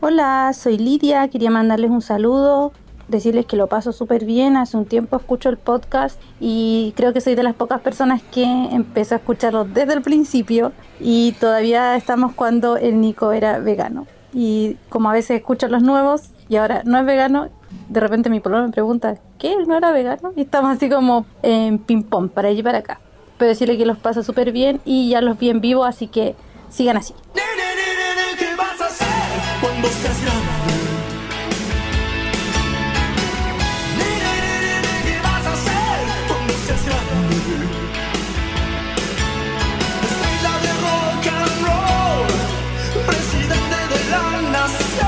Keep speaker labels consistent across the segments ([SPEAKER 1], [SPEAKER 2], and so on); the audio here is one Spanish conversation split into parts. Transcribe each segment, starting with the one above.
[SPEAKER 1] Hola, soy Lidia, quería mandarles un saludo, decirles que lo paso súper bien, hace un tiempo escucho el podcast y creo que soy de las pocas personas que empezó a escucharlo desde el principio y todavía estamos cuando el Nico era vegano. Y como a veces escucho los nuevos y ahora no es vegano, de repente mi problema me pregunta, ¿qué? ¿No era vegano? Y estamos así como en ping-pong, para allí y para acá. Pero decirle que los paso súper bien y ya los vi en vivo, así que sigan así.
[SPEAKER 2] ¿Qué vas a hacer cuando seas grande? ¿Qué vas a hacer cuando seas grande? Estrella de rock and roll, presidente de la nación.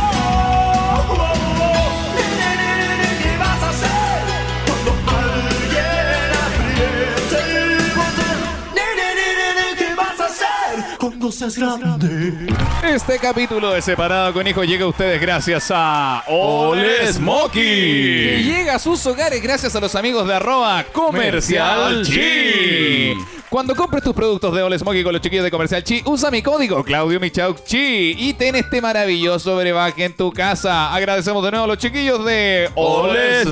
[SPEAKER 2] ¿Qué vas a hacer cuando alguien apriete el botón? ¿Qué vas a hacer cuando seas grande?
[SPEAKER 3] Este capítulo de Separado con Hijos llega a ustedes gracias a Ole Smoky. Que llega a sus hogares gracias a los amigos de arroba Comercial Chi. Cuando compres tus productos de Ole Smoky con los chiquillos de Comercial Chi, usa mi código Claudio Michau Chi y ten este maravilloso brebaje en tu casa. Agradecemos de nuevo a los chiquillos de Ole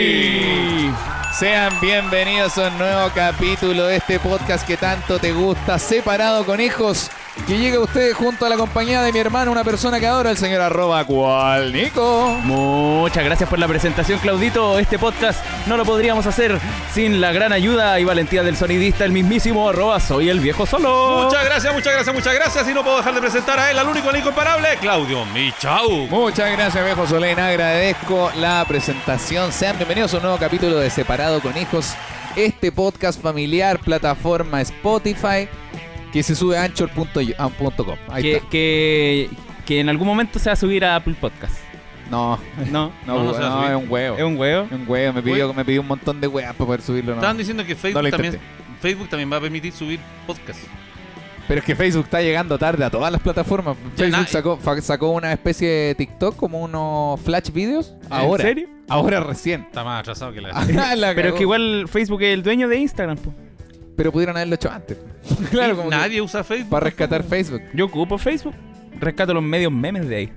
[SPEAKER 3] Smoky. Sean bienvenidos a un nuevo capítulo de este podcast que tanto te gusta, Separado con Hijos, que llega a ustedes junto a la compañía de mi hermano, una persona que adora, el señor arroba cual Nico.
[SPEAKER 4] Muchas gracias por la presentación, Claudito. Este podcast no lo podríamos hacer sin la gran ayuda y valentía del sonidista, el mismísimo arroba soy el viejo solo.
[SPEAKER 5] Muchas gracias, muchas gracias, muchas gracias. Y no puedo dejar de presentar a él, al único, al incomparable, Claudio Michau.
[SPEAKER 3] Muchas gracias, viejo Solén. Agradezco la presentación. Sean bienvenidos a un nuevo capítulo de Separado con Hijos. Este podcast familiar, plataforma Spotify, que se sube a anchor.com. Ahí
[SPEAKER 4] que,
[SPEAKER 3] está.
[SPEAKER 4] que, que en algún momento se va a subir a Apple Podcast.
[SPEAKER 3] No,
[SPEAKER 4] No,
[SPEAKER 3] no,
[SPEAKER 5] No, no
[SPEAKER 3] no,
[SPEAKER 5] se va a subir.
[SPEAKER 3] es un huevo.
[SPEAKER 4] es un huevo.
[SPEAKER 3] Es un huevo. Me pidió, me pidió un montón de huevas para poder subirlo. ¿no?
[SPEAKER 5] Estaban diciendo que
[SPEAKER 3] No
[SPEAKER 5] Facebook,
[SPEAKER 3] lo intenté.
[SPEAKER 5] también, Facebook también va a permitir subir podcast.
[SPEAKER 3] Pero es que Facebook está llegando tarde a todas las plataformas.
[SPEAKER 5] Ya
[SPEAKER 3] Facebook
[SPEAKER 5] na-
[SPEAKER 3] sacó, fa- sacó una especie de TikTok, como unos flash videos. Ahora.
[SPEAKER 4] serio?
[SPEAKER 3] Ahora recién.
[SPEAKER 5] Está más atrasado que la.
[SPEAKER 3] Ah, la
[SPEAKER 4] Pero es
[SPEAKER 3] cagó.
[SPEAKER 4] que igual Facebook es el dueño de Instagram. po.
[SPEAKER 3] Pero pudieron haberlo hecho antes. claro, como que-
[SPEAKER 5] Nadie usa Facebook.
[SPEAKER 3] Para rescatar Facebook.
[SPEAKER 4] Yo ocupo Facebook. Rescato los medios memes de ahí.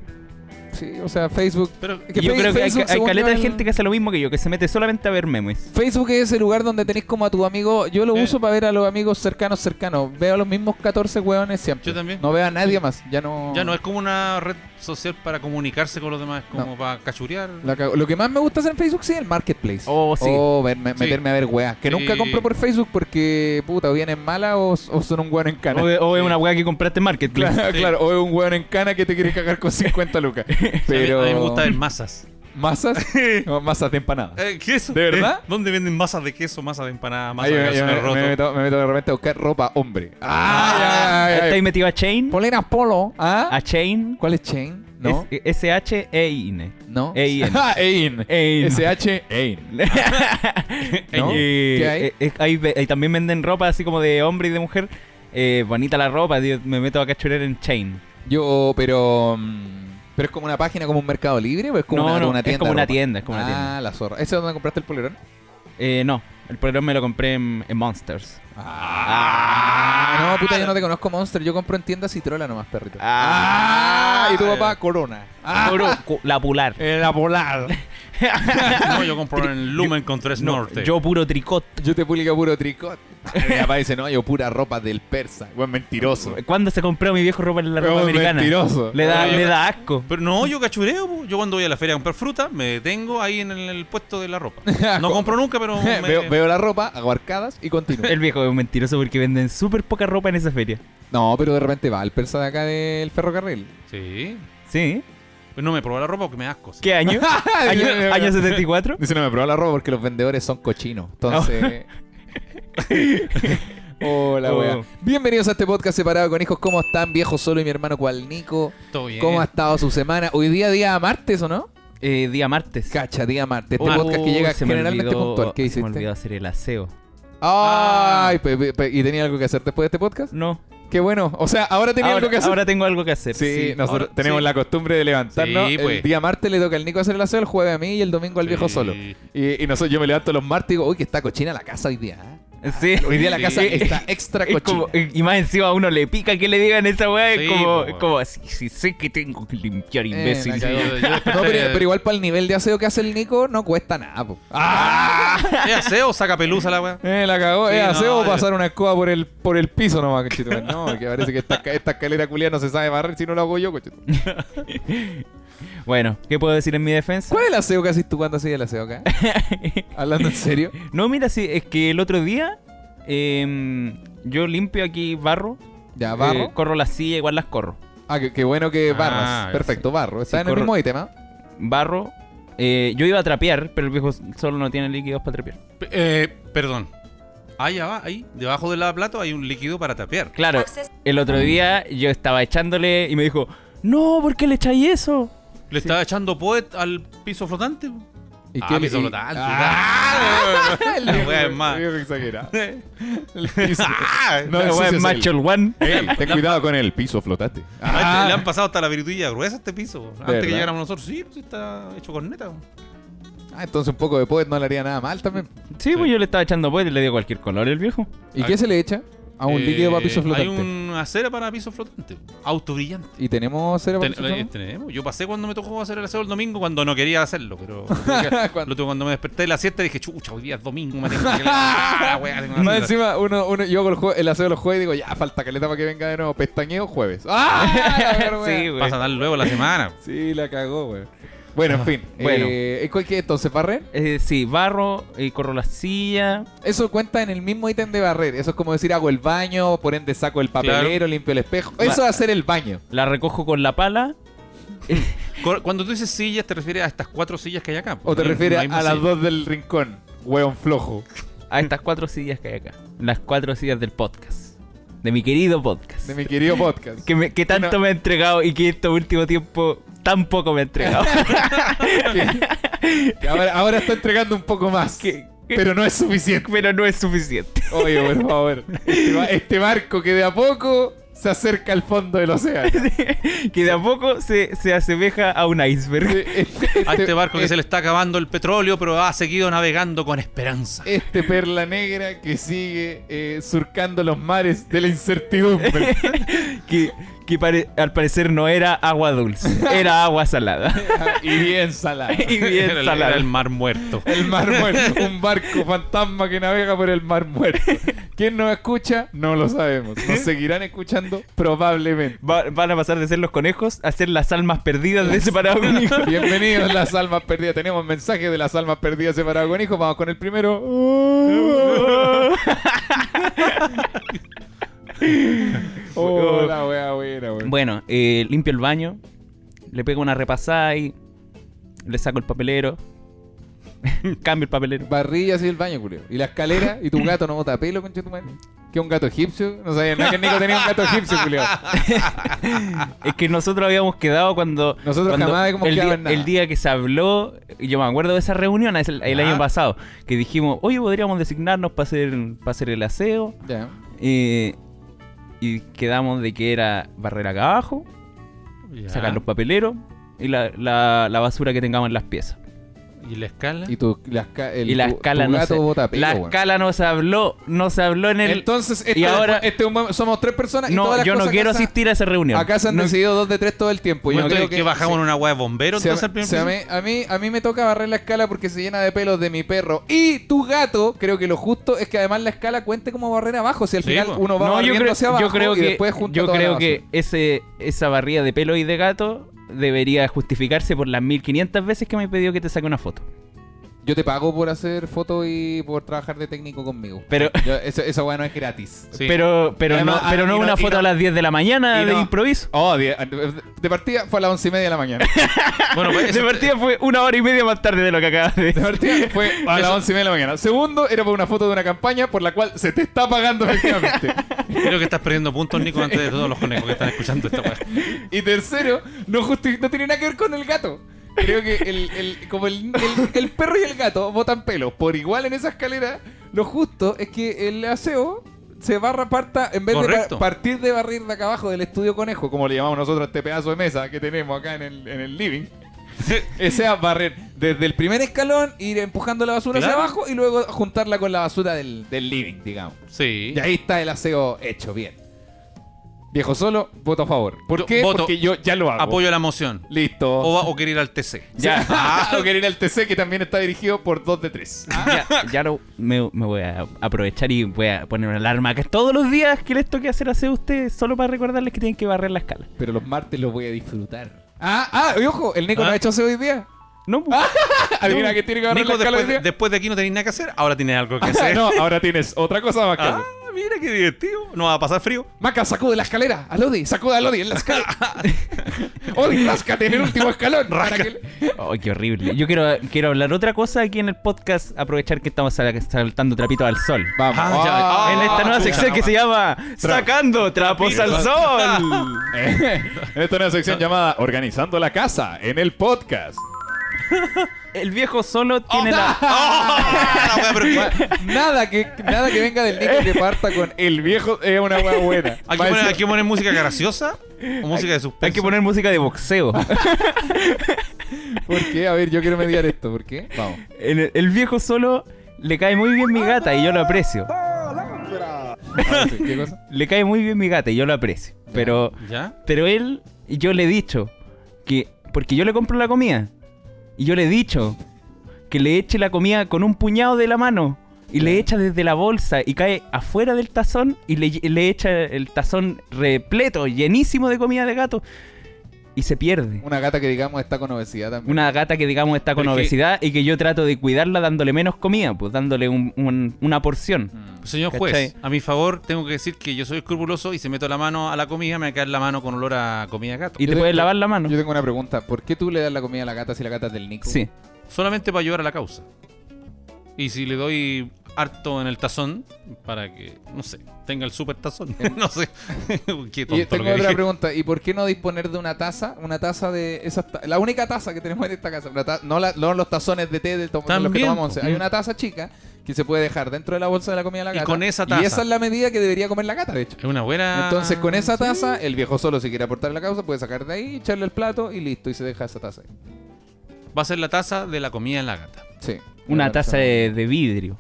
[SPEAKER 3] Sí, o sea, Facebook.
[SPEAKER 5] Pero
[SPEAKER 3] Es que
[SPEAKER 4] Y yo
[SPEAKER 3] Fe-
[SPEAKER 4] creo que hay,
[SPEAKER 3] Facebook,
[SPEAKER 4] hay
[SPEAKER 3] según
[SPEAKER 4] caleta
[SPEAKER 3] yo,
[SPEAKER 4] de
[SPEAKER 3] el-
[SPEAKER 4] gente que hace lo mismo que yo, que se mete solamente a ver memes.
[SPEAKER 3] Facebook es ese lugar donde tenéis como a tu amigo. Yo lo
[SPEAKER 5] Eh.
[SPEAKER 3] uso para ver a los amigos cercanos, cercanos. Veo a los mismos 14 hueones siempre.
[SPEAKER 5] Yo también.
[SPEAKER 3] No veo a nadie más. Ya no.
[SPEAKER 5] ya no es como una red social para comunicarse con los demás, es como para cachurear.
[SPEAKER 3] La cago. Lo que más me gusta hacer en Facebook sí es el marketplace.
[SPEAKER 4] Oh, sí.
[SPEAKER 3] O ver- me-
[SPEAKER 5] Sí.
[SPEAKER 3] meterme a ver weas. Que
[SPEAKER 5] Sí.
[SPEAKER 3] nunca compro por Facebook porque, puta, o vienen malas o, o son un weón en
[SPEAKER 4] O,
[SPEAKER 3] cana.
[SPEAKER 4] o es una weá que compraste en Marketplace.
[SPEAKER 3] Claro,
[SPEAKER 5] Sí.
[SPEAKER 3] claro, o es un weón en cana que te quiere cagar con 50 lucas. Pero.
[SPEAKER 5] A mí, a mí me gusta ver masas.
[SPEAKER 3] ¿Masas? No, masas de empanada.
[SPEAKER 5] Eh, ¿Queso?
[SPEAKER 3] ¿De verdad?
[SPEAKER 5] Eh, ¿Dónde venden masas de queso, masas de empanada, masas
[SPEAKER 3] Ahí
[SPEAKER 5] de
[SPEAKER 3] me, yo me-
[SPEAKER 5] calzones rotos?
[SPEAKER 3] me meto, me meto de repente a buscar ropa hombre.
[SPEAKER 4] Ah,
[SPEAKER 3] Ah, ya, ya, ya, ya.
[SPEAKER 4] ¿Estáis metido a Chain?
[SPEAKER 3] Poleras polo. ¿Ah?
[SPEAKER 4] A Chain.
[SPEAKER 3] ¿Cuál es chain? No.
[SPEAKER 4] Es- eh, S-H-E-I-N.
[SPEAKER 3] No.
[SPEAKER 4] EIN.
[SPEAKER 3] Ah, EIN.
[SPEAKER 4] EIN.
[SPEAKER 3] SH
[SPEAKER 4] E
[SPEAKER 3] EIN. ¿No?
[SPEAKER 4] Eh,
[SPEAKER 3] ¿Qué hay?
[SPEAKER 4] eh, eh, ahí ve- ahí también venden ropa así como de hombre y de mujer. Eh, bonita la ropa, tío, me meto a cachurear en Chain.
[SPEAKER 3] Yo, pero. mm, Pero es como una página, como un mercado libre o es como
[SPEAKER 4] No,
[SPEAKER 3] una,
[SPEAKER 4] no,
[SPEAKER 3] una
[SPEAKER 4] es
[SPEAKER 3] tienda.
[SPEAKER 4] como
[SPEAKER 3] de
[SPEAKER 4] una
[SPEAKER 3] ropa?
[SPEAKER 4] tienda, es como una
[SPEAKER 3] Ah,
[SPEAKER 4] tienda.
[SPEAKER 3] la zorra. ¿Ese es donde compraste el polerón?
[SPEAKER 4] Eh, no, el programa me lo compré en, en Monsters.
[SPEAKER 3] Ah, no, puta, yo no te conozco Monster. Yo compro en tiendas Citrola nomás, perrito.
[SPEAKER 4] Ah.
[SPEAKER 3] y tu papá Corona. Ah,
[SPEAKER 4] Oro, cu- la pular.
[SPEAKER 3] Era polar.
[SPEAKER 5] No, yo compro en Lumen con tres norte.
[SPEAKER 4] Yo puro tricot.
[SPEAKER 3] Yo te publico puro tricot. Mi papá dice, no, yo pura ropa del persa. Buen mentiroso.
[SPEAKER 4] ¿Cuándo se compró mi viejo ropa en la
[SPEAKER 3] Pero
[SPEAKER 4] ropa americana?
[SPEAKER 3] mentiroso.
[SPEAKER 4] Le da,
[SPEAKER 5] Pero yo-
[SPEAKER 4] le da asco.
[SPEAKER 5] Pero no, yo cachureo. po. Yo cuando voy a la feria a comprar fruta, me detengo ahí en el, el puesto de la ropa. No compro nunca, pero me-
[SPEAKER 3] Ah, veo, veo la ropa, hago arcadas y continúo.
[SPEAKER 4] El viejo es un mentiroso porque venden súper poca ropa en esa feria.
[SPEAKER 3] No, pero de repente va el persa de acá del ferrocarril.
[SPEAKER 5] Sí.
[SPEAKER 4] ¿Sí?
[SPEAKER 5] Pues no me probó la ropa porque me da asco. sí.
[SPEAKER 4] ¿Qué año? ¿Año, año 74?
[SPEAKER 3] Dice, no me probó la ropa porque los vendedores son cochinos. Entonces. Hola,
[SPEAKER 4] Oh.
[SPEAKER 3] wea. Bienvenidos a este podcast separado con hijos. ¿Cómo están, viejo solo y mi hermano cual Nico?
[SPEAKER 5] Todo bien.
[SPEAKER 3] ¿Cómo ha estado su semana? Hoy día, día martes, ¿o no?
[SPEAKER 4] Eh, día martes.
[SPEAKER 3] Cacha, día martes. Este
[SPEAKER 4] Uy,
[SPEAKER 3] podcast que llega
[SPEAKER 4] se me
[SPEAKER 3] generalmente
[SPEAKER 4] olvidó-
[SPEAKER 3] puntual. ¿Qué
[SPEAKER 4] Se me olvidó
[SPEAKER 3] hiciste?
[SPEAKER 4] hacer el aseo.
[SPEAKER 5] Ah.
[SPEAKER 3] Ay, pe- pe- pe- ¿y tenía algo que hacer después de este podcast?
[SPEAKER 4] No.
[SPEAKER 3] Qué bueno. O sea, ahora tenía
[SPEAKER 4] ahora,
[SPEAKER 3] algo que hacer.
[SPEAKER 4] ahora tengo algo que hacer.
[SPEAKER 3] Sí,
[SPEAKER 4] sí.
[SPEAKER 3] nosotros
[SPEAKER 5] ahora-
[SPEAKER 3] tenemos
[SPEAKER 5] sí.
[SPEAKER 3] la costumbre de levantarnos.
[SPEAKER 5] Sí, pues.
[SPEAKER 3] El día martes le toca al Nico hacer el aseo, el jueves a mí y el domingo al viejo
[SPEAKER 5] Sí.
[SPEAKER 3] solo. Y, y nosotros, yo me levanto los martes y digo, uy, que está cochina la casa hoy día. ¿eh?
[SPEAKER 4] Sí.
[SPEAKER 3] Hoy día la casa
[SPEAKER 5] Sí.
[SPEAKER 3] está extra
[SPEAKER 4] Es
[SPEAKER 3] cochina.
[SPEAKER 4] como- y más encima a uno le pica que le digan esa weá.
[SPEAKER 5] Sí,
[SPEAKER 4] es como,
[SPEAKER 5] po,
[SPEAKER 4] es como así, sí, sé que tengo que limpiar,
[SPEAKER 3] Eh,
[SPEAKER 4] imbécil.
[SPEAKER 3] la cagó.
[SPEAKER 5] Yo- yo desperté-
[SPEAKER 3] No, pero, pero igual para el nivel de aseo que hace el Nico no cuesta nada. po. ¡Ah!
[SPEAKER 5] ¿Es aseo o saca pelusa la weá?
[SPEAKER 3] Eh, la cagó.
[SPEAKER 5] Sí,
[SPEAKER 3] es
[SPEAKER 5] no,
[SPEAKER 3] aseo o
[SPEAKER 5] yo-
[SPEAKER 3] pasar una escoba por el, por el piso nomás, conchetumare. No, que parece que esta, ca- esta escalera culia no se sabe barrer si no lo hago yo, conchetumare.
[SPEAKER 4] Bueno, ¿qué puedo decir en mi defensa?
[SPEAKER 3] ¿Cuál es el aseo que haces tú cuando haces el aseo acá? Hablando en serio.
[SPEAKER 4] No, mira, sí, es que el otro día em, yo limpio aquí barro.
[SPEAKER 3] Ya,
[SPEAKER 4] eh,
[SPEAKER 3] barro.
[SPEAKER 4] corro las sillas, igual las corro.
[SPEAKER 3] ah, qué, qué bueno que
[SPEAKER 5] Ah,
[SPEAKER 3] barras.
[SPEAKER 5] sí.
[SPEAKER 3] Perfecto, barro. Está
[SPEAKER 4] Sí,
[SPEAKER 3] en el
[SPEAKER 4] corro-
[SPEAKER 3] mismo ítem,
[SPEAKER 4] Barro. eh, yo iba a trapear, pero el viejo solo no tiene líquidos para trapear.
[SPEAKER 5] P- eh, perdón. Ahí abajo, Ah, ahí, debajo del lavaplato hay un líquido para tapear.
[SPEAKER 4] Claro, el otro día yo estaba echándole y me dijo, no, ¿por qué le echáis eso?
[SPEAKER 5] ¿Le estaba echando poet al piso flotante?
[SPEAKER 3] ¿Y
[SPEAKER 5] ah,
[SPEAKER 3] qué le- Ah,
[SPEAKER 5] piso
[SPEAKER 3] y-
[SPEAKER 5] flotante. Ah,
[SPEAKER 3] El
[SPEAKER 5] La
[SPEAKER 3] viejo-
[SPEAKER 5] wea es más.
[SPEAKER 3] el viejo exagerado. El piso.
[SPEAKER 5] Ah,
[SPEAKER 3] No,
[SPEAKER 4] La
[SPEAKER 3] ese
[SPEAKER 4] weá
[SPEAKER 3] es
[SPEAKER 4] es macho el one.
[SPEAKER 3] Ey, ten cuidado con el piso flotante.
[SPEAKER 5] Ah,
[SPEAKER 3] Ah,
[SPEAKER 5] Le han pasado hasta la virutilla gruesa a este piso. Antes
[SPEAKER 3] verdad?
[SPEAKER 5] que llegáramos nosotros, sí, pues, está hecho con neta.
[SPEAKER 3] ah, entonces un poco de poet no le haría nada mal también.
[SPEAKER 4] Sí, pues yo le estaba echando pues y le dio cualquier color el viejo.
[SPEAKER 3] ¿Y
[SPEAKER 5] Ah.
[SPEAKER 3] qué se le echa a un
[SPEAKER 5] Eh,
[SPEAKER 3] líquido para piso flotante?
[SPEAKER 5] Hay una cera para piso flotante. Auto brillante.
[SPEAKER 3] ¿Y tenemos cera para
[SPEAKER 5] Ten-
[SPEAKER 3] piso
[SPEAKER 5] eh,
[SPEAKER 3] flotante?
[SPEAKER 5] tenemos. Yo pasé cuando me tocó hacer el aseo el domingo cuando no quería hacerlo, pero cuando, lo tuve- cuando me desperté de la siesta dije, chucha, hoy día es domingo, me tengo que levantar, ah, weá, tengo que
[SPEAKER 3] Más
[SPEAKER 5] levantar".
[SPEAKER 3] encima, uno, uno, yo hago el, jue- el aseo los jueves y digo, ya, falta caleta para que venga de nuevo. Pestañeo jueves. ¡Ah! La verga,
[SPEAKER 4] Sí,
[SPEAKER 3] wea.
[SPEAKER 4] güey.
[SPEAKER 5] Pasa tal luego la semana.
[SPEAKER 3] sí, la cagó, güey. Bueno,
[SPEAKER 5] Ah,
[SPEAKER 3] en fin.
[SPEAKER 4] Bueno.
[SPEAKER 3] Eh, ¿cuál que- entonces, barrer?
[SPEAKER 4] Eh, sí, barro, eh, corro la silla.
[SPEAKER 3] Eso cuenta en el mismo ítem de barrer. Eso es como decir, hago el baño, por ende saco el papelero,
[SPEAKER 5] Claro.
[SPEAKER 3] limpio el espejo. Eso es hacer el baño.
[SPEAKER 4] La recojo con la pala.
[SPEAKER 5] Cor- Cuando tú dices sillas, te refieres a estas cuatro sillas que hay acá.
[SPEAKER 3] ¿O te
[SPEAKER 5] No hay-
[SPEAKER 3] refieres
[SPEAKER 5] no hay
[SPEAKER 3] a
[SPEAKER 5] más
[SPEAKER 3] las
[SPEAKER 5] sillas.
[SPEAKER 3] dos del rincón? Hueón flojo.
[SPEAKER 4] a estas cuatro sillas que hay acá. Las cuatro sillas del podcast. De mi querido podcast.
[SPEAKER 3] De mi querido podcast.
[SPEAKER 4] Que, me- que tanto me ha entregado y que este último tiempo tan poco me ha entregado.
[SPEAKER 3] Que ahora, ahora está entregando un poco más.
[SPEAKER 4] Que- que-
[SPEAKER 3] Pero no es suficiente.
[SPEAKER 4] pero no es suficiente.
[SPEAKER 3] Oye, por favor. Este, ba- este barco que de a poco se acerca al fondo del océano.
[SPEAKER 4] Que de a poco se, se asemeja a un iceberg.
[SPEAKER 3] Este, este-
[SPEAKER 5] A este barco que se
[SPEAKER 3] este-
[SPEAKER 5] le está acabando el petróleo, pero ha seguido navegando con esperanza.
[SPEAKER 3] Este perla negra que sigue eh, surcando los mares de la incertidumbre.
[SPEAKER 4] Que, que pare- al parecer no era agua dulce, era agua salada.
[SPEAKER 3] y bien salado.
[SPEAKER 4] y bien
[SPEAKER 5] Era el-
[SPEAKER 4] salada.
[SPEAKER 5] era el mar muerto.
[SPEAKER 3] El mar muerto, un barco fantasma que navega por el mar muerto. ¿Quién nos escucha? No lo sabemos. Nos seguirán escuchando probablemente.
[SPEAKER 4] Va- van a pasar de ser los conejos a ser las almas perdidas de ese paraguas.
[SPEAKER 3] Bienvenidos a las almas perdidas. Tenemos mensajes de las almas perdidas separadas con hijos. Vamos con el primero. Oh, la wea buena, wea.
[SPEAKER 4] Bueno, eh, limpio el baño, le pego una repasada y le saco el papelero. Cambio el papelero.
[SPEAKER 3] Barrillas y el baño, culio. Y la escalera y tu gato no bota pelo, concha tu madre. ¿Qué un gato egipcio? No sabía nada que el Nico tenía un gato egipcio, culio.
[SPEAKER 4] Es que nosotros habíamos quedado cuando.
[SPEAKER 3] Nosotros
[SPEAKER 4] cuando
[SPEAKER 3] jamás habíamos
[SPEAKER 4] el
[SPEAKER 3] quedado
[SPEAKER 4] día,
[SPEAKER 3] en nada.
[SPEAKER 4] el día que se habló, yo me acuerdo de esa reunión es el, el
[SPEAKER 5] Ya.
[SPEAKER 4] año pasado, que dijimos, oye, podríamos designarnos para hacer, para hacer el aseo.
[SPEAKER 3] Ya.
[SPEAKER 4] eh, y quedamos de que era barrer acá abajo,
[SPEAKER 5] Ya.
[SPEAKER 4] sacar los papeleros y la, la- la basura que tengamos en las piezas.
[SPEAKER 5] ¿Y la escala?
[SPEAKER 3] Y pues, tu, la, esca- el-
[SPEAKER 4] y la
[SPEAKER 3] tu-
[SPEAKER 4] escala
[SPEAKER 3] tu
[SPEAKER 4] no
[SPEAKER 3] gato
[SPEAKER 4] se,
[SPEAKER 3] bota pelo,
[SPEAKER 4] la
[SPEAKER 3] weón.
[SPEAKER 4] escala no se habló no se habló en el
[SPEAKER 3] Entonces, este,
[SPEAKER 4] y ahora-
[SPEAKER 3] este es un buen- somos tres personas y todas
[SPEAKER 4] no
[SPEAKER 3] las
[SPEAKER 4] yo no
[SPEAKER 3] cosas
[SPEAKER 4] quiero
[SPEAKER 3] acá se-
[SPEAKER 4] asistir a esa reunión
[SPEAKER 3] Acá se han
[SPEAKER 4] No-
[SPEAKER 3] decidido dos de tres todo el tiempo.
[SPEAKER 5] Bueno,
[SPEAKER 3] Yo
[SPEAKER 5] entonces
[SPEAKER 3] creo
[SPEAKER 5] que,
[SPEAKER 3] que
[SPEAKER 5] bajamos
[SPEAKER 3] sí.
[SPEAKER 5] en una hueá de bomberos
[SPEAKER 3] Se
[SPEAKER 5] entonces al
[SPEAKER 3] me-
[SPEAKER 5] primer
[SPEAKER 3] se
[SPEAKER 5] piso?
[SPEAKER 3] me- a, mí, a mí me toca barrer la escala porque se llena de pelos de mi perro. Y tu gato, creo que lo justo es que además la escala cuente como barrer abajo. Si al
[SPEAKER 5] Sí,
[SPEAKER 3] final
[SPEAKER 5] po.
[SPEAKER 3] uno va
[SPEAKER 4] no yo
[SPEAKER 3] barriendo
[SPEAKER 4] creo,
[SPEAKER 3] hacia abajo
[SPEAKER 4] yo creo
[SPEAKER 3] y
[SPEAKER 4] que
[SPEAKER 3] después junta
[SPEAKER 4] yo
[SPEAKER 3] toda la
[SPEAKER 4] creo
[SPEAKER 3] basura.
[SPEAKER 4] que ese esa barrida de pelo y de gato debería justificarse por las 1500 veces que me pidió que te saque una foto
[SPEAKER 3] Yo te pago por hacer fotos y por trabajar de técnico conmigo.
[SPEAKER 4] Pero-
[SPEAKER 3] Yo- eso- esa weá no es gratis.
[SPEAKER 5] Sí.
[SPEAKER 4] pero pero
[SPEAKER 3] Además,
[SPEAKER 4] no pero
[SPEAKER 3] ah,
[SPEAKER 4] no
[SPEAKER 3] y no-
[SPEAKER 4] una
[SPEAKER 3] y
[SPEAKER 4] foto
[SPEAKER 3] no-
[SPEAKER 4] a las 10 de la mañana
[SPEAKER 3] y
[SPEAKER 4] Ah, de
[SPEAKER 3] no-
[SPEAKER 4] improviso
[SPEAKER 3] Oh, de, de partida fue a las once y media de la mañana.
[SPEAKER 5] Bueno, pues, eso-
[SPEAKER 4] de partida fue una hora y media más tarde de lo que acabas de
[SPEAKER 3] De
[SPEAKER 4] decir.
[SPEAKER 3] partida fue a las
[SPEAKER 5] Eso-
[SPEAKER 3] once y media de la mañana. Segundo, era por una foto de una campaña por la cual se te está pagando efectivamente.
[SPEAKER 5] creo que estás perdiendo puntos, Nico, antes de todos los conejos que están escuchando esta hueá.
[SPEAKER 3] Y tercero, no, justi- no tiene nada que ver con el gato. Creo que el, el- como el, el- el perro y el gato botan pelo por igual en esa escalera, lo justo es que el aseo se barra parta en vez de
[SPEAKER 5] Correcto.
[SPEAKER 3] par- partir de barrir de acá abajo del estudio conejo, como le llamamos nosotros a este pedazo de mesa que tenemos acá en el, en el living. O sea, barrer desde el primer escalón, ir empujando la basura hacia
[SPEAKER 5] Claro.
[SPEAKER 3] abajo y luego juntarla con la basura del, del living, digamos.
[SPEAKER 5] Sí.
[SPEAKER 3] Y ahí está el aseo hecho, bien. Viejo solo, voto a favor. ¿Por
[SPEAKER 5] Yo
[SPEAKER 3] qué?
[SPEAKER 5] voto-
[SPEAKER 3] Porque yo ya lo hago.
[SPEAKER 5] Apoyo la moción.
[SPEAKER 3] Listo.
[SPEAKER 5] O, va- o quiere ir al TC.
[SPEAKER 3] Ya. Ah, o querer el TC que también está dirigido por 2 de 3.
[SPEAKER 4] Ya, ya no, me, me voy a aprovechar y voy a poner una alarma acá todos los días que les toque hacer hacer a ustedes, solo para recordarles que tienen que barrer la escala.
[SPEAKER 3] Pero los martes los voy a disfrutar. Ah, ah, y ojo, el Nico
[SPEAKER 5] Ah.
[SPEAKER 3] no ha hecho aseo hoy día.
[SPEAKER 4] No, pues.
[SPEAKER 3] Adivina que tiene que agarrar
[SPEAKER 5] Nico,
[SPEAKER 3] la escala
[SPEAKER 5] después,
[SPEAKER 3] hoy
[SPEAKER 5] de-
[SPEAKER 3] día.
[SPEAKER 5] después de aquí no tenéis nada que hacer, ahora tienes algo que hacer.
[SPEAKER 3] no, ahora tienes otra cosa más que
[SPEAKER 5] Ah,
[SPEAKER 3] hacer.
[SPEAKER 5] mira qué divertido. No va a pasar frío.
[SPEAKER 3] Maca, sacude la escalera. A Lodi, sacuda a Lodi en la escalera. Odi, ráscate en el último escalón. Para que-
[SPEAKER 4] Ay, qué horrible. Yo quiero, quiero hablar otra cosa aquí en el podcast, aprovechar que estamos sal- saltando trapitos al sol.
[SPEAKER 3] Vamos.
[SPEAKER 5] Ah, ya,
[SPEAKER 3] Ah,
[SPEAKER 5] ah,
[SPEAKER 4] en esta nueva
[SPEAKER 5] chucha,
[SPEAKER 4] sección que
[SPEAKER 5] no,
[SPEAKER 4] se llama Sacando Trapos al Sol. Ah.
[SPEAKER 3] en Eh, esta nueva sección llamada Organizando la Casa en el podcast.
[SPEAKER 4] El viejo solo tiene la.
[SPEAKER 5] Ah, la wea, pero-
[SPEAKER 3] Nada que, nada que venga del Nico que parta con el viejo es una hueá buena.
[SPEAKER 5] Hay que, poner, hay que poner música graciosa o música de suspense.
[SPEAKER 4] Hay que poner música de boxeo.
[SPEAKER 3] ¿Por qué? A ver, yo quiero mediar esto. ¿Por qué? Vamos.
[SPEAKER 4] El, el viejo solo le cae muy bien mi gata y yo lo aprecio.
[SPEAKER 3] Ah, sí, ¿Qué cosa?
[SPEAKER 4] Le cae muy bien mi gata y yo lo aprecio. Pero,
[SPEAKER 5] ¿Ya?
[SPEAKER 4] pero él, yo le he dicho que. Porque yo le compro la comida. Y yo le he dicho que le eche la comida con un puñado de la mano. Y le echa desde la bolsa y cae afuera del tazón y le, le echa el tazón repleto, llenísimo de comida de gato. Y se pierde.
[SPEAKER 3] Una gata que digamos está con obesidad también.
[SPEAKER 4] Una gata que digamos está con
[SPEAKER 5] Pero es que-
[SPEAKER 4] obesidad y que yo trato de cuidarla dándole menos comida, pues dándole un- un- una porción.
[SPEAKER 5] Señor juez, a mi favor tengo que decir que yo soy escrupuloso y si meto la mano a la comida me va a caer la mano con olor a comida de gato.
[SPEAKER 4] Y
[SPEAKER 3] Yo
[SPEAKER 4] te
[SPEAKER 3] te-
[SPEAKER 4] puedes lavar la mano.
[SPEAKER 3] Yo tengo una pregunta. ¿Por qué tú le das la comida a la gata si la gata es del Nico?
[SPEAKER 4] Sí.
[SPEAKER 5] Solamente para ayudar a la causa. Y si le doy harto en el tazón, para que, no sé, tenga el super tazón. no sé. Qué tonto
[SPEAKER 3] Y
[SPEAKER 5] lo
[SPEAKER 3] tengo
[SPEAKER 5] que
[SPEAKER 3] otra
[SPEAKER 5] dije.
[SPEAKER 3] pregunta. ¿Y por qué no disponer de una taza? Una taza de esas ta- la única taza que tenemos en esta casa, una ta- no, la- no los tazones de té del to- los que
[SPEAKER 5] También,
[SPEAKER 3] tomamos once.
[SPEAKER 5] po.
[SPEAKER 3] Hay una taza chica que se puede dejar dentro de la bolsa de la comida de la
[SPEAKER 5] Y
[SPEAKER 3] gata.
[SPEAKER 5] con esa taza. Ah,
[SPEAKER 3] Y esa es la medida que debería comer la gata, de hecho.
[SPEAKER 5] Es una buena.
[SPEAKER 3] Entonces, con esa taza, el viejo solo, si quiere aportar la causa, puede sacar de ahí, echarle el plato y listo. Y se deja esa taza ahí.
[SPEAKER 5] Va a ser la taza de la comida de la gata.
[SPEAKER 3] Sí.
[SPEAKER 4] Una
[SPEAKER 3] Claro,
[SPEAKER 4] taza
[SPEAKER 3] sí.
[SPEAKER 4] de, de vidrio.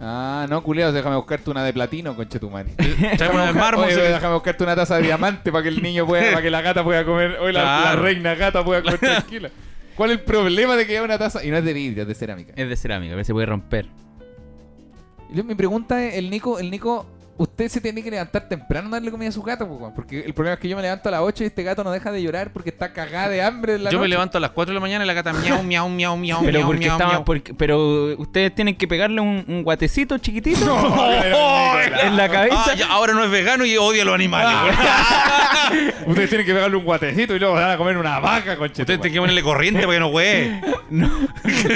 [SPEAKER 3] Ah, no, culiados, déjame buscarte una de platino, conchetumani.
[SPEAKER 5] Traemos una de mármol.
[SPEAKER 3] Oye,
[SPEAKER 5] se-
[SPEAKER 3] déjame buscarte una taza de diamante para que el niño pueda, para que la gata pueda comer, hoy la,
[SPEAKER 5] Claro.
[SPEAKER 3] la reina gata pueda comer tranquila. ¿Cuál es el problema de que haya una taza? Y no es de vidrio, es de
[SPEAKER 5] Eh.
[SPEAKER 3] cerámica.
[SPEAKER 4] Es de cerámica, pero se puede romper.
[SPEAKER 3] Y yo- mi pregunta es, el Nico, el Nico, usted se tiene que levantar temprano a darle comida a su gato, po, weón? porque el problema es que yo me levanto a las 8 y este gato no deja de llorar porque está cagada de hambre en la
[SPEAKER 5] Yo me
[SPEAKER 3] noche.
[SPEAKER 5] levanto a las 4 de la mañana y la gata miau, miau, miau, miau,
[SPEAKER 4] Pero
[SPEAKER 5] miau,
[SPEAKER 4] porque
[SPEAKER 5] miau,
[SPEAKER 4] estaba-
[SPEAKER 5] miau.
[SPEAKER 4] porque- pero ustedes tienen que pegarle un, un guatecito chiquitito en la cabeza.
[SPEAKER 5] Ah, ya, ahora no es vegano y odia a los animales.
[SPEAKER 3] Ah. Ustedes tienen que pegarle un guatecito y luego van a comer una vaca,
[SPEAKER 5] Ustedes
[SPEAKER 3] conchetumani.
[SPEAKER 5] tienen que ponerle corriente para que no huee.
[SPEAKER 4] No,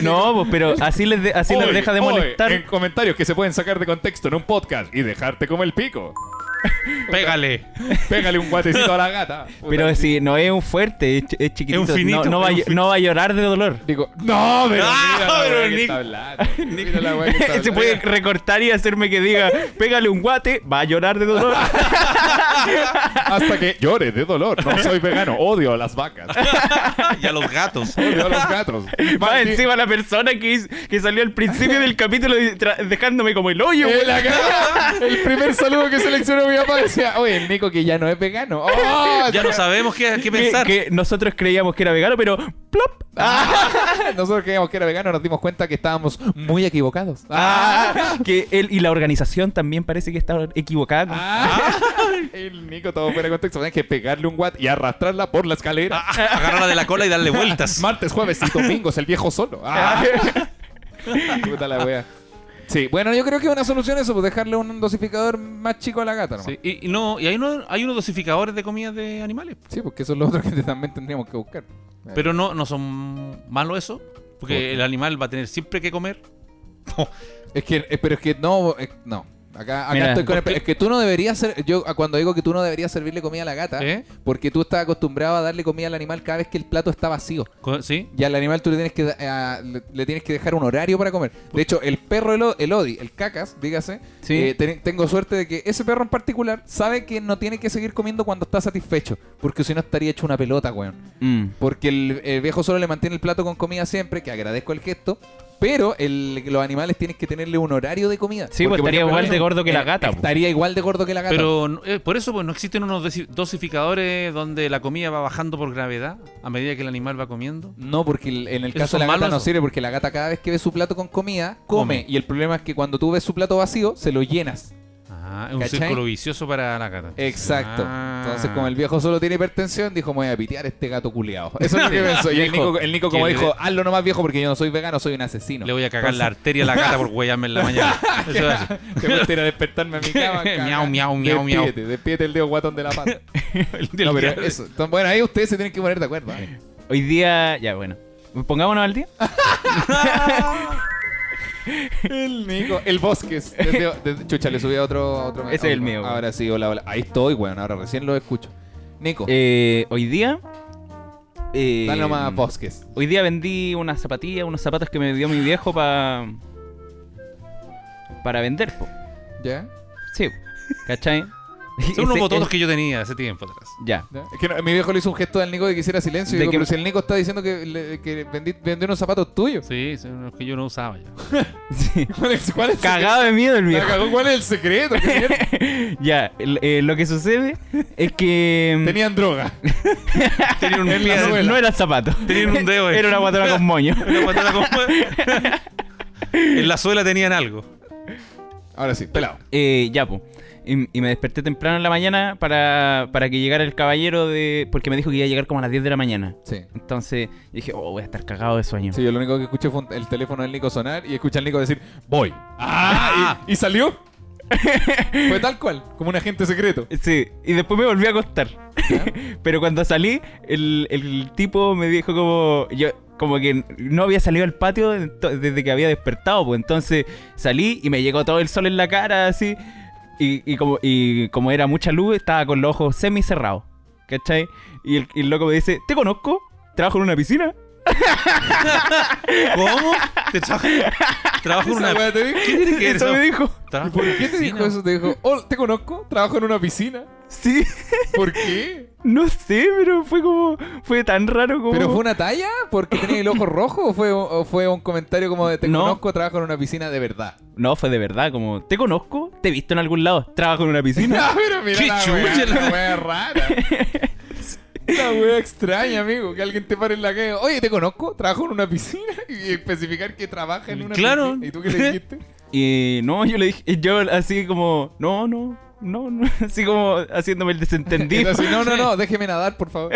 [SPEAKER 4] no, pues, pero así les de- así les
[SPEAKER 3] Hoy,
[SPEAKER 4] deja de
[SPEAKER 3] hoy,
[SPEAKER 4] molestar.
[SPEAKER 3] en comentarios que se pueden sacar de contexto en un podcast y dejarte como el pico.
[SPEAKER 5] Pégale.
[SPEAKER 3] Pégale un guatecito a la gata.
[SPEAKER 4] pero
[SPEAKER 3] Puta,
[SPEAKER 4] si no es un fuerte, es, ch- es chiquitito. No-
[SPEAKER 5] finito,
[SPEAKER 4] no, va,
[SPEAKER 5] es un
[SPEAKER 4] a-
[SPEAKER 5] finito.
[SPEAKER 4] no va a llorar de dolor.
[SPEAKER 3] Digo, no, pero
[SPEAKER 5] Ah,
[SPEAKER 3] mira la
[SPEAKER 5] pero
[SPEAKER 3] weá que
[SPEAKER 5] Nico-
[SPEAKER 3] está hablando. Mira la weá que está
[SPEAKER 4] Se puede
[SPEAKER 3] hablando.
[SPEAKER 4] recortar y hacerme que diga, pégale un guate, va a llorar de dolor.
[SPEAKER 3] Hasta que llore de dolor. No soy vegano. Odio a las vacas.
[SPEAKER 5] Y a Ah, los gatos.
[SPEAKER 3] Odio a los gatos.
[SPEAKER 4] Va
[SPEAKER 3] Mati-
[SPEAKER 4] encima la persona que, hizo- que salió al principio del capítulo de- tra- dejándome como el hoyo.
[SPEAKER 3] Eh,
[SPEAKER 4] güey.
[SPEAKER 3] la cagada. El primer saludo que seleccionó mi papá decía, oye, el Nico que ya no es vegano. ¡Oh!
[SPEAKER 5] Ya no sabemos qué, qué
[SPEAKER 4] Que,
[SPEAKER 5] pensar.
[SPEAKER 4] que nosotros creíamos que era vegano, pero plop.
[SPEAKER 3] Nosotros creíamos que era vegano, nos dimos cuenta que estábamos muy equivocados.
[SPEAKER 4] Ah, que él y la organización también parece que está equivocada. con-
[SPEAKER 3] Ah. El Nico todo fuera de contexto. Tienes que pegarle un watt y arrastrarla por la escalera.
[SPEAKER 5] Agarrarla de la cola y darle vueltas.
[SPEAKER 3] Martes, jueves y domingos, el viejo solo. Ah. Puta la wea. Sí, bueno, yo creo que una solución es eso, pues dejarle un dosificador más chico a la gata, ¿no? Sí.
[SPEAKER 5] Sí, y, y no, y hay, uno, hay unos dosificadores de comida de animales.
[SPEAKER 3] porque eso es lo otro que también tendríamos que buscar.
[SPEAKER 5] Pero no, no son malos eso. Porque el animal va a tener siempre que comer.
[SPEAKER 3] Es que, eh, pero es que no, eh, no. Acá, acá
[SPEAKER 4] Mira.
[SPEAKER 3] estoy con el-
[SPEAKER 5] Porque-
[SPEAKER 3] Es que tú no deberías ser. Yo ah, cuando digo que tú no deberías servirle comida a la gata,
[SPEAKER 5] ¿Eh?
[SPEAKER 3] porque tú estás acostumbrado a darle comida al animal cada vez que el plato está vacío.
[SPEAKER 5] Co- ¿Sí?
[SPEAKER 3] Y al animal tú le tienes que, da- a- le, le tienes que dejar un horario para comer. De hecho, el perro Elo- Elodi, el cacas, dígase,
[SPEAKER 4] Sí.
[SPEAKER 3] eh, ten- tengo suerte de que ese perro en particular sabe que no tiene que seguir comiendo cuando está satisfecho. Porque si no estaría hecho una pelota, weón.
[SPEAKER 4] Mm.
[SPEAKER 3] Porque el, el viejo solo le mantiene el plato con comida siempre, que agradezco el gesto. Pero el- los animales tienen que tenerle un horario de comida.
[SPEAKER 4] Sí,
[SPEAKER 3] por
[SPEAKER 4] pues estaría
[SPEAKER 3] ejemplo,
[SPEAKER 4] igual de gordo que la gata. po.
[SPEAKER 3] Estaría igual de gordo que la gata.
[SPEAKER 5] Pero no- eh, por eso pues, no existen unos desi- dosificadores donde la comida va bajando por gravedad a medida que el animal va comiendo.
[SPEAKER 3] No, porque el- en el
[SPEAKER 5] Eso
[SPEAKER 3] caso de
[SPEAKER 5] es
[SPEAKER 3] la gata
[SPEAKER 5] malo,
[SPEAKER 3] no
[SPEAKER 5] eso.
[SPEAKER 3] sirve, porque la gata cada vez que ve su plato con comida, come.
[SPEAKER 5] Come.
[SPEAKER 3] Y el problema es que cuando tú ves su plato vacío, se lo llenas.
[SPEAKER 5] Ah, es un
[SPEAKER 3] ¿Cachai?
[SPEAKER 5] círculo vicioso para la gata.
[SPEAKER 3] Exacto.
[SPEAKER 5] Ah.
[SPEAKER 3] Entonces, como el viejo solo tiene hipertensión, dijo, me voy a pitear a este gato culeado. Eso es lo que pensó. Y el
[SPEAKER 5] Dijo,
[SPEAKER 3] Nico, el Nico como
[SPEAKER 5] "Que le
[SPEAKER 3] dijo, hazlo nomás viejo porque yo no soy vegano, soy un asesino.
[SPEAKER 5] Le voy a cagar la arteria a la gata por huellarme en la mañana. Eso es así.
[SPEAKER 3] Te voy a ir a despertarme a mi cama. caga.
[SPEAKER 5] Miau, miau, miau, miau.
[SPEAKER 3] Despídete, despídete el dedo guatón de la pata.
[SPEAKER 5] El del
[SPEAKER 3] no, pero
[SPEAKER 5] día-
[SPEAKER 3] eso. Entonces, Bueno, ahí ustedes se tienen que poner de acuerdo. ¿eh?
[SPEAKER 4] Hoy día, ya bueno. Pongámonos al día.
[SPEAKER 3] El Nico, el Bosques. Desde- desde- chucha, le subí a otro. a otro
[SPEAKER 4] Ese es el
[SPEAKER 3] otro-
[SPEAKER 4] mío, weón.
[SPEAKER 3] Ahora sí, hola, hola. Ahí estoy, weón. Ahora recién lo escucho. Nico,
[SPEAKER 4] Eh, hoy día. eh,
[SPEAKER 3] dale nomás Bosques.
[SPEAKER 4] Hoy día vendí unas zapatillas, unos zapatos que me dio mi viejo para. para vender, po.
[SPEAKER 3] ¿Ya?
[SPEAKER 4] Sí, ¿cachai?
[SPEAKER 5] Son unos
[SPEAKER 4] Ese-
[SPEAKER 5] bototos
[SPEAKER 4] es-
[SPEAKER 5] que yo tenía hace tiempo atrás.
[SPEAKER 4] Ya.
[SPEAKER 3] ¿Ya? Es que no, mi viejo le hizo un gesto al Nico de que hiciera silencio. Y
[SPEAKER 4] De
[SPEAKER 3] digo,
[SPEAKER 4] que-
[SPEAKER 3] pero si el Nico está diciendo que, le- que vendí, vendió unos zapatos tuyos.
[SPEAKER 5] Sí, son los que yo no usaba ya.
[SPEAKER 3] ¿Cuál es, cuál es el
[SPEAKER 4] Cagado de miedo el
[SPEAKER 3] secreto? La
[SPEAKER 4] viejo.
[SPEAKER 3] cagó, ¿Cuál es el secreto? ¿Qué mierda?
[SPEAKER 4] ya, el- eh, lo que sucede es que. mm,
[SPEAKER 3] Tenían droga.
[SPEAKER 5] Tenía un,
[SPEAKER 3] En la
[SPEAKER 5] pie-
[SPEAKER 3] novela.
[SPEAKER 4] no era zapato.
[SPEAKER 5] Tenían un dedo, eh.
[SPEAKER 4] Era una guatona con moño.
[SPEAKER 5] una patata con fue- En la suela tenían algo.
[SPEAKER 3] Ahora sí, pelado.
[SPEAKER 4] Eh, ya, po. Y, y me desperté temprano en la mañana para, para que llegara el caballero de. Porque me dijo que iba a llegar como a las 10 de la mañana.
[SPEAKER 3] Sí.
[SPEAKER 4] Entonces dije, oh, voy a estar cagado de sueño.
[SPEAKER 3] Sí, yo lo único que escuché fue un- el teléfono del Nico sonar y escuché al Nico decir, voy. ¡Ah! ¿Y, y salió? Fue tal cual, como un agente secreto.
[SPEAKER 4] Sí, y después me volví a acostar. Pero cuando salí, el, el tipo me dijo como... Yo, como que no había salido al patio ento- desde que había despertado, pues entonces salí y me llegó todo el sol en la cara, así. Y, y como, y como era mucha luz, estaba con los ojos semi cerrados. ¿Cachai? Y el, y el loco me dice, ¿te conozco? ¿Trabajo en una piscina?
[SPEAKER 5] ¿Cómo? Te tra- trabajo en
[SPEAKER 3] Esa
[SPEAKER 5] una.
[SPEAKER 3] wea te dijo.
[SPEAKER 5] tiene que ver
[SPEAKER 4] Eso
[SPEAKER 5] eso?
[SPEAKER 4] me dijo.
[SPEAKER 5] Trabajo en
[SPEAKER 3] ¿Por
[SPEAKER 5] una
[SPEAKER 3] qué te dijo
[SPEAKER 5] piscina.
[SPEAKER 3] eso? Te dijo, oh, te conozco, trabajo en una piscina.
[SPEAKER 4] Sí,
[SPEAKER 3] ¿Por qué?
[SPEAKER 4] no sé, pero fue como... Fue tan raro como...
[SPEAKER 5] Uh.
[SPEAKER 3] ¿Pero fue una talla? ¿Porque tenía el ojo rojo? ¿O fue, o fue un comentario como de te
[SPEAKER 4] No.
[SPEAKER 3] conozco, trabajo en una piscina de verdad?
[SPEAKER 4] No, fue de verdad, como... ¿Te conozco? ¿Te he visto en algún lado? ¿Trabajo en una piscina?
[SPEAKER 3] No, Ah, pero mira
[SPEAKER 5] Qué
[SPEAKER 3] la wea,
[SPEAKER 5] chucha la-
[SPEAKER 3] la wea rara. La wea extraña, amigo, que alguien te pare en la calle. Oye, te conozco, trabajo en una piscina y especificar que trabaja en una
[SPEAKER 5] Claro.
[SPEAKER 3] piscina. ¿Y tú qué le dijiste?
[SPEAKER 4] Y no, yo le dije, y yo así como, no, no, no, no, así como haciéndome el desentendido.
[SPEAKER 3] Entonces, no, no, no, déjeme nadar, por favor.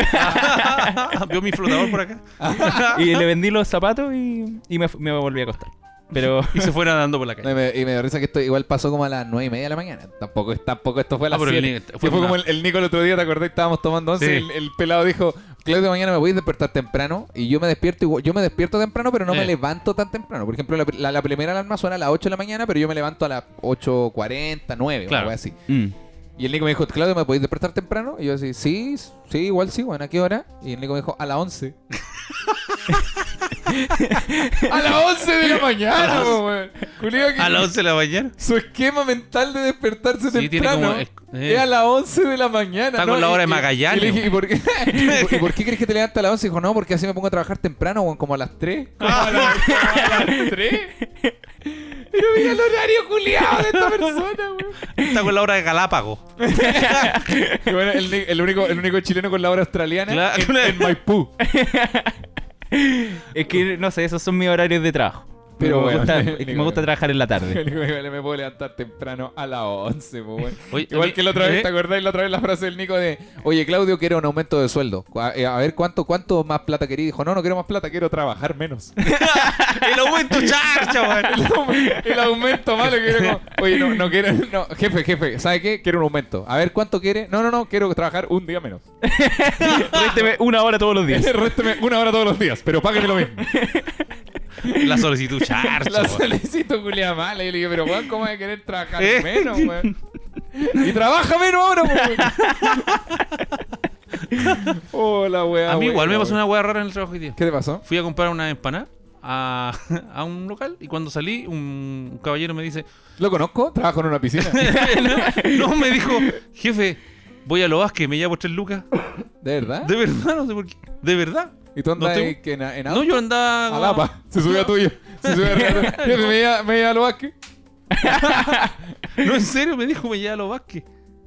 [SPEAKER 5] Vio mi flotador por acá.
[SPEAKER 4] y le vendí los zapatos y, y me, fu- me volví a acostar. Pero
[SPEAKER 5] Y se fueron andando por la
[SPEAKER 3] No, y,
[SPEAKER 5] calle.
[SPEAKER 3] me, y me da risa que esto igual pasó como a las nueve y media de la mañana. Tampoco, es- tampoco esto fue a
[SPEAKER 5] Ah,
[SPEAKER 3] las
[SPEAKER 5] pero el
[SPEAKER 3] 7.
[SPEAKER 5] Nico-
[SPEAKER 3] Que
[SPEAKER 5] fue
[SPEAKER 3] Fue,
[SPEAKER 5] una-
[SPEAKER 3] como el, el Nico el otro día, ¿te acordás? Estábamos tomando once
[SPEAKER 5] Sí.
[SPEAKER 3] y el, el pelado dijo, Claudio, mañana me voy a despertar temprano. Y yo me despierto igual- yo me despierto temprano, pero no
[SPEAKER 5] Sí.
[SPEAKER 3] me levanto tan temprano. Por ejemplo, la, la- la primera alarma suena a las 8 de la mañana, pero yo me levanto a las 8.40, 9,
[SPEAKER 5] Claro.
[SPEAKER 3] o algo así.
[SPEAKER 4] mm,
[SPEAKER 3] Y el Nico me dijo, Claudio, ¿me podéis despertar temprano? Y yo así, sí, sí, igual sí, bueno, ¿a qué hora? Y el Nico me dijo, a las 11. a las 11 de la mañana, po, weón. Culiao que-
[SPEAKER 5] A las 11 de la mañana.
[SPEAKER 3] Su esquema mental de despertarse
[SPEAKER 5] Sí, tiene
[SPEAKER 3] temprano
[SPEAKER 5] como- es- eh.
[SPEAKER 3] es a las 11 de la mañana.
[SPEAKER 5] Está con la hora de
[SPEAKER 3] Y- y-
[SPEAKER 5] Magallanes,
[SPEAKER 3] Y, le dije, ¿y por qué, y por- y por qué crees que te levantas a las 11? Y dijo, no, porque así me pongo a trabajar temprano, weón, como a las 3.
[SPEAKER 5] Ah, no.
[SPEAKER 3] Pero mira el horario culiado de esta persona, weón.
[SPEAKER 5] Está con la hora de Galápago.
[SPEAKER 3] Y bueno, el, ni- el único, el único chileno con la hora australiana
[SPEAKER 5] Claro.
[SPEAKER 3] en, en Maipú.
[SPEAKER 4] Es que, no sé, esos son mis horarios de trabajo.
[SPEAKER 3] Pero
[SPEAKER 4] Pero me,
[SPEAKER 3] bueno,
[SPEAKER 4] gusta,
[SPEAKER 3] digo,
[SPEAKER 4] es que me
[SPEAKER 3] bueno.
[SPEAKER 4] gusta trabajar en la tarde.
[SPEAKER 3] Vale, me puedo levantar temprano a las 11, po, weón.
[SPEAKER 5] Oye,
[SPEAKER 3] Igual
[SPEAKER 5] oye,
[SPEAKER 3] que la otra vez,
[SPEAKER 5] ¿eh?
[SPEAKER 3] ¿te acordás la otra vez la frase del Nico de Oye, Claudio, quiero un aumento de sueldo? A, eh, a ver, ¿cuánto, ¿cuánto más plata quería? Y Dijo, no, no quiero más plata, quiero trabajar menos.
[SPEAKER 5] El aumento charcha, weón.
[SPEAKER 3] El aumento malo que era como, Oye, no, no quiero... No, jefe, jefe, ¿sabe qué? Quiero un aumento. A ver, ¿cuánto quiere? No, no, no, quiero trabajar un día menos.
[SPEAKER 4] Résteme este una hora todos los días.
[SPEAKER 3] Résteme una hora todos los días, pero págueme lo mismo.
[SPEAKER 5] La solicitud charcha.
[SPEAKER 3] La
[SPEAKER 5] po.
[SPEAKER 3] solicito culia mala. Y le digo, pero weón, ¿cómo vas a querer trabajar
[SPEAKER 5] ¿Eh?
[SPEAKER 3] menos, weón? Y trabaja menos ahora, weón. Hola, weón.
[SPEAKER 5] A mí igual me pasó una hueá rara en el trabajo hoy día.
[SPEAKER 3] ¿Qué te pasó?
[SPEAKER 5] Fui a comprar una empanada a, a un local y cuando salí un, un caballero me dice,
[SPEAKER 3] ¿Lo conozco? Trabajo en una piscina.
[SPEAKER 5] no, me dijo, jefe, voy a lo Vázquez, me llevo tres lucas.
[SPEAKER 3] ¿De verdad?
[SPEAKER 5] De verdad, no sé por qué. De verdad.
[SPEAKER 3] ¿Y tú andas
[SPEAKER 5] No
[SPEAKER 3] ahí
[SPEAKER 5] estoy-
[SPEAKER 3] que en, en
[SPEAKER 5] No, yo andaba...
[SPEAKER 3] pues, A Lapa. Se subió a tuyo. Se subió a Yo me iba, me iba a lo Vázquez.
[SPEAKER 5] No, en serio, me dijo, me lleva a los Vázquez.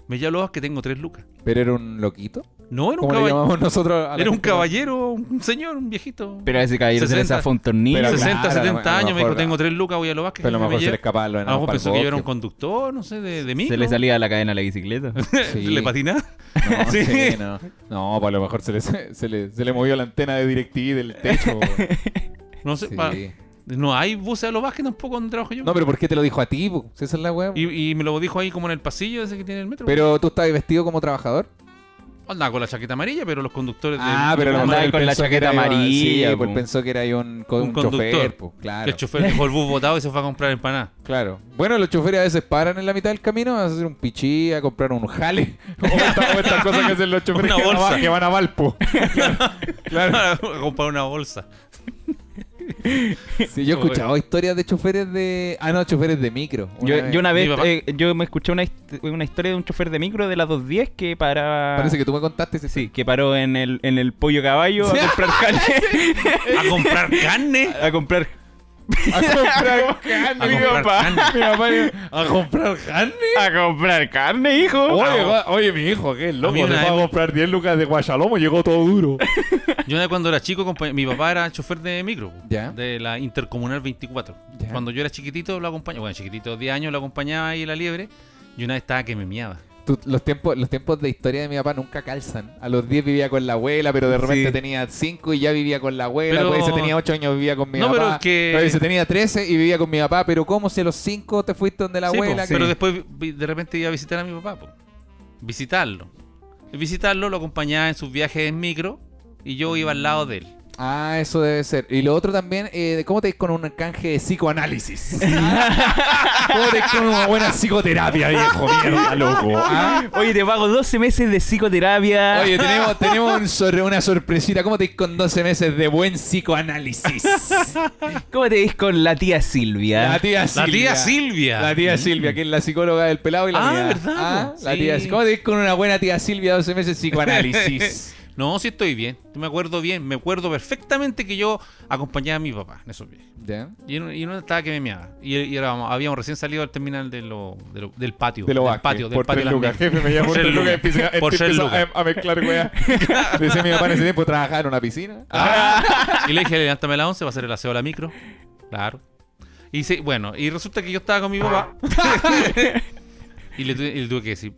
[SPEAKER 5] Me lleva a los Vázquez, tengo tres lucas.
[SPEAKER 3] ¿Pero era un loquito?
[SPEAKER 5] No, era un
[SPEAKER 3] ¿Cómo le
[SPEAKER 5] caballero.
[SPEAKER 3] llamamos nosotros? a la
[SPEAKER 5] Era un
[SPEAKER 3] gente que-
[SPEAKER 5] caballero, un señor, un viejito.
[SPEAKER 4] Pero a ese caballero se le
[SPEAKER 5] 60.
[SPEAKER 4] zafó un tornillo.
[SPEAKER 3] Pero
[SPEAKER 5] 60,
[SPEAKER 3] claro, a lo
[SPEAKER 5] 70 años, me dijo,
[SPEAKER 3] mejor-
[SPEAKER 5] tengo tres lucas, voy a los Vázquez.
[SPEAKER 3] Pero a lo
[SPEAKER 5] jefe, me
[SPEAKER 3] mejor se le
[SPEAKER 5] lleva".
[SPEAKER 3] escapaban los
[SPEAKER 5] A lo
[SPEAKER 3] enanos
[SPEAKER 5] mejor
[SPEAKER 3] pa'l
[SPEAKER 5] pensó que yo era un
[SPEAKER 3] bosque.
[SPEAKER 5] conductor, no sé, de, de mí.
[SPEAKER 4] se le salía la cadena a la bicicleta.
[SPEAKER 3] Sí.
[SPEAKER 5] Le patinaba.
[SPEAKER 3] No,
[SPEAKER 5] Sí.
[SPEAKER 3] sí, no. No, pues a lo mejor se le, se le, se le movió la antena de DirecTV del techo.
[SPEAKER 5] No sé,
[SPEAKER 3] Sí.
[SPEAKER 5] pa- no hay buses a los Vázquez tampoco donde trabajo yo.
[SPEAKER 3] No, pero ¿por qué te lo dijo a ti? po? Si Esa es la weá. po.
[SPEAKER 5] y, y me lo dijo ahí como en el pasillo ese que tiene el metro.
[SPEAKER 3] Pero tú estabas vestido como trabajador.
[SPEAKER 5] Andaba con la chaqueta amarilla, pero los conductores de-
[SPEAKER 3] Ah, pero a lo
[SPEAKER 5] de-
[SPEAKER 4] Andaba
[SPEAKER 3] mejor él
[SPEAKER 4] con la
[SPEAKER 3] pensó que
[SPEAKER 4] chaqueta
[SPEAKER 3] era-
[SPEAKER 4] amarilla,
[SPEAKER 3] Sí, pues
[SPEAKER 4] po.
[SPEAKER 3] pensó que era ahí un, co-
[SPEAKER 5] Un
[SPEAKER 3] un
[SPEAKER 5] conductor.
[SPEAKER 3] chofer, pues, claro.
[SPEAKER 5] el chofer dejó el bus botado y se fue a comprar empanada.
[SPEAKER 3] Claro. Bueno, los choferes a veces paran en la mitad del camino a hacer un pichí, a comprar un jale. O esta- o estas cosas que hacen los choferes
[SPEAKER 5] Una
[SPEAKER 3] que, van a-
[SPEAKER 5] bolsa.
[SPEAKER 3] que van a Valpo.
[SPEAKER 5] Claro. a comprar una bolsa.
[SPEAKER 3] Sí, yo he escuchado historias de choferes de. Ah, no, choferes de micro.
[SPEAKER 4] Yo,
[SPEAKER 3] Una
[SPEAKER 4] yo una vez
[SPEAKER 5] Mi papá-
[SPEAKER 4] eh, yo me escuché una, hist- una historia de un chofer de micro de las 210 que paraba.
[SPEAKER 3] Parece que tú me contaste ese
[SPEAKER 4] Sí, que paró en el, en el pollo caballo a comprar carne.
[SPEAKER 5] A comprar carne.
[SPEAKER 4] a comprar.
[SPEAKER 3] A comprar
[SPEAKER 5] A
[SPEAKER 3] carne.
[SPEAKER 5] comprar carne.
[SPEAKER 3] Mi papá dijo, ¿A comprar carne?
[SPEAKER 4] A comprar carne, hijo.
[SPEAKER 3] Oye, gua- oye, mi hijo, qué
[SPEAKER 5] A
[SPEAKER 3] loco.
[SPEAKER 5] mí
[SPEAKER 3] Se
[SPEAKER 5] una
[SPEAKER 3] fue a
[SPEAKER 5] vez-
[SPEAKER 3] comprar 10 lucas de guachalomo, llegó todo duro.
[SPEAKER 5] Yo una vez cuando era chico, acompañ- mi papá era chofer de micro,
[SPEAKER 3] Ya.
[SPEAKER 5] de la Intercomunal 24.
[SPEAKER 3] Ya.
[SPEAKER 5] Cuando yo era chiquitito lo acompañaba, bueno, chiquitito, 10 años lo acompañaba ahí en la liebre y una vez estaba que me miaba.
[SPEAKER 3] Tú- los, tiempos, los tiempos de historia de mi papá nunca calzan. A los 10 vivía con la abuela, pero de repente
[SPEAKER 4] Sí.
[SPEAKER 3] tenía 5 y ya vivía con la abuela.
[SPEAKER 5] Pero-
[SPEAKER 3] Pues se tenía 8 años vivía con mi
[SPEAKER 5] No,
[SPEAKER 3] papá.
[SPEAKER 5] pero es que-
[SPEAKER 3] Pues se tenía 13 y vivía con mi papá. Pero ¿cómo si a los 5 te fuiste donde la
[SPEAKER 5] Sí, po,
[SPEAKER 3] abuela?
[SPEAKER 5] Pero después vi- de repente iba a visitar a mi papá, po. visitarlo. Visitarlo lo acompañaba en sus viajes en micro y yo iba al lado de él.
[SPEAKER 3] Ah, eso debe ser. Y lo otro también, eh, ¿cómo te dis con un canje de psicoanálisis? ¿Cómo te dis con una buena psicoterapia, viejo? Mierda, Ah, loco. ¿Ah?
[SPEAKER 4] Oye, te pago 12 meses de psicoterapia.
[SPEAKER 3] Oye, tenemos, tenemos un sorre- una sorpresita. ¿Cómo te dis con 12 meses de buen psicoanálisis?
[SPEAKER 4] ¿Cómo te ves con la tía Silvia?
[SPEAKER 3] La tía Silvia.
[SPEAKER 5] La tía Silvia. Mm.
[SPEAKER 3] La tía Silvia, que es la psicóloga del pelado y la
[SPEAKER 5] Ah,
[SPEAKER 3] mía.
[SPEAKER 5] ¿verdad,
[SPEAKER 3] Ah,
[SPEAKER 5] po?
[SPEAKER 3] la
[SPEAKER 5] Sí.
[SPEAKER 3] tía ¿Cómo te dis con una buena tía Silvia 12 meses de psicoanálisis?
[SPEAKER 5] No, sí estoy bien. Yo Me acuerdo bien. Me acuerdo perfectamente que yo acompañaba a mi papá en esos viajes.
[SPEAKER 3] ¿Ya?
[SPEAKER 5] Y no, y no estaba que me meaba. Y, y éramos- habíamos recién salido al terminal de lo- de lo- del patio.
[SPEAKER 3] De lo
[SPEAKER 5] del
[SPEAKER 3] Vázquez,
[SPEAKER 5] patio, del
[SPEAKER 3] por
[SPEAKER 5] patio
[SPEAKER 3] tres lucas, jefe, me llamo por
[SPEAKER 5] Por
[SPEAKER 3] tres
[SPEAKER 5] tres
[SPEAKER 3] lucas,
[SPEAKER 5] lucas.
[SPEAKER 3] empieza,
[SPEAKER 5] Por tres
[SPEAKER 3] empieza
[SPEAKER 5] lucas.
[SPEAKER 3] A, a mezclar weá. Decía mi papá en ese tiempo, trabajaba en una piscina.
[SPEAKER 5] Ah, Y le dije, levántame a las 11, va a ser el aseo a la micro. Claro. Y dice, bueno, y resulta que yo estaba con mi papá. y, le tuve, y le tuve que decir,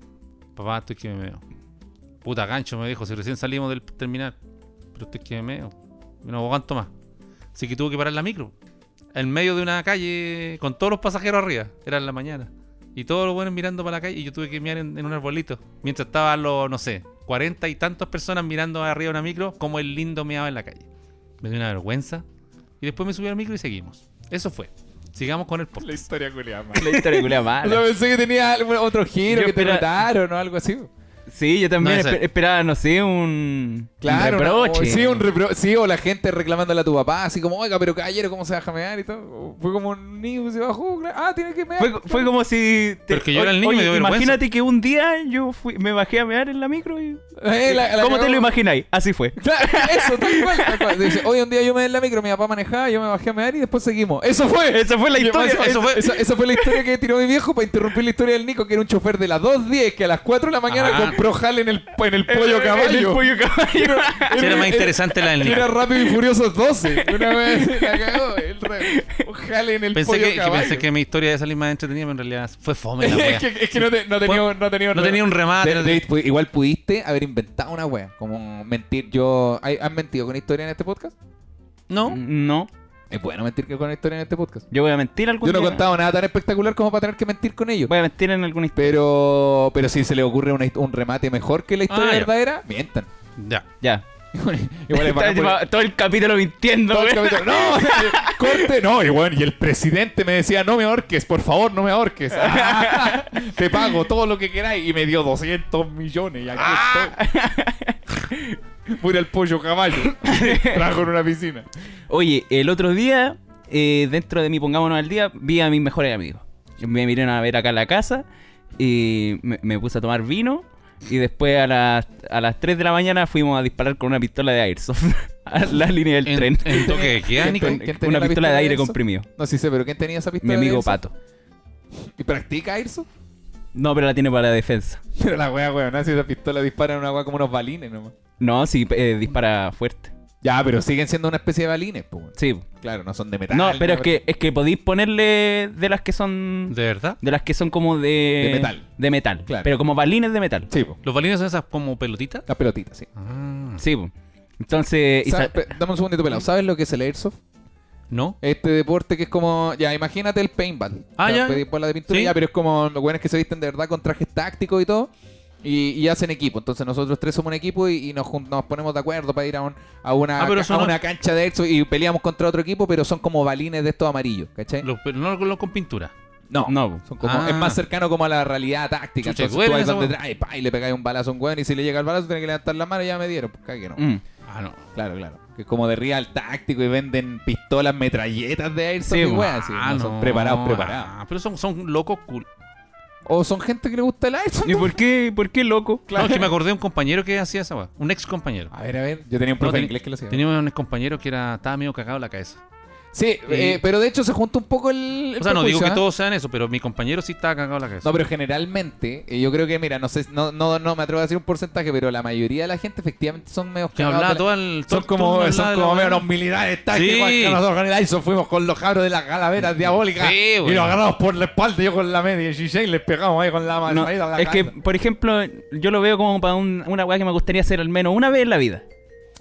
[SPEAKER 5] papá, estoy que me meo. Puta gancho, me dijo, si recién salimos del terminal. Pero estoy que me meo. No aguanto más. Así que tuve que parar la micro. En medio de una calle, con todos los pasajeros arriba. Era en la mañana. Y todos los buenos mirando para la calle. Y yo tuve que mirar en, en un arbolito. Mientras estaban los, no sé, cuarenta y tantas personas mirando arriba de una micro, como el lindo meaba en la calle. Me dio una vergüenza. Y después me subí al micro y seguimos. Eso fue. Sigamos con el
[SPEAKER 3] La
[SPEAKER 5] podcast.
[SPEAKER 3] historia culiada.
[SPEAKER 4] La historia culia
[SPEAKER 3] O sea,
[SPEAKER 4] mala.
[SPEAKER 3] Ah, pensé que tenía algún- otro giro,
[SPEAKER 4] Yo
[SPEAKER 3] que te
[SPEAKER 4] espera-
[SPEAKER 3] retaron o algo así.
[SPEAKER 4] Sí, yo también
[SPEAKER 5] No, esa-
[SPEAKER 4] esper- esperaba, no sé, un.
[SPEAKER 3] Claro,
[SPEAKER 4] Un reproche.
[SPEAKER 3] no, sí, un repro- sí, o la gente reclamándole a tu papá, así como, oiga, pero caballero, ¿cómo se va a jamear y todo? Fue como un niño se bajó, claro. ah, tiene que mear.
[SPEAKER 4] Fue, fue como si.
[SPEAKER 5] Pero es que yo era el niño y me dio vergüenza.
[SPEAKER 4] Imagínate que un día yo fui, me bajé a mear en la micro y.
[SPEAKER 3] Eh, la- la
[SPEAKER 4] ¿Cómo
[SPEAKER 3] cagó.
[SPEAKER 4] te lo imagináis? Así fue.
[SPEAKER 3] Claro, eso, tal cual, tal cual. Dice, hoy un día yo me en la micro, mi papá manejaba, yo me bajé a mear y después seguimos. Eso fue.
[SPEAKER 4] Esa fue la
[SPEAKER 3] Eso-
[SPEAKER 4] historia.
[SPEAKER 3] Eso,
[SPEAKER 5] eso fue-
[SPEAKER 3] esa- esa fue la historia que tiró mi viejo para interrumpir la historia del Nico, que era un chofer de las 2.10 que a las 4 de la mañana
[SPEAKER 5] Ah.
[SPEAKER 3] compró jale en el, en el pollo caballo.
[SPEAKER 4] En el pollo caballo.
[SPEAKER 5] Sí, Era más interesante la del
[SPEAKER 3] Que Era
[SPEAKER 5] Nico.
[SPEAKER 3] Rápido y Furiosos 12. Una vez la cagó. El re... un jale en el
[SPEAKER 5] Pensé
[SPEAKER 3] pollo
[SPEAKER 5] que, que
[SPEAKER 3] caballo.
[SPEAKER 5] pensé que mi historia de salir más entretenida, pero en realidad fue fome la wea.
[SPEAKER 3] es, que, es que no, te- no tenía, no tenía,
[SPEAKER 5] Pues, No tenía un remate.
[SPEAKER 3] De-
[SPEAKER 5] no
[SPEAKER 3] de-
[SPEAKER 5] tenía-
[SPEAKER 3] pu- igual pudiste haber inventado una wea. Como mentir. Yo. ¿hay- ¿Han mentido con historia en este podcast?
[SPEAKER 5] No.
[SPEAKER 4] No,
[SPEAKER 3] Es bueno mentir con historia en este podcast.
[SPEAKER 4] yo voy a mentir algún
[SPEAKER 3] Yo no he
[SPEAKER 4] día.
[SPEAKER 3] contado nada tan espectacular como para tener que mentir con ellos.
[SPEAKER 4] Voy a mentir en alguna historia.
[SPEAKER 3] Pero. Pero si se le ocurre una hist- un remate mejor que la historia
[SPEAKER 5] Ah, ya.
[SPEAKER 3] verdadera, mientan.
[SPEAKER 5] Ya.
[SPEAKER 4] Ya.
[SPEAKER 3] Igual es
[SPEAKER 4] Está
[SPEAKER 3] bacán porque-
[SPEAKER 4] tipo Todo el capítulo mintiendo,
[SPEAKER 3] todo el
[SPEAKER 4] güey.
[SPEAKER 3] capítulo- No, corte, no. Y bueno, y el presidente me decía, no me ahorques, por favor, no me ahorques. Ah, te pago todo lo que queráis. Y me dio 200 millones y aquí
[SPEAKER 4] Ah.
[SPEAKER 3] estoy. Murió el pollo caballo. Trajo en una piscina.
[SPEAKER 4] Oye, el otro día, eh, dentro de mi pongámonos al día, vi a mis mejores amigos. Me vinieron a ver acá a la casa y me, me puse a tomar vino. Y después a las, a las 3 de la mañana fuimos a disparar con una pistola de Airsoft a la línea del
[SPEAKER 5] En,
[SPEAKER 4] tren.
[SPEAKER 5] en toque de queda, Nico.
[SPEAKER 3] ¿Quién tenía
[SPEAKER 4] una
[SPEAKER 3] la
[SPEAKER 4] pistola de aire
[SPEAKER 3] Airsoft?
[SPEAKER 4] comprimido.
[SPEAKER 3] No, sí sé, pero ¿quién tenía esa pistola?
[SPEAKER 4] Mi
[SPEAKER 3] de
[SPEAKER 4] amigo
[SPEAKER 3] Airsoft?
[SPEAKER 4] Pato.
[SPEAKER 3] ¿Y practica Airsoft?
[SPEAKER 4] No, pero la tiene para la defensa.
[SPEAKER 3] Pero la wea, weón, si esa pistola dispara en una wea como unos balines nomás.
[SPEAKER 4] No, sí, eh, dispara fuerte.
[SPEAKER 3] Ya, pero siguen siendo una especie de balines, pues. weón.
[SPEAKER 4] Sí.
[SPEAKER 3] Claro, no son de metal.
[SPEAKER 4] No, pero es
[SPEAKER 3] ni-
[SPEAKER 4] que, es que podéis ponerle de las que son...
[SPEAKER 5] ¿De verdad?
[SPEAKER 4] De las que son como de...
[SPEAKER 3] De metal.
[SPEAKER 4] De metal.
[SPEAKER 3] Claro.
[SPEAKER 4] Pero como balines de metal.
[SPEAKER 3] Sí, pues.
[SPEAKER 5] ¿Los balines son esas como pelotitas?
[SPEAKER 3] Las pelotitas, sí.
[SPEAKER 5] Ah.
[SPEAKER 4] Sí, po. Entonces, y
[SPEAKER 3] Sa-
[SPEAKER 4] sa-
[SPEAKER 3] pe- Dame un segundito, pelado. ¿Sabes lo que es el airsoft?
[SPEAKER 5] ¿No?
[SPEAKER 3] Este deporte que es como. Ya, imagínate el paintball.
[SPEAKER 5] Ah,
[SPEAKER 3] O sea,
[SPEAKER 5] ya.
[SPEAKER 3] pe- bola de pintura,
[SPEAKER 5] Sí.
[SPEAKER 3] ya, pero es como los buenos que se visten de verdad con trajes tácticos y todo. Y, y hacen equipo. Entonces nosotros tres somos un equipo y, y nos, jun- nos ponemos de acuerdo para ir a, un- a una,
[SPEAKER 5] Ah, pero
[SPEAKER 3] ca-
[SPEAKER 5] eso
[SPEAKER 3] a
[SPEAKER 5] no-
[SPEAKER 3] una cancha de airsoft y peleamos contra otro equipo, pero son como balines de estos amarillos, ¿cachai?
[SPEAKER 5] Los, pero no los con pintura.
[SPEAKER 3] No.
[SPEAKER 4] no. po.
[SPEAKER 3] Son como-
[SPEAKER 5] Ah.
[SPEAKER 3] Es más cercano como a la realidad táctica.
[SPEAKER 5] Chucha,
[SPEAKER 3] Entonces
[SPEAKER 5] duele
[SPEAKER 3] tú vas
[SPEAKER 5] esa
[SPEAKER 3] donde
[SPEAKER 5] hueá.
[SPEAKER 3] traes, pa, y le pegáis un balazo a un weón y si le llega el balazo tiene que levantar la mano y ya me dieron. Pues cague que no.
[SPEAKER 4] Mm.
[SPEAKER 5] Ah, no.
[SPEAKER 3] Claro, claro. Que es como de real táctico y venden pistolas, metralletas de airsoft
[SPEAKER 4] Sí,
[SPEAKER 3] y
[SPEAKER 4] bueno.
[SPEAKER 3] weas, sí. No son preparados, preparados.
[SPEAKER 5] Ah, pero son, son locos cool.
[SPEAKER 3] O son gente que le gusta el airsoft.
[SPEAKER 4] ¿Y por qué, por qué loco?
[SPEAKER 5] Claro. No, es que me acordé de un compañero que hacía esa weá. Un ex compañero.
[SPEAKER 3] A ver, a ver. Yo tenía un profe de inglés que lo hacía.
[SPEAKER 5] Teníamos un ex compañero que era, estaba medio cagado en la cabeza.
[SPEAKER 3] Sí, eh, pero de hecho se junta un poco el. el
[SPEAKER 5] O sea, no digo
[SPEAKER 3] prejuicio,
[SPEAKER 5] que
[SPEAKER 3] ¿eh?
[SPEAKER 5] todos sean eso, pero mi compañero sí estaba cagado en la cabeza.
[SPEAKER 3] No, pero generalmente, eh, yo creo que, mira, no sé, no, no, no me atrevo a decir un porcentaje, pero la mayoría de la gente efectivamente son medio
[SPEAKER 5] que hablaba todo el.
[SPEAKER 3] Son
[SPEAKER 5] todo- todo
[SPEAKER 3] como,
[SPEAKER 5] el
[SPEAKER 3] son
[SPEAKER 5] lado de
[SPEAKER 3] como
[SPEAKER 5] la
[SPEAKER 3] medio
[SPEAKER 5] weá.
[SPEAKER 3] unos militares tácticos
[SPEAKER 5] Sí.
[SPEAKER 3] que nosotros con el ISO fuimos con los cabros de las calaveras diabólicas
[SPEAKER 5] Sí,
[SPEAKER 3] y
[SPEAKER 5] güey.
[SPEAKER 3] los agarramos por la espalda, yo con la media y G6 les pegamos ahí con la mano.
[SPEAKER 4] No, es que, por ejemplo, yo lo veo como para un- una weá que me gustaría hacer al menos una vez en la vida.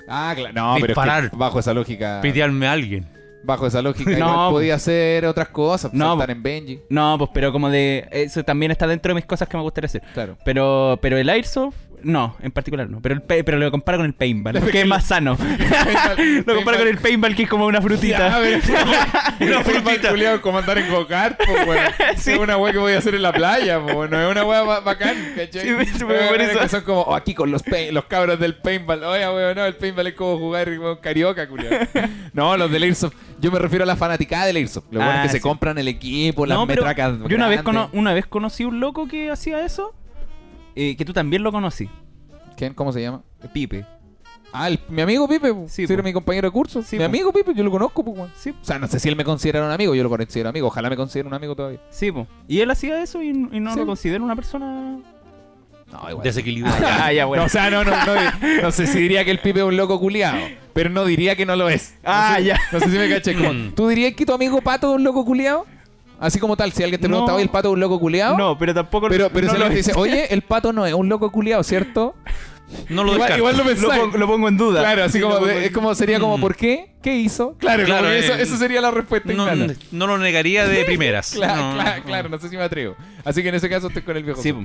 [SPEAKER 3] Ah, claro. No, pero es que
[SPEAKER 5] Disparar.
[SPEAKER 3] bajo esa lógica.
[SPEAKER 5] Pidearme a alguien.
[SPEAKER 3] Bajo esa lógica.
[SPEAKER 4] No.
[SPEAKER 3] Igual podía hacer otras cosas.
[SPEAKER 4] No,
[SPEAKER 3] saltar
[SPEAKER 4] po.
[SPEAKER 3] en Benji.
[SPEAKER 4] No, pues, pero como de. Eso también está dentro de mis cosas que me gustaría hacer.
[SPEAKER 3] Claro.
[SPEAKER 4] Pero, pero el Airsoft, no, en particular no. Pero, el pe- pero lo comparo con el paintball, que es más sano. lo comparo con el paintball, que es como una
[SPEAKER 3] Ya,
[SPEAKER 4] frutita.
[SPEAKER 3] pero- una frutita. culiado como andar en go-kart, po, weón. Es una weá que voy a hacer en la playa, po. No es una weá ba- bacán, ¿cachai?
[SPEAKER 4] Sí, me- me-
[SPEAKER 3] Weá,
[SPEAKER 4] por
[SPEAKER 3] weones
[SPEAKER 4] eso.
[SPEAKER 3] que son como oh, aquí con los, pe- los cabros del paintball. Oye, weón, no, el paintball es como jugar weón, carioca, culiado. No, los del Airsoft. Yo me refiero a la fanaticada del Airsoft. Los
[SPEAKER 4] Ah,
[SPEAKER 3] weones que
[SPEAKER 4] sí.
[SPEAKER 3] se compran el equipo, las
[SPEAKER 4] No, pero
[SPEAKER 3] metracas.
[SPEAKER 4] yo una vez, cono-
[SPEAKER 3] grandes.
[SPEAKER 4] una vez conocí un loco que hacía eso, eh, que tú también lo conocí.
[SPEAKER 3] ¿Quién? ¿Cómo se llama?
[SPEAKER 4] Pipe.
[SPEAKER 3] Ah, el- mi amigo Pipe, po.
[SPEAKER 4] Sí,
[SPEAKER 3] Sí, era
[SPEAKER 4] po.
[SPEAKER 3] mi compañero de curso.
[SPEAKER 4] Sí,
[SPEAKER 3] mi
[SPEAKER 4] po.
[SPEAKER 3] amigo Pipe, yo lo conozco, po, weón.
[SPEAKER 4] Sí,
[SPEAKER 3] O sea, no sé si él me considera un amigo, yo lo considero amigo. Ojalá me considere un amigo todavía.
[SPEAKER 4] Sí, po. Y él hacía eso y, y no
[SPEAKER 3] Sí.
[SPEAKER 4] lo considero una persona.
[SPEAKER 3] No, igual.
[SPEAKER 5] Desequilibrado.
[SPEAKER 4] Ah, ya,
[SPEAKER 3] No, o sea, no, no, no, no sé si diría que el Pipe es un loco culiado, pero no diría que no lo es. No
[SPEAKER 4] Ah,
[SPEAKER 3] sé-
[SPEAKER 4] ya.
[SPEAKER 3] No sé si me caché. como,
[SPEAKER 5] Mm.
[SPEAKER 3] ¿Tú dirías que tu amigo Pato es un loco culiado? Así como tal, si alguien te
[SPEAKER 4] No.
[SPEAKER 3] preguntaba, "Oye, ¿el Pato es un loco culiado?
[SPEAKER 4] No, pero tampoco
[SPEAKER 3] Pero, pero
[SPEAKER 4] no
[SPEAKER 3] si
[SPEAKER 4] lo,
[SPEAKER 3] alguien te dice, oye, el Pato no es un loco culiado, ¿cierto?
[SPEAKER 5] No lo
[SPEAKER 3] igual,
[SPEAKER 5] descarto.
[SPEAKER 3] igual lo
[SPEAKER 4] lo,
[SPEAKER 3] pensáis.
[SPEAKER 4] pongo, lo pongo en duda.
[SPEAKER 3] Claro, así
[SPEAKER 4] Sí,
[SPEAKER 3] como,
[SPEAKER 4] lo pongo
[SPEAKER 3] de-
[SPEAKER 4] en-
[SPEAKER 3] es como sería como,
[SPEAKER 5] Mm.
[SPEAKER 3] ¿por qué? ¿Qué hizo? Claro,
[SPEAKER 5] Claro,
[SPEAKER 3] como que
[SPEAKER 5] eh,
[SPEAKER 3] eso, eso sería la respuesta
[SPEAKER 5] no,
[SPEAKER 3] inmediata.
[SPEAKER 5] no lo negaría de primeras.
[SPEAKER 3] Claro,
[SPEAKER 5] No,
[SPEAKER 3] claro,
[SPEAKER 5] no.
[SPEAKER 3] claro, no sé si me atrevo. Así que en ese caso estoy con el viejo.
[SPEAKER 4] Sí, po.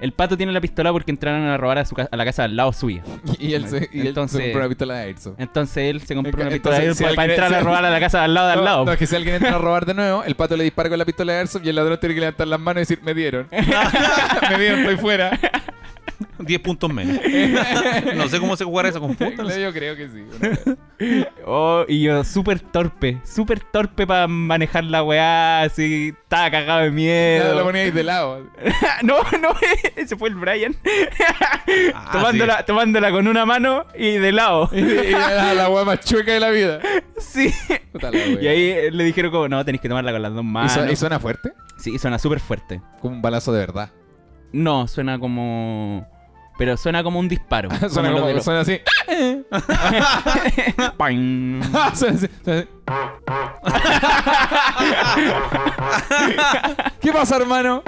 [SPEAKER 4] El pato tiene la pistola porque entraron a robar a, su ca- a la casa al lado suya.
[SPEAKER 3] Y, y él se, y él se
[SPEAKER 4] Entonces-
[SPEAKER 3] compró una pistola de Airsoft.
[SPEAKER 4] Entonces él se compró una
[SPEAKER 3] Entonces,
[SPEAKER 4] pistola
[SPEAKER 3] si
[SPEAKER 4] para,
[SPEAKER 3] alguien-
[SPEAKER 4] entrar
[SPEAKER 3] si
[SPEAKER 4] a robar a la casa de al lado de al
[SPEAKER 3] No,
[SPEAKER 4] lado.
[SPEAKER 3] No, es que si alguien entra a robar de nuevo, el pato le dispara con la pistola de Airsoft y el ladrón tiene que levantar las manos y decir, me dieron. me dieron, estoy fuera.
[SPEAKER 5] 10 puntos menos. no sé cómo se jugará eso con puntos. no sé.
[SPEAKER 3] Yo creo que sí. bueno.
[SPEAKER 4] Oh, y yo súper torpe, súper torpe para manejar la weá, así, estaba cagado de
[SPEAKER 3] Ya lo
[SPEAKER 4] miedo.
[SPEAKER 3] poníais de lado.
[SPEAKER 4] no, no, ese fue el Brian.
[SPEAKER 5] Ah,
[SPEAKER 4] tomándola, tomándola con una mano y de lado.
[SPEAKER 3] Y era la hueá más chueca de la vida.
[SPEAKER 4] sí.
[SPEAKER 3] Puta la wea.
[SPEAKER 4] Y ahí eh, le dijeron como, no, tenés que tomarla con las dos
[SPEAKER 3] ¿Y
[SPEAKER 4] manos.
[SPEAKER 3] su- y suena fuerte?
[SPEAKER 4] Sí, suena súper fuerte.
[SPEAKER 3] Como un balazo de verdad.
[SPEAKER 4] No, suena como... Pero suena como un disparo.
[SPEAKER 3] suena,
[SPEAKER 4] lo
[SPEAKER 3] como,
[SPEAKER 4] de lo-
[SPEAKER 3] suena así.
[SPEAKER 4] ¡Pam!
[SPEAKER 3] Suena así, suena así. ¿Qué pasa, hermano?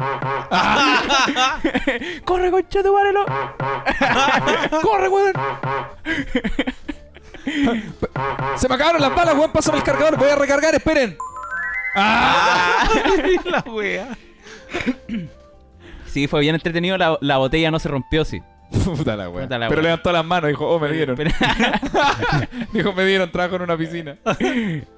[SPEAKER 4] ¡Corre, concha tu madre, lo-
[SPEAKER 3] ¡Corre, weón! Se me acabaron las balas, weón. Pásame el cargador. Voy a recargar, esperen. ¡Ah!
[SPEAKER 5] la wea.
[SPEAKER 4] Sí, fue bien entretenido. La, la botella no se rompió, sí.
[SPEAKER 3] Puta la wea.
[SPEAKER 4] Puta la
[SPEAKER 3] Pero
[SPEAKER 4] wea.
[SPEAKER 3] levantó las manos y dijo, oh, me dieron.
[SPEAKER 4] Pero-
[SPEAKER 3] dijo, me dieron, trabajo en una piscina.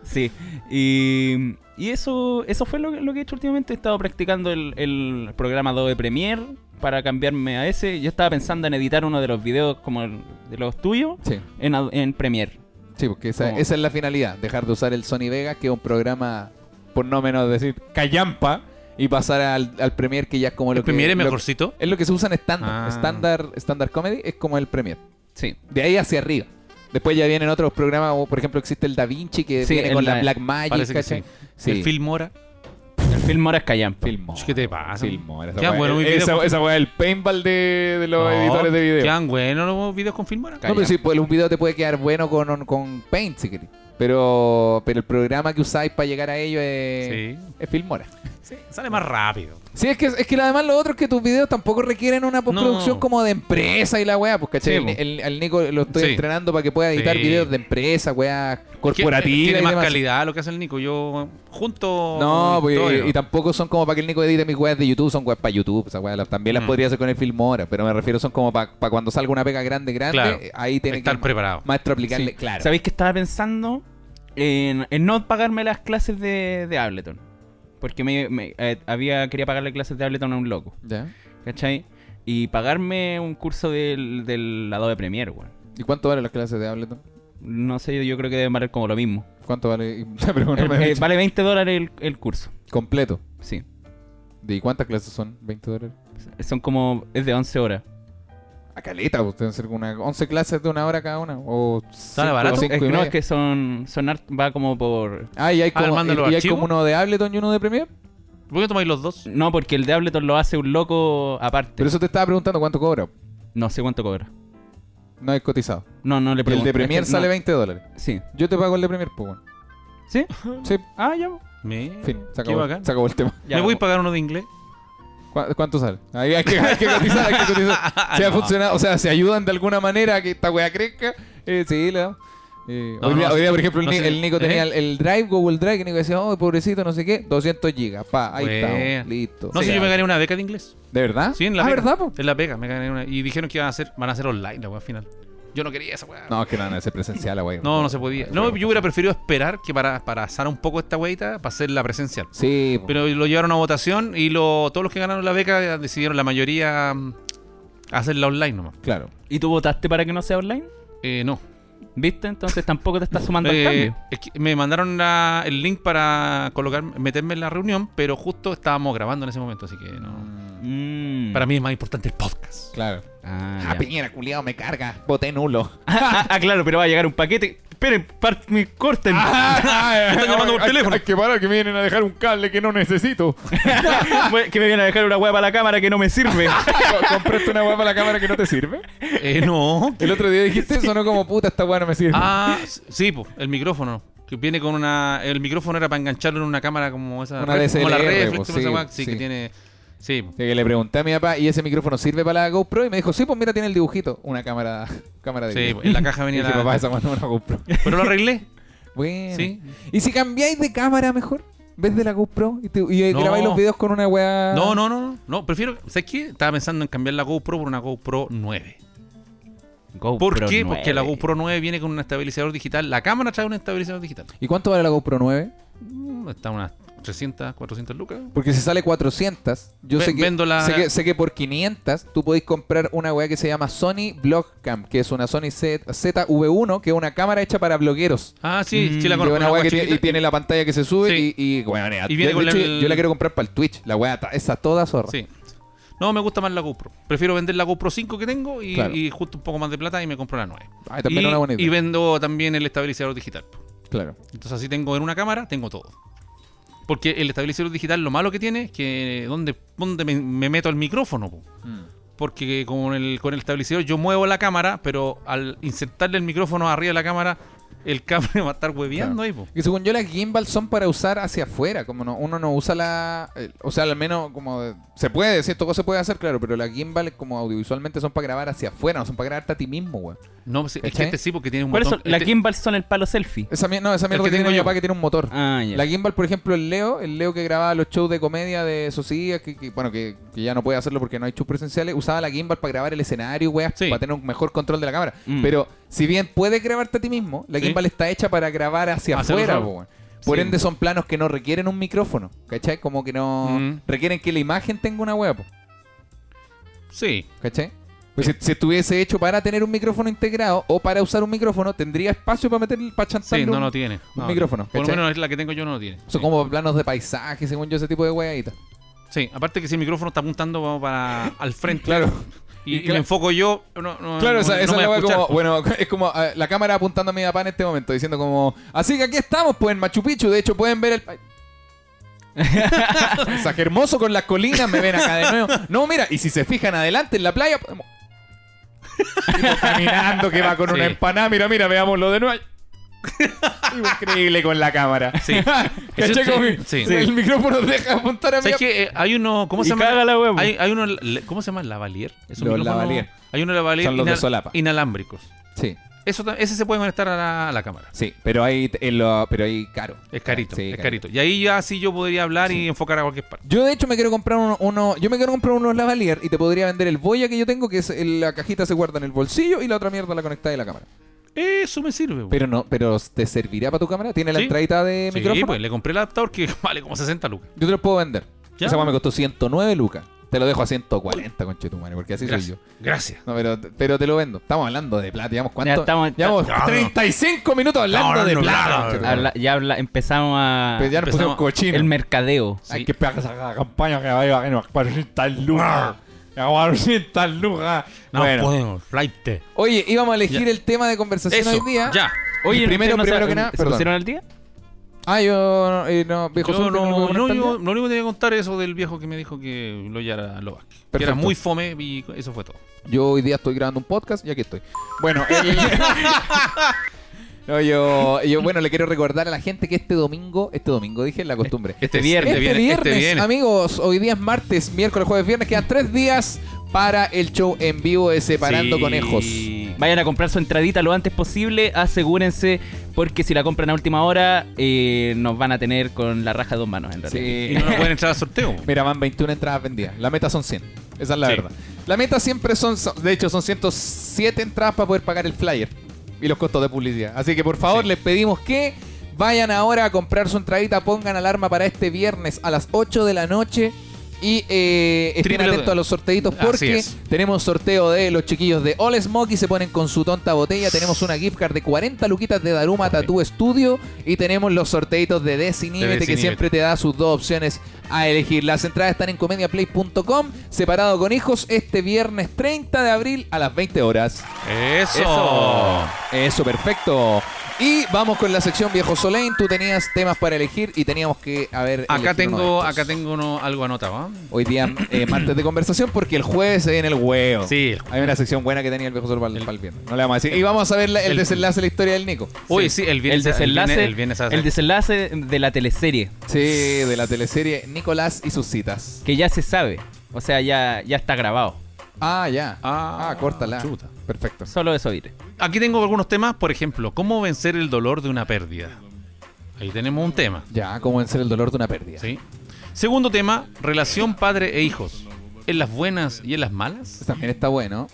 [SPEAKER 4] sí. Y, y eso eso fue lo, que- lo que he hecho últimamente. He estado practicando el, el programa Adobe Premiere para cambiarme a ese. Yo estaba pensando en editar uno de los videos como el- de los tuyos
[SPEAKER 3] Sí,
[SPEAKER 4] en, Ad- en Premiere.
[SPEAKER 3] sí, porque esa,
[SPEAKER 4] ¿Cómo?
[SPEAKER 3] esa es la finalidad. Dejar de usar el Sony Vega, que es un programa, por no menos decir, callampa, y pasar al, al Premiere, que ya es como
[SPEAKER 5] El
[SPEAKER 3] lo que...
[SPEAKER 5] Premiere es
[SPEAKER 3] lo-
[SPEAKER 5] Pues mejorcito.
[SPEAKER 3] es lo que se usa en estándar.
[SPEAKER 5] Ah.
[SPEAKER 3] Estándar estándar comedy es como el Premiere.
[SPEAKER 4] Sí.
[SPEAKER 3] De ahí hacia arriba. Después ya vienen otros programas, como por ejemplo existe el Da Vinci, que
[SPEAKER 4] Sí,
[SPEAKER 3] viene
[SPEAKER 4] el
[SPEAKER 3] con
[SPEAKER 4] Da-
[SPEAKER 3] la Black Magic,
[SPEAKER 5] parece que
[SPEAKER 3] ¿cachai?
[SPEAKER 5] sí. El Filmora.
[SPEAKER 4] El film ahora es Callan.
[SPEAKER 3] Filmora.
[SPEAKER 5] ¿Qué te pasa?
[SPEAKER 3] Filmora,
[SPEAKER 5] Qué
[SPEAKER 3] Esa weá
[SPEAKER 5] bueno, muy
[SPEAKER 3] esa-
[SPEAKER 5] video.
[SPEAKER 3] esa weá es el paintball de, de los
[SPEAKER 5] No,
[SPEAKER 3] editores de video.
[SPEAKER 5] Quedan buenos los videos con Filmora.
[SPEAKER 3] No, pero sí, pues, un video te puede quedar bueno con, con Paint, si querés. Pero, pero el programa que usáis para llegar a ello es,
[SPEAKER 5] Sí.
[SPEAKER 3] es Filmora.
[SPEAKER 5] Sí, Sale más rápido.
[SPEAKER 3] Sí, es que, es que además lo otro es que tus videos tampoco requieren una postproducción
[SPEAKER 5] No.
[SPEAKER 3] como de empresa y la weá, pues
[SPEAKER 5] Sí,
[SPEAKER 3] ¿cachai? El-
[SPEAKER 5] po.
[SPEAKER 3] el, al Nico lo estoy
[SPEAKER 5] Sí.
[SPEAKER 3] entrenando para que pueda editar
[SPEAKER 5] Sí.
[SPEAKER 3] videos de empresa, weá, corporativa.
[SPEAKER 5] Tiene
[SPEAKER 3] y
[SPEAKER 5] más
[SPEAKER 3] demás.
[SPEAKER 5] calidad lo que hace el Nico. Yo junto.
[SPEAKER 3] No, pues,
[SPEAKER 5] todo. eh,
[SPEAKER 3] y, y tampoco son como para que el Nico edite mis weas de YouTube, son weas para YouTube. Esas weas las- también las
[SPEAKER 5] Mm.
[SPEAKER 3] podría hacer con el Filmora, pero me refiero son como para cuando salga una pega grande, grande.
[SPEAKER 5] Claro.
[SPEAKER 3] Ahí tiene
[SPEAKER 5] Estar
[SPEAKER 3] que el
[SPEAKER 5] preparado.
[SPEAKER 3] maestro aplicarle.
[SPEAKER 4] Sí.
[SPEAKER 3] Claro.
[SPEAKER 4] ¿Sabéis que estaba pensando en, en no pagarme las clases de, de Ableton? Porque me, me- eh, había quería pagarle clases de Ableton a un loco,
[SPEAKER 3] ¿Ya?
[SPEAKER 4] ¿cachai? Y pagarme un curso del, del Adobe Premiere, weón.
[SPEAKER 3] ¿Y cuánto valen las clases de Ableton?
[SPEAKER 4] No sé, yo creo que debe valer como lo mismo.
[SPEAKER 3] ¿Cuánto vale? Pero no me
[SPEAKER 4] Eh,
[SPEAKER 3] has
[SPEAKER 4] eh,
[SPEAKER 3] dicho.
[SPEAKER 4] vale 20 dólares el, el curso,
[SPEAKER 3] Completo.
[SPEAKER 4] sí.
[SPEAKER 3] ¿De cuántas clases son? ¿20 dólares?
[SPEAKER 4] Son como, es de 11 horas.
[SPEAKER 3] A caleta, pues deben ser una 11 clases de una hora cada una. O ¿Sale
[SPEAKER 5] ¿Sale barato?
[SPEAKER 4] Es que no, es que son, son art- va como por...
[SPEAKER 3] Ah, y hay, como,
[SPEAKER 5] manda
[SPEAKER 3] y-
[SPEAKER 5] los
[SPEAKER 3] y hay
[SPEAKER 5] archivos.
[SPEAKER 3] como uno de Ableton y uno de Premiere.
[SPEAKER 5] ¿Por qué no tomáis los dos?
[SPEAKER 4] No, porque el de Ableton lo hace un loco aparte.
[SPEAKER 3] Pero eso te estaba preguntando cuánto cobra.
[SPEAKER 4] No sé cuánto cobra.
[SPEAKER 3] No es cotizado.
[SPEAKER 4] No, no le
[SPEAKER 3] Y el
[SPEAKER 4] pregunto.
[SPEAKER 3] de
[SPEAKER 4] Es que
[SPEAKER 3] Premiere sale
[SPEAKER 4] no-
[SPEAKER 3] 20 dólares.
[SPEAKER 4] Sí.
[SPEAKER 3] Yo te pago el de Premiere, pues bueno.
[SPEAKER 4] ¿Sí?
[SPEAKER 3] Sí,
[SPEAKER 4] Ah, ya.
[SPEAKER 5] Me...
[SPEAKER 3] fin. Se
[SPEAKER 5] Qué
[SPEAKER 3] acabó,
[SPEAKER 5] bacán.
[SPEAKER 3] se acabó el tema.
[SPEAKER 4] Ya,
[SPEAKER 5] Me voy a
[SPEAKER 4] vamos.
[SPEAKER 5] pagar uno de inglés.
[SPEAKER 3] ¿Cu- ¿Cuánto sale? Ahí hay que, hay que cotizar, hay que cotizar. Si ha funcionado, o sea, si ayudan de alguna manera a que esta wea crezca, eh, sí, le damos. Eh,
[SPEAKER 5] No,
[SPEAKER 3] hoy,
[SPEAKER 5] no,
[SPEAKER 3] día,
[SPEAKER 5] no,
[SPEAKER 3] hoy día, por ejemplo, el,
[SPEAKER 5] no
[SPEAKER 3] Ni-
[SPEAKER 5] sé.
[SPEAKER 3] el Nico tenía
[SPEAKER 5] ¿Eh?
[SPEAKER 3] el, el Drive, Google Drive, y Nico decía, oh, pobrecito, no sé qué, 200 gigas, pa, ahí
[SPEAKER 5] Buena.
[SPEAKER 3] está, listo.
[SPEAKER 5] No
[SPEAKER 3] Sí,
[SPEAKER 5] sé, yo
[SPEAKER 3] ya.
[SPEAKER 5] me gané una beca de inglés.
[SPEAKER 3] ¿De verdad?
[SPEAKER 5] Sí, en la
[SPEAKER 3] ah,
[SPEAKER 5] pega.
[SPEAKER 3] ¿verdad, po?
[SPEAKER 5] En la pega, me gané una. Y dijeron que iban a hacer, van a hacer online la weá final. Yo no quería esa weá.
[SPEAKER 3] No, es que no, no, ese es presencial, la wea.
[SPEAKER 5] no, no se podía. No, yo hubiera preferido esperar que para, para asar un poco esta weita, para hacer la presencial.
[SPEAKER 3] Sí, po.
[SPEAKER 5] Pero lo llevaron a votación y lo, todos los que ganaron la beca decidieron la mayoría mm, hacerla online nomás.
[SPEAKER 3] claro.
[SPEAKER 4] ¿Y tú votaste para que no sea online?
[SPEAKER 5] Eh, no.
[SPEAKER 4] ¿Viste? Entonces tampoco te estás sumando al
[SPEAKER 5] Eh,
[SPEAKER 4] cambio.
[SPEAKER 5] es que me mandaron la- el link para colocar, meterme en la reunión, pero justo estábamos grabando en ese momento, así que no.
[SPEAKER 4] Mm.
[SPEAKER 5] Para mí es más importante el podcast.
[SPEAKER 3] Claro.
[SPEAKER 4] Ah,
[SPEAKER 3] Ah,
[SPEAKER 4] ya.
[SPEAKER 3] piñera, culiado, me carga. Voté nulo.
[SPEAKER 4] ah, ah, claro, pero va a llegar un paquete. Esperen, part- me corten.
[SPEAKER 3] Me
[SPEAKER 5] están llamando por teléfono.
[SPEAKER 3] Hay que parar, que me vienen a dejar un cable que no necesito.
[SPEAKER 4] que me vienen a dejar una hueá para la cámara que no me sirve.
[SPEAKER 3] Co- ¿Compraste una weá para la cámara que no te sirve?
[SPEAKER 5] Eh, no.
[SPEAKER 3] El otro día dijiste, sonó como puta, esta weá no me sirve.
[SPEAKER 5] Ah, s- sí, pues, el micrófono. Que viene con una. El micrófono era para engancharlo en una cámara como esa.
[SPEAKER 3] Una
[SPEAKER 5] ref- como la
[SPEAKER 3] DSLR,
[SPEAKER 5] reflex,
[SPEAKER 3] pues,
[SPEAKER 5] como esa
[SPEAKER 3] sí,
[SPEAKER 5] guac- sí, que
[SPEAKER 3] sí.
[SPEAKER 5] tiene. Sí, po.
[SPEAKER 3] Así que le pregunté a mi papá, ¿y ese micrófono sirve para la GoPro? Y me dijo, sí, pues mira, tiene el dibujito. Una cámara, cámara de
[SPEAKER 5] Sí,
[SPEAKER 3] video.
[SPEAKER 5] po, en la caja venía
[SPEAKER 3] Y dije,
[SPEAKER 5] la-
[SPEAKER 3] papá, esa weá no es una GoPro.
[SPEAKER 5] Pero lo arreglé.
[SPEAKER 3] Bueno.
[SPEAKER 5] Sí.
[SPEAKER 3] ¿Y si cambiáis de cámara mejor? ¿Ves de la GoPro? Y, te- y, eh,
[SPEAKER 5] No.
[SPEAKER 3] grabáis los videos con una weá...
[SPEAKER 5] No, no, no, no. No, prefiero. ¿Sabes qué? Estaba pensando en cambiar la GoPro por una GoPro 9. ¿Por qué? Porque la GoPro 9 viene con un estabilizador digital. La cámara trae un estabilizador digital.
[SPEAKER 3] ¿Y cuánto vale la GoPro 9?
[SPEAKER 5] Mm, Está unas 300, 400 lucas.
[SPEAKER 3] Porque si sale 400, yo
[SPEAKER 5] Ve-
[SPEAKER 3] sé, que,
[SPEAKER 5] vendo la-
[SPEAKER 3] sé que sé que por 500 tú podéis comprar una weá que se llama Sony Blogcam, que es una Sony Z- ZV1, que es una cámara hecha para blogueros.
[SPEAKER 5] Ah, sí,
[SPEAKER 4] Mm,
[SPEAKER 5] sí la
[SPEAKER 3] Y
[SPEAKER 5] conozco.
[SPEAKER 3] una
[SPEAKER 5] una
[SPEAKER 3] weá que
[SPEAKER 5] guachiquita.
[SPEAKER 3] tiene, y tiene la pantalla que se sube
[SPEAKER 5] Sí.
[SPEAKER 3] y, y, weón, es-
[SPEAKER 5] Y viene
[SPEAKER 3] de
[SPEAKER 5] con
[SPEAKER 3] hecho,
[SPEAKER 5] el-
[SPEAKER 3] yo la quiero comprar para el Twitch, la weá ta- esa toda zorra.
[SPEAKER 5] Sí. No, me gusta más la GoPro. Prefiero vender la GoPro 5 que tengo y,
[SPEAKER 3] Claro.
[SPEAKER 5] y justo un poco más de plata y me compro la 9.
[SPEAKER 3] Ah, también
[SPEAKER 5] y,
[SPEAKER 3] una bonita.
[SPEAKER 5] y vendo también el estabilizador digital. po.
[SPEAKER 3] Claro.
[SPEAKER 5] Entonces así tengo en una cámara, tengo todo. Porque el estabilizador digital lo malo que tiene es que donde, donde me, me meto el micrófono. po. Porque con el, con el estabilizador yo muevo la cámara, pero al insertarle el micrófono arriba de la cámara el cable va a estar hueveando ahí, po.
[SPEAKER 3] Que según yo las gimbal son para usar hacia afuera, como no, uno no usa la... eh, o sea, al menos como... de- se puede, cierto cosa se puede hacer, claro, pero las gimbal como audiovisualmente son para grabar hacia afuera, no son para grabarte a ti mismo, weón.
[SPEAKER 5] No, es que
[SPEAKER 3] ¿Cachai?
[SPEAKER 5] este sí, porque tiene un
[SPEAKER 4] Por eso,
[SPEAKER 5] botón.
[SPEAKER 4] las
[SPEAKER 5] este-
[SPEAKER 4] gimbals son el palo selfie.
[SPEAKER 3] Esa, mier- no, esa mierda que,
[SPEAKER 5] que
[SPEAKER 3] tiene
[SPEAKER 5] tengo
[SPEAKER 3] mi
[SPEAKER 5] yo.
[SPEAKER 3] papá que tiene un motor.
[SPEAKER 4] Ah, ya.
[SPEAKER 3] La gimbal, por ejemplo, el Leo, el Leo que grababa los shows de comedia de Socia, que, que, bueno, que, que ya no puede hacerlo porque no hay shows presenciales, usaba la gimbal para grabar el escenario, weas,
[SPEAKER 5] Sí.
[SPEAKER 3] para tener un mejor control de la cámara.
[SPEAKER 4] Mm.
[SPEAKER 3] Pero si bien puedes grabarte a ti mismo, la
[SPEAKER 5] Sí.
[SPEAKER 3] gimbal está hecha para grabar hacia
[SPEAKER 5] Hacia los
[SPEAKER 3] afuera,
[SPEAKER 5] lados.
[SPEAKER 3] po, weón. Por
[SPEAKER 5] Sí.
[SPEAKER 3] ende son planos que no requieren un micrófono, ¿cachai? Como que no
[SPEAKER 5] Mm.
[SPEAKER 3] requieren que la imagen tenga una wea, po,
[SPEAKER 5] Sí.
[SPEAKER 3] ¿cachai? Pues si, si estuviese hecho para tener un micrófono integrado o para usar un micrófono, tendría espacio para meter, para chantarle
[SPEAKER 5] Sí, no
[SPEAKER 3] un-
[SPEAKER 5] lo tiene. No,
[SPEAKER 3] micrófono,
[SPEAKER 5] Por lo
[SPEAKER 3] ¿cachai?
[SPEAKER 5] menos es la que tengo yo no lo tiene.
[SPEAKER 3] Son
[SPEAKER 5] Sí.
[SPEAKER 3] como planos de paisaje, según yo, ese tipo de weaditas.
[SPEAKER 5] Sí, aparte que si el micrófono está apuntando vamos para al frente.
[SPEAKER 3] Y
[SPEAKER 5] Y, y
[SPEAKER 3] claro-
[SPEAKER 5] me enfoco yo. No, no,
[SPEAKER 3] Claro,
[SPEAKER 5] no-
[SPEAKER 3] esa, esa
[SPEAKER 5] no me
[SPEAKER 3] es la
[SPEAKER 5] va a
[SPEAKER 3] wea
[SPEAKER 5] escuchar,
[SPEAKER 3] como,
[SPEAKER 5] po.
[SPEAKER 3] bueno, es como eh, la cámara apuntando a mi papá en este momento, diciendo como, así que aquí estamos, pues en Machu Picchu, de hecho pueden ver el... pa- Paisaje hermoso con las colinas, me ven acá de nuevo. No, mira, y si se fijan adelante en la playa, podemos... Tipo caminando que va con una
[SPEAKER 5] Sí.
[SPEAKER 3] empanada, mira, mira, veámoslo de nuevo. Tipo, Increíble con la cámara.
[SPEAKER 5] Sí. Eso
[SPEAKER 3] ¿Cachai?
[SPEAKER 5] sí,
[SPEAKER 3] Como que
[SPEAKER 5] sí.
[SPEAKER 3] El micrófono deja apuntar a mi
[SPEAKER 5] ¿Sabes qué? Eh, hay uno. ¿Cómo
[SPEAKER 4] Y
[SPEAKER 5] se llama?
[SPEAKER 4] caga la huevo.
[SPEAKER 5] hay, hay uno. le- ¿Cómo se llama? Lavalier. Es
[SPEAKER 3] Los
[SPEAKER 5] micrófono-
[SPEAKER 3] lavalier.
[SPEAKER 5] Hay uno lavalier
[SPEAKER 3] Son los de
[SPEAKER 5] inal-
[SPEAKER 3] solapa.
[SPEAKER 5] inalámbricos.
[SPEAKER 3] Sí,
[SPEAKER 5] Eso, ta- ese se puede conectar a la, a la cámara.
[SPEAKER 3] sí, pero ahí, en lo- pero ahí caro.
[SPEAKER 5] Es carito.
[SPEAKER 3] Ah, Sí,
[SPEAKER 5] es carito. Y ahí ya sí yo podría hablar y enfocar a cualquier parte.
[SPEAKER 3] Yo de hecho me quiero comprar uno, uno- yo me quiero comprar unos lavalier y te podría vender el boya que yo tengo, que es el- la cajita se guarda en el bolsillo y la otra mierda la conectada de la cámara.
[SPEAKER 5] Eso me sirve. po.
[SPEAKER 3] Pero no, pero ¿te servirá para tu cámara? ¿Tiene la
[SPEAKER 5] Sí.
[SPEAKER 3] entradita de
[SPEAKER 5] sí,
[SPEAKER 3] micrófono?
[SPEAKER 5] pues le compré el adaptador que vale como 60 lucas.
[SPEAKER 3] Yo te lo puedo vender.
[SPEAKER 5] Ya.
[SPEAKER 3] Esa weá me costó 109 lucas. Te lo dejo a 140, conchetumare, porque así
[SPEAKER 5] Gracias.
[SPEAKER 3] soy yo.
[SPEAKER 5] Gracias.
[SPEAKER 3] No, pero, pero te lo vendo. Estamos hablando de plata. Llevamos cuánto.
[SPEAKER 4] Ya estamos-
[SPEAKER 3] Llevamos
[SPEAKER 5] Ya, no.
[SPEAKER 3] 35 minutos hablando
[SPEAKER 5] No, no,
[SPEAKER 3] de
[SPEAKER 5] no,
[SPEAKER 3] plata.
[SPEAKER 5] claro.
[SPEAKER 3] conchetumare.
[SPEAKER 4] Habla- ya habla- empezamos a.
[SPEAKER 3] Pero ya nos pusimos
[SPEAKER 5] empezamos-
[SPEAKER 3] cochino.
[SPEAKER 4] El mercadeo.
[SPEAKER 5] Sí.
[SPEAKER 3] Hay que esperar a la campaña que va a ir a 400
[SPEAKER 5] Ah.
[SPEAKER 3] lucas. 400 lucas.
[SPEAKER 5] No podemos. Flight.
[SPEAKER 3] Oye, íbamos a elegir el tema de conversación
[SPEAKER 5] Eso.
[SPEAKER 3] hoy día.
[SPEAKER 5] Ya.
[SPEAKER 4] Oye,
[SPEAKER 3] primero,
[SPEAKER 4] ¿ustedes no
[SPEAKER 3] primero
[SPEAKER 4] se-
[SPEAKER 3] que nada,
[SPEAKER 4] ¿se
[SPEAKER 3] perdón.
[SPEAKER 4] pusieron al día?
[SPEAKER 3] Ah, yo eh, no, viejo
[SPEAKER 5] Yo
[SPEAKER 3] Sol,
[SPEAKER 5] no,
[SPEAKER 3] tengo
[SPEAKER 5] yo-
[SPEAKER 3] que comentar
[SPEAKER 5] yo-
[SPEAKER 3] ya.
[SPEAKER 5] lo único que tenía que contar es eso del viejo que me dijo que lo llevara a Lovac. Que era
[SPEAKER 3] Perfecto.
[SPEAKER 5] muy fome y eso fue todo.
[SPEAKER 3] Yo hoy día estoy grabando un podcast y aquí estoy. Bueno, el- No, yo, yo, bueno, le quiero recordar a la gente que este domingo, este domingo dije, la costumbre.
[SPEAKER 5] Este viernes,
[SPEAKER 3] Este
[SPEAKER 5] viene,
[SPEAKER 3] viernes,
[SPEAKER 5] este viernes.
[SPEAKER 3] amigos, hoy día es martes, miércoles, jueves, viernes, quedan tres días para el show en vivo de Separando
[SPEAKER 5] Sí.
[SPEAKER 3] Conejos.
[SPEAKER 4] Vayan a comprar su entradita lo antes posible, asegúrense, porque si la compran a última hora, eh, nos van a tener con la raja de dos manos en realidad.
[SPEAKER 5] Y no pueden entrar al sorteo.
[SPEAKER 3] Mira, van 21 entradas vendidas. La meta son 100. Esa es la
[SPEAKER 5] Sí.
[SPEAKER 3] verdad. La meta siempre son, son- de hecho, son 107 entradas para poder pagar el flyer y los costos de publicidad. Así que por favor,
[SPEAKER 5] Sí.
[SPEAKER 3] les pedimos que vayan ahora a comprar su entradita, pongan alarma para este viernes a las 8 de la noche. Y eh, estén
[SPEAKER 5] Triple-
[SPEAKER 3] atentos a los sorteitos
[SPEAKER 5] Así
[SPEAKER 3] porque
[SPEAKER 5] es.
[SPEAKER 3] tenemos sorteo de los chiquillos de All Smokey. Se ponen con su tonta botella. Tenemos una gift card de 40 luquitas de Daruma Tattoo Studio. Y tenemos los sorteitos de Desiníbete que
[SPEAKER 5] Desiníbete.
[SPEAKER 3] siempre te da sus dos opciones a elegir. Las entradas están en comediaplay.com, separado con hijos, este viernes 30 de abril a las 20 horas.
[SPEAKER 5] Eso.
[SPEAKER 3] Eso, perfecto. Y vamos con la sección Viejo Soleil. Tú tenías temas para elegir y teníamos que haber.
[SPEAKER 5] Acá
[SPEAKER 3] elegido uno
[SPEAKER 5] tengo,
[SPEAKER 3] de estos.
[SPEAKER 5] acá tengo uno- algo anotado. ¿ah?
[SPEAKER 3] Hoy día, eh, martes de conversación, porque el jueves se viene el huevo.
[SPEAKER 5] Sí.
[SPEAKER 3] Hay una sección buena que tenía el viejo Sol para el, para el viernes. No le vamos a decir. Y vamos a ver la- el,
[SPEAKER 5] el-
[SPEAKER 3] desenlace de la historia del Nico.
[SPEAKER 5] Oye, sí, el
[SPEAKER 4] El
[SPEAKER 5] viernes.
[SPEAKER 4] desenlace,
[SPEAKER 5] El viernes, el viernes
[SPEAKER 4] el desenlace de la teleserie,
[SPEAKER 3] Sí, de la teleserie Nicolás y sus citas.
[SPEAKER 4] que ya se sabe, o sea, ya, ya está grabado.
[SPEAKER 3] Ah, ya. Ah,
[SPEAKER 5] Ah,
[SPEAKER 3] córtala.
[SPEAKER 5] chuta.
[SPEAKER 3] Perfecto.
[SPEAKER 4] Solo eso diré.
[SPEAKER 5] Aquí tengo algunos temas. Por ejemplo, ¿cómo vencer el dolor de una pérdida? Ahí tenemos un tema.
[SPEAKER 3] Ya, cómo vencer el dolor de una pérdida.
[SPEAKER 5] ¿sí? Segundo tema, relación padre e hijos. ¿En las buenas y en las malas?
[SPEAKER 3] Eso Este También está bueno.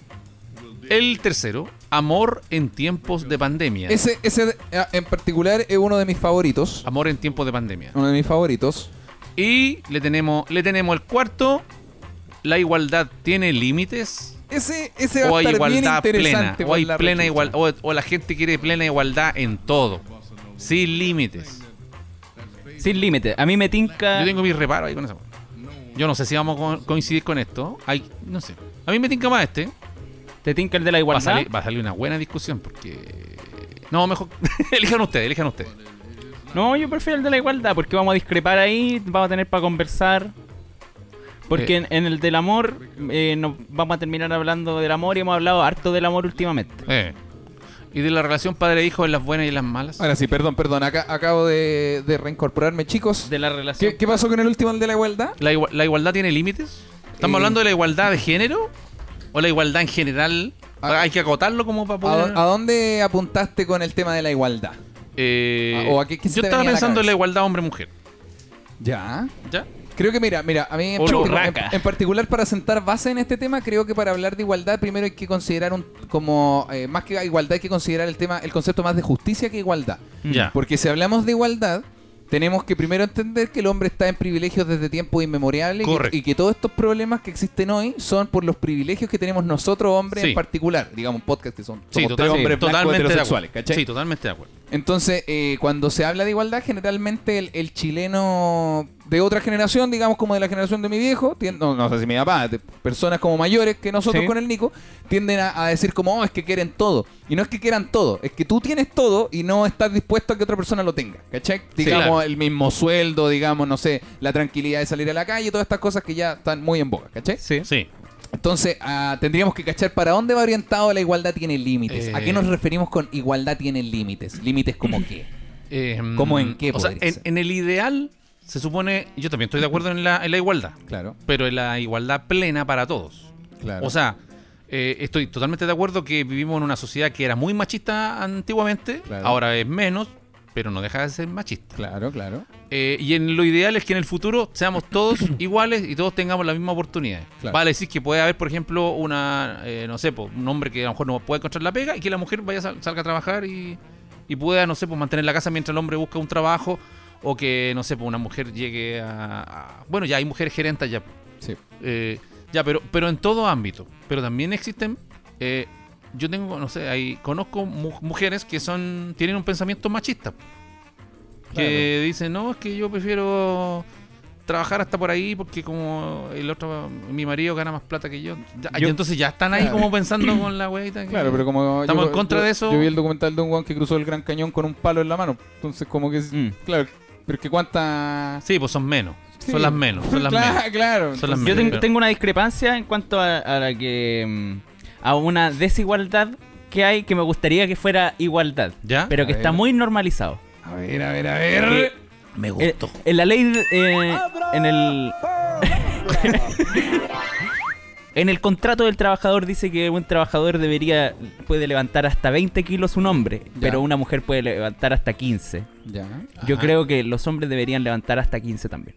[SPEAKER 5] El tercero, amor en tiempos de pandemia.
[SPEAKER 3] Ese, ese de- eh, en particular es uno de mis favoritos.
[SPEAKER 5] Amor en tiempos de pandemia.
[SPEAKER 3] Uno de mis favoritos.
[SPEAKER 5] Y le tenemos, le tenemos el cuarto. ¿La igualdad tiene límites?
[SPEAKER 3] Ese, ese va
[SPEAKER 5] ¿O
[SPEAKER 3] a
[SPEAKER 5] Oh, hay
[SPEAKER 3] estar bien
[SPEAKER 5] igualdad plena?
[SPEAKER 3] interesante.
[SPEAKER 5] ¿O hay
[SPEAKER 3] por la
[SPEAKER 5] plena oh.
[SPEAKER 3] rechucha.
[SPEAKER 5] igualdad? O, o la gente quiere plena igualdad en todo? Sin límites.
[SPEAKER 4] Sin límite. A mí me tinca.
[SPEAKER 5] Yo tengo mis reparos ahí con eso. Yo no sé si vamos a co- coincidir con esto. Hay, no sé. A mí me tinca más este.
[SPEAKER 4] Te tinca el de la
[SPEAKER 5] Va a,
[SPEAKER 4] igualdad.
[SPEAKER 5] salir, va a salir una buena discusión porque... No, mejor... elijan ustedes, elijan ustedes.
[SPEAKER 4] No, yo prefiero el de la igualdad porque vamos a discrepar ahí, vamos a tener para conversar. Porque
[SPEAKER 5] Eh.
[SPEAKER 4] en, en el del amor eh, nos vamos a terminar hablando del amor y hemos hablado harto del amor últimamente.
[SPEAKER 5] Eh. ¿Y de la relación padre-hijo en las buenas y en las malas?
[SPEAKER 3] Ahora sí, perdón, perdón. Acá, acabo de, de reincorporarme, chicos.
[SPEAKER 4] De la
[SPEAKER 3] ¿Qué,
[SPEAKER 4] relación.
[SPEAKER 3] qué pasó con el último el de la igualdad?
[SPEAKER 5] ¿La, igua- la igualdad tiene límites? ¿Estamos
[SPEAKER 3] Eh.
[SPEAKER 5] hablando de la igualdad de género? ¿O la igualdad en general?
[SPEAKER 3] Ah.
[SPEAKER 5] Hay que acotarlo como para
[SPEAKER 3] ¿A,
[SPEAKER 5] poder...
[SPEAKER 3] dó- a dónde apuntaste con el tema de la igualdad?
[SPEAKER 5] Eh,
[SPEAKER 3] Ah, ¿o a qué- qué se
[SPEAKER 5] yo
[SPEAKER 3] te
[SPEAKER 5] estaba
[SPEAKER 3] venía a la
[SPEAKER 5] pensando en la
[SPEAKER 3] cabeza?
[SPEAKER 5] igualdad hombre-mujer.
[SPEAKER 3] Ya.
[SPEAKER 5] ¿Ya?
[SPEAKER 3] Creo que mira, mira, a mí en,
[SPEAKER 5] O
[SPEAKER 3] particu-
[SPEAKER 5] raca.
[SPEAKER 3] en- en particular para sentar base en este tema, creo que para hablar de igualdad primero hay que considerar un como eh, más que igualdad hay que considerar el tema el concepto más de justicia que igualdad.
[SPEAKER 5] Mm. Ya.
[SPEAKER 3] Porque si hablamos de igualdad, tenemos que primero entender que el hombre está en privilegios desde tiempos inmemoriales y
[SPEAKER 5] Correcto.
[SPEAKER 3] que, y que todos estos problemas que existen hoy son por los privilegios que tenemos nosotros hombres
[SPEAKER 5] Sí.
[SPEAKER 3] en particular, digamos un podcast que son
[SPEAKER 5] Sí,
[SPEAKER 3] somos tres
[SPEAKER 5] total-
[SPEAKER 3] hombres blancos
[SPEAKER 5] totalmente de
[SPEAKER 3] heterosexuales,
[SPEAKER 5] acuerdo.
[SPEAKER 3] ¿cachai?
[SPEAKER 5] Sí, totalmente de acuerdo.
[SPEAKER 3] Entonces, eh, cuando se habla de igualdad, generalmente el, el chileno de otra generación, digamos como de la generación de mi viejo, tien- no, no sé si mi papá, de personas como mayores que nosotros
[SPEAKER 4] Sí.
[SPEAKER 3] con el Nico, tienden a, a decir como, oh, es que quieren todo. Y no es que quieran todo, es que tú tienes todo y no estás dispuesto a que otra persona lo tenga. ¿Cachai? Digamos,
[SPEAKER 5] claro.
[SPEAKER 3] el mismo sueldo, digamos, no sé, la tranquilidad de salir a la calle, todas estas cosas que ya están muy en boga, ¿cachai?
[SPEAKER 4] Sí.
[SPEAKER 5] Sí.
[SPEAKER 3] Entonces, ah, tendríamos que cachar para dónde va orientado la igualdad tiene límites. ¿A
[SPEAKER 5] Eh.
[SPEAKER 3] qué nos referimos con igualdad tiene límites? ¿Límites como qué?
[SPEAKER 5] Eh,
[SPEAKER 3] ¿Cómo en qué
[SPEAKER 5] o sea,
[SPEAKER 3] podría
[SPEAKER 5] en,
[SPEAKER 3] ser?
[SPEAKER 5] en el ideal se supone, yo también estoy de acuerdo en la, en la igualdad,
[SPEAKER 3] Claro,
[SPEAKER 5] pero en la igualdad plena para todos.
[SPEAKER 3] claro.
[SPEAKER 5] O sea, eh, estoy totalmente de acuerdo que vivimos en una sociedad que era muy machista antiguamente,
[SPEAKER 3] Claro.
[SPEAKER 5] ahora es menos, pero no deja de ser machista.
[SPEAKER 3] claro, claro,
[SPEAKER 5] Eh, y en lo ideal es que en el futuro seamos todos iguales y todos tengamos las mismas oportunidades.
[SPEAKER 3] Claro.
[SPEAKER 5] Vale decir que puede haber, por ejemplo, una, eh, no sé, pues, un hombre que a lo mejor no puede encontrar la pega y que la mujer vaya sal- salga a trabajar y, y pueda, no sé, pues mantener la casa mientras el hombre busca un trabajo o que, no sé, pues una mujer llegue a... a- bueno, ya hay mujeres gerentes ya.
[SPEAKER 3] Sí.
[SPEAKER 5] Eh, ya, pero, pero en todo ámbito. Pero también existen... eh, yo tengo, no sé, ahí conozco mu- mujeres que son tienen un pensamiento machista que dicen, no, es que yo prefiero trabajar hasta por ahí porque como el otro, mi marido gana más plata que yo. Ya-
[SPEAKER 4] Yo-
[SPEAKER 5] entonces ya están ahí
[SPEAKER 3] Claro.
[SPEAKER 5] como pensando con la weita. que-
[SPEAKER 3] Claro, pero como
[SPEAKER 5] Estamos
[SPEAKER 3] yo-
[SPEAKER 5] en contra
[SPEAKER 3] yo-
[SPEAKER 5] de eso.
[SPEAKER 3] Yo vi el documental de un guan que cruzó el Gran Cañón con un palo en la mano. Entonces, como que es-
[SPEAKER 4] Mm.
[SPEAKER 3] claro, pero que cuántas
[SPEAKER 5] Sí, pues son menos.
[SPEAKER 3] Sí.
[SPEAKER 5] Son las menos. Son las
[SPEAKER 3] claro,
[SPEAKER 5] menos.
[SPEAKER 3] claro.
[SPEAKER 5] Son las
[SPEAKER 4] Yo
[SPEAKER 5] menos.
[SPEAKER 4] ten- tengo una discrepancia en cuanto a, a la que. mm, a una desigualdad que hay que me gustaría que fuera igualdad.
[SPEAKER 5] ¿Ya?
[SPEAKER 4] Pero que
[SPEAKER 3] A
[SPEAKER 4] está
[SPEAKER 3] ver.
[SPEAKER 4] muy normalizado.
[SPEAKER 3] A ver, a ver, a ver.
[SPEAKER 5] me
[SPEAKER 4] Eh, en la ley. de- eh, en el. en el contrato del trabajador dice que un trabajador debería. puede levantar hasta 20 kilos un hombre,
[SPEAKER 3] Ya.
[SPEAKER 4] pero una mujer puede levantar hasta 15.
[SPEAKER 3] Ya.
[SPEAKER 4] Yo
[SPEAKER 5] Ajá.
[SPEAKER 4] creo que los hombres deberían levantar hasta 15 también.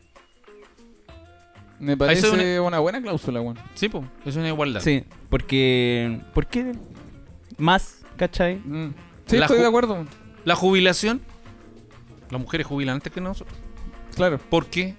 [SPEAKER 3] Me
[SPEAKER 5] Ahí
[SPEAKER 3] parece
[SPEAKER 5] se une-
[SPEAKER 3] una... buena cláusula, Juan.
[SPEAKER 5] Sí, pues, es una igualdad.
[SPEAKER 4] Sí, porque. ¿Por qué más, cachai?
[SPEAKER 3] Mm. Sí,
[SPEAKER 5] La
[SPEAKER 3] estoy
[SPEAKER 5] ju-
[SPEAKER 3] de acuerdo.
[SPEAKER 5] La jubilación, las mujeres jubilan antes que nosotros.
[SPEAKER 3] Claro.
[SPEAKER 5] ¿Por qué?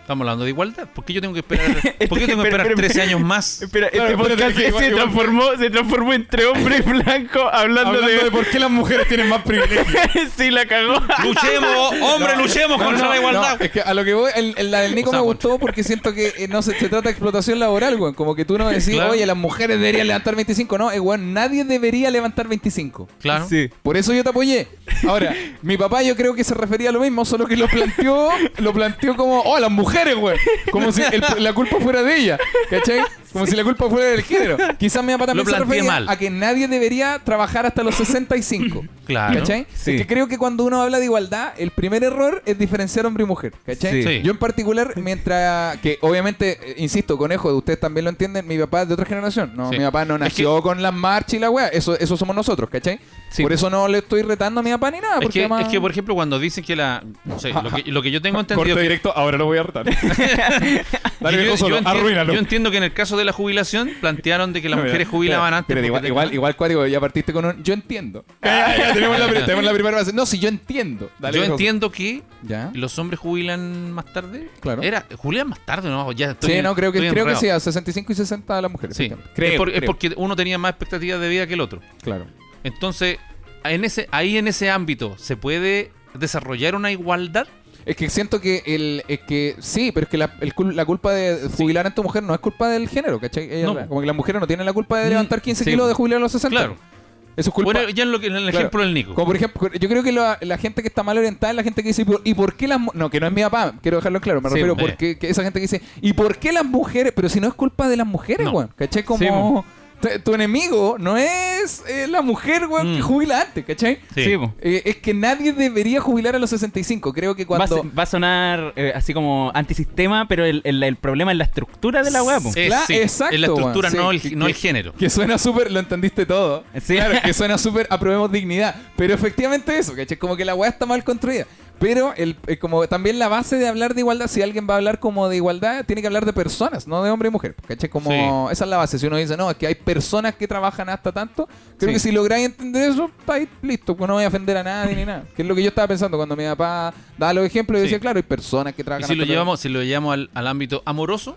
[SPEAKER 5] Estamos hablando de igualdad. ¿Por qué yo tengo que esperar, ¿por qué yo tengo que
[SPEAKER 4] Pero,
[SPEAKER 5] esperar
[SPEAKER 4] pero,
[SPEAKER 5] 13 años más?
[SPEAKER 4] Espera,
[SPEAKER 3] Claro,
[SPEAKER 4] este
[SPEAKER 3] espérate,
[SPEAKER 4] podcast
[SPEAKER 3] que igual-
[SPEAKER 4] se,
[SPEAKER 3] igual-
[SPEAKER 4] transformó, se transformó entre hombre y blanco hablando, de...
[SPEAKER 3] por qué las mujeres tienen más privilegios.
[SPEAKER 4] sí, la cagó.
[SPEAKER 5] Luchemos, hombre,
[SPEAKER 3] No,
[SPEAKER 5] luchemos
[SPEAKER 3] no,
[SPEAKER 5] contra la
[SPEAKER 3] no,
[SPEAKER 5] igualdad.
[SPEAKER 3] no, es que a lo que voy, el, el- la del Nico
[SPEAKER 5] O sea,
[SPEAKER 3] me gustó porque siento que eh, no se, se trata de explotación laboral, weón. Como que tú no decís,
[SPEAKER 5] Claro.
[SPEAKER 3] oye, las mujeres deberían levantar 25. No, eh, weón, nadie debería levantar 25.
[SPEAKER 5] Claro.
[SPEAKER 4] Sí.
[SPEAKER 3] Por eso yo te apoyé. Ahora, mi papá yo creo que se refería a lo mismo, solo que lo planteó, lo planteó como, oh, las mujeres, güey. Como si el- la culpa fuera de ella, ¿cachai? Como si la culpa fuera del género. Quizás mi papá también
[SPEAKER 5] Lo
[SPEAKER 3] se
[SPEAKER 5] planteé
[SPEAKER 3] refería
[SPEAKER 5] mal.
[SPEAKER 3] a que nadie debería trabajar hasta los 65.
[SPEAKER 5] Claro.
[SPEAKER 3] ¿Cachai?
[SPEAKER 4] Sí.
[SPEAKER 3] Es que creo que cuando uno habla de igualdad, el primer error es diferenciar hombre y mujer. ¿Cachai?
[SPEAKER 5] Sí. Sí.
[SPEAKER 3] Yo en particular, mientras que obviamente, eh, insisto, conejo, ustedes también lo entienden, mi papá es de otra generación. No,
[SPEAKER 5] Sí.
[SPEAKER 3] mi papá no
[SPEAKER 5] Es
[SPEAKER 3] nació con las marchas y la weá. Eso, eso somos nosotros, ¿cachai?
[SPEAKER 4] Sí.
[SPEAKER 3] Por eso no le estoy retando a mi papá ni nada.
[SPEAKER 5] Es
[SPEAKER 3] Ah, Porque
[SPEAKER 5] que,
[SPEAKER 3] además-
[SPEAKER 5] es que, por ejemplo, cuando dicen que la. o sea, lo, que, lo que yo tengo entendido.
[SPEAKER 2] Corte
[SPEAKER 5] que-
[SPEAKER 2] directo, ahora lo voy a retar. Dale,
[SPEAKER 5] yo-
[SPEAKER 2] viejo
[SPEAKER 5] yo,
[SPEAKER 2] solo,
[SPEAKER 5] entiendo,
[SPEAKER 2] arruínalo.
[SPEAKER 5] yo entiendo que en el caso de la jubilación plantearon de que las
[SPEAKER 2] No, mira,
[SPEAKER 5] mujeres jubilaban
[SPEAKER 3] Espera,
[SPEAKER 5] antes.
[SPEAKER 3] espera,
[SPEAKER 5] porque Ah,
[SPEAKER 3] igual, igual,
[SPEAKER 5] te-
[SPEAKER 3] igual, Cuadrigo, ya partiste con un. Yo entiendo. Ya, ya, ya, tenemos, la, pri- tenemos la primera base. No, si yo entiendo. Dale,
[SPEAKER 5] yo
[SPEAKER 3] viejo.
[SPEAKER 5] entiendo que
[SPEAKER 3] Ya.
[SPEAKER 5] los hombres jubilan más tarde.
[SPEAKER 3] Claro.
[SPEAKER 5] Era, jubilan más tarde, ¿no? Ya estoy
[SPEAKER 3] Sí,
[SPEAKER 5] en-
[SPEAKER 3] no, creo que,
[SPEAKER 5] estoy
[SPEAKER 3] creo que
[SPEAKER 5] enredado.
[SPEAKER 3] sí, a 65 y 60 a las mujeres.
[SPEAKER 5] Sí.
[SPEAKER 3] por ejemplo.
[SPEAKER 5] es, por- es
[SPEAKER 3] creo.
[SPEAKER 5] porque uno tenía más expectativas de vida que el otro.
[SPEAKER 3] Claro.
[SPEAKER 5] Entonces, en ese, ahí en ese ámbito, ¿se puede desarrollar una igualdad?
[SPEAKER 3] Es que siento que el, es que sí, pero es que la, el cul- la culpa de jubilar a tu mujer no es culpa del género, ¿cachai? Ella-
[SPEAKER 5] No. Mm,
[SPEAKER 3] Como que las mujeres no tienen la culpa de levantar 15
[SPEAKER 4] sí.
[SPEAKER 3] kilos de jubilar a los 60.
[SPEAKER 5] Claro.
[SPEAKER 3] Eso es culpa.
[SPEAKER 5] Bueno, ya en, lo que, en el
[SPEAKER 3] Claro.
[SPEAKER 5] ejemplo del Nico.
[SPEAKER 3] Como por ejemplo, yo creo que la, la gente que está mal orientada es la gente que dice, "¿Y por- ¿y por qué las mu-?" No, que no es mi papá, quiero dejarlo en claro, me
[SPEAKER 4] Sí,
[SPEAKER 3] refiero,
[SPEAKER 5] eh.
[SPEAKER 3] porque que esa gente que dice, ¿y por qué las mujeres? Pero si no es culpa de las mujeres,
[SPEAKER 5] No.
[SPEAKER 3] weón, ¿cachai? Como...
[SPEAKER 4] Sí, mo.
[SPEAKER 3] te- tu enemigo no es eh, la mujer, weón, que jubila antes, ¿cachai?
[SPEAKER 5] Sí.
[SPEAKER 4] Sí, po.
[SPEAKER 3] Eh, es que nadie debería jubilar a los 65. Creo que cuando.
[SPEAKER 4] Va, a, se- va a sonar eh, así como antisistema, pero el, el- el problema es la estructura de la weá, po.
[SPEAKER 5] Eh,
[SPEAKER 3] Cla-
[SPEAKER 5] sí,
[SPEAKER 3] exacto,
[SPEAKER 5] Es la estructura,
[SPEAKER 3] weón,
[SPEAKER 5] no,
[SPEAKER 3] sí,
[SPEAKER 5] el,
[SPEAKER 3] que-
[SPEAKER 5] no el
[SPEAKER 3] que-
[SPEAKER 5] género.
[SPEAKER 3] Que suena súper, lo entendiste todo.
[SPEAKER 4] Sí.
[SPEAKER 3] Claro, que suena súper, aprobemos dignidad. Pero efectivamente eso, ¿cachai? Como que la weá está mal construida. Pero el, eh, como también la base de hablar de igualdad, si alguien va a hablar como de igualdad, tiene que hablar de personas, no de hombre y mujer. ¿Cachai? Como esa es la base. Si uno dice, no, es que hay personas que trabajan hasta tanto, creo
[SPEAKER 4] Sí.
[SPEAKER 3] que si lográis entender eso, estáis listo, pues no voy a ofender a nadie ni nada. Que es lo que yo estaba pensando cuando mi papá daba los ejemplos y
[SPEAKER 5] Sí.
[SPEAKER 3] decía, claro, hay personas que
[SPEAKER 5] Y
[SPEAKER 3] trabajan
[SPEAKER 5] si lo
[SPEAKER 3] hasta
[SPEAKER 5] llevamos, si lo llevamos al, al ámbito amoroso,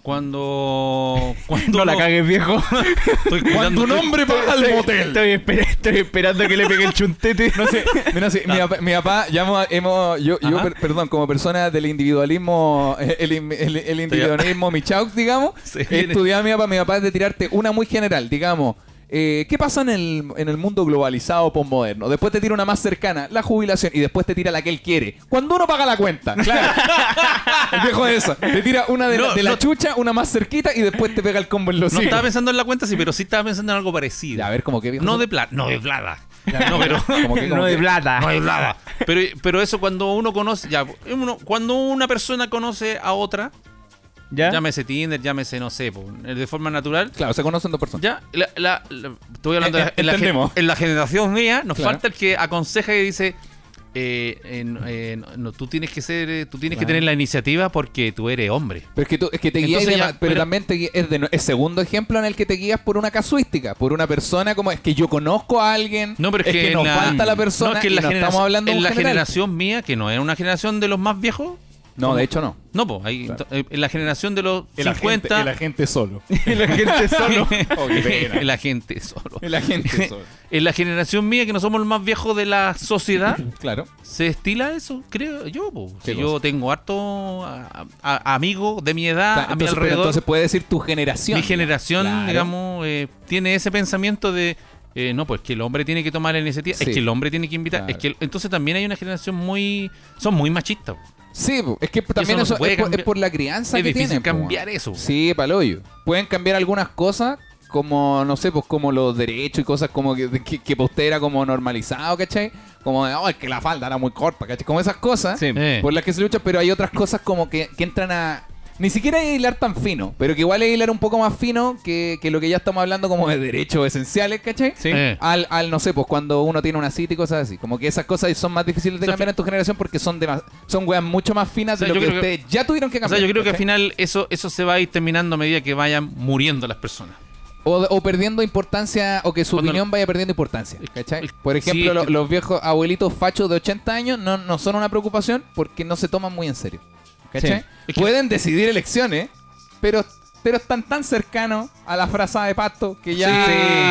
[SPEAKER 5] cuando. cuando
[SPEAKER 4] No la
[SPEAKER 5] uno-
[SPEAKER 4] cagues, viejo.
[SPEAKER 5] Estoy cuidando-
[SPEAKER 3] un hombre paga el motel.
[SPEAKER 4] Estoy, esper- estoy esperando que le pegue el chuntete.
[SPEAKER 3] No sé, mira, sí, mi, papá, mi papá, ya hemos, hemos- yo, yo
[SPEAKER 5] Ajá.
[SPEAKER 3] per- perdón, como persona del individualismo, eh, el, in- el- el individualismo Michaux, digamos,
[SPEAKER 5] Se
[SPEAKER 3] he
[SPEAKER 5] viene.
[SPEAKER 3] estudiado a mi papá, mi papá es de tirarte una muy general, digamos, eh, ¿qué pasa en el, en el mundo globalizado postmoderno? Después te tira una más cercana, la jubilación, y después te tira la que él quiere. Cuando uno paga la cuenta, claro. el viejo de eso, te tira una de, la,
[SPEAKER 5] No,
[SPEAKER 3] de la
[SPEAKER 5] no.
[SPEAKER 3] chucha, una más cerquita, y después te pega el combo en los
[SPEAKER 5] No
[SPEAKER 3] hijos.
[SPEAKER 5] estaba pensando en la cuenta, sí, pero sí estaba pensando en algo parecido.
[SPEAKER 3] Ya, A ver, como que viejo.
[SPEAKER 5] no
[SPEAKER 3] son-
[SPEAKER 5] de plata. No de plata. No, pero.
[SPEAKER 3] como que- como
[SPEAKER 4] No de
[SPEAKER 3] que-
[SPEAKER 4] plata.
[SPEAKER 5] No de plata. Pero, pero eso cuando uno conoce. Ya, uno- cuando una persona conoce a otra,
[SPEAKER 4] ¿Ya?
[SPEAKER 5] llámese Tinder, llámese, no sé, po, de forma natural.
[SPEAKER 3] Claro, se conocen dos personas.
[SPEAKER 5] Ya, la, la- la- estoy hablando de la-
[SPEAKER 3] Eh, eh,
[SPEAKER 5] en, la,
[SPEAKER 3] entendemos.
[SPEAKER 5] gen- en la generación mía, nos
[SPEAKER 3] Claro.
[SPEAKER 5] falta el que aconseja y dice, eh, eh, no, eh, no, no, tú tienes que ser, eh, tú tienes que tener la iniciativa porque tú eres hombre.
[SPEAKER 3] Pero es que, tú- es que te guías,
[SPEAKER 5] Entonces
[SPEAKER 3] de
[SPEAKER 5] ya-
[SPEAKER 3] ma- pero
[SPEAKER 5] pero-
[SPEAKER 3] también te guías- es, de no- es segundo ejemplo en el que te guías por una casuística, por una persona como es que yo conozco a alguien,
[SPEAKER 5] No, pero es, que, en
[SPEAKER 3] nos
[SPEAKER 5] la-
[SPEAKER 3] falta la
[SPEAKER 5] no,
[SPEAKER 3] persona,
[SPEAKER 5] es que en
[SPEAKER 3] y
[SPEAKER 5] la
[SPEAKER 3] no
[SPEAKER 5] generación-
[SPEAKER 3] estamos hablando de
[SPEAKER 5] en
[SPEAKER 3] un
[SPEAKER 5] la
[SPEAKER 3] general.
[SPEAKER 5] generación mía, que no es una generación de los más viejos.
[SPEAKER 3] No, de hecho no.
[SPEAKER 5] No, pues, ahí,
[SPEAKER 3] Claro.
[SPEAKER 5] ento- eh, en la generación de los 50.
[SPEAKER 3] solo.
[SPEAKER 4] Y la gente solo.
[SPEAKER 3] Oh,
[SPEAKER 5] en la gente solo.
[SPEAKER 3] El agente solo.
[SPEAKER 5] En la generación mía, que no somos los más viejos de la sociedad,
[SPEAKER 3] Claro.
[SPEAKER 5] ¿Se estila eso? Creo yo. po.
[SPEAKER 3] ¿Qué
[SPEAKER 5] Si
[SPEAKER 3] cosa?
[SPEAKER 5] yo tengo harto a- a- amigos de mi
[SPEAKER 3] O
[SPEAKER 5] edad,
[SPEAKER 3] sea,
[SPEAKER 5] Ah, a mi
[SPEAKER 3] entonces, pero
[SPEAKER 5] alrededor.
[SPEAKER 3] entonces puede decir tu generación.
[SPEAKER 5] mi generación,
[SPEAKER 3] Claro.
[SPEAKER 5] digamos, eh, tiene ese pensamiento de. eh, no, pues que el hombre tiene que tomar la iniciativa,
[SPEAKER 3] Sí.
[SPEAKER 5] es que el hombre tiene que invitar.
[SPEAKER 3] Claro.
[SPEAKER 5] Es que el- entonces también hay una generación muy. Son muy machistas. po.
[SPEAKER 3] Sí, po, es que también
[SPEAKER 5] no
[SPEAKER 3] eso,
[SPEAKER 5] se puede
[SPEAKER 3] es, por,
[SPEAKER 5] cambiar.
[SPEAKER 3] es por la crianza
[SPEAKER 5] Es
[SPEAKER 3] que
[SPEAKER 5] difícil
[SPEAKER 3] tienen. po,
[SPEAKER 5] cambiar
[SPEAKER 3] weón.
[SPEAKER 5] eso.
[SPEAKER 3] Sí, paloyo. Pueden cambiar algunas cosas, como, no sé, pues como los derechos y cosas como que, que, que para usted era como normalizado, ¿cachai? Como de, oh, es que la falda era muy corta, ¿cachai? Como esas cosas
[SPEAKER 4] Sí.
[SPEAKER 5] Eh.
[SPEAKER 3] por las que se lucha, pero hay otras cosas como que, que entran a... Ni siquiera es hilar tan fino, pero que igual es hilar un poco más fino que, que lo que ya estamos hablando como de derechos esenciales, ¿cachai?
[SPEAKER 4] Sí.
[SPEAKER 5] Eh.
[SPEAKER 3] Al, al, no sé, pues cuando uno tiene una cita y cosas así. Como que esas cosas son más difíciles de
[SPEAKER 5] O sea,
[SPEAKER 3] cambiar en tu generación porque son de más- son weas mucho más finas
[SPEAKER 5] O sea,
[SPEAKER 3] de lo
[SPEAKER 5] yo
[SPEAKER 3] que
[SPEAKER 5] creo que-
[SPEAKER 3] ustedes ya tuvieron que
[SPEAKER 5] O sea,
[SPEAKER 3] cambiar.
[SPEAKER 5] yo creo que al
[SPEAKER 3] ¿cachai?
[SPEAKER 5] final eso, eso se va a ir terminando a medida que vayan muriendo las personas.
[SPEAKER 3] O, o perdiendo importancia, o que su
[SPEAKER 5] Cuando-
[SPEAKER 3] opinión vaya perdiendo importancia. ¿cachai?
[SPEAKER 5] Sí,
[SPEAKER 3] Por ejemplo,
[SPEAKER 5] es
[SPEAKER 3] lo-
[SPEAKER 5] que-
[SPEAKER 3] los viejos abuelitos fachos de 80 años no, no son una preocupación porque no se toman muy en serio. ¿cachai?
[SPEAKER 4] Sí.
[SPEAKER 5] Es que-
[SPEAKER 3] Pueden decidir elecciones, pero, pero están tan cercanos a la frazada de pasto que ya,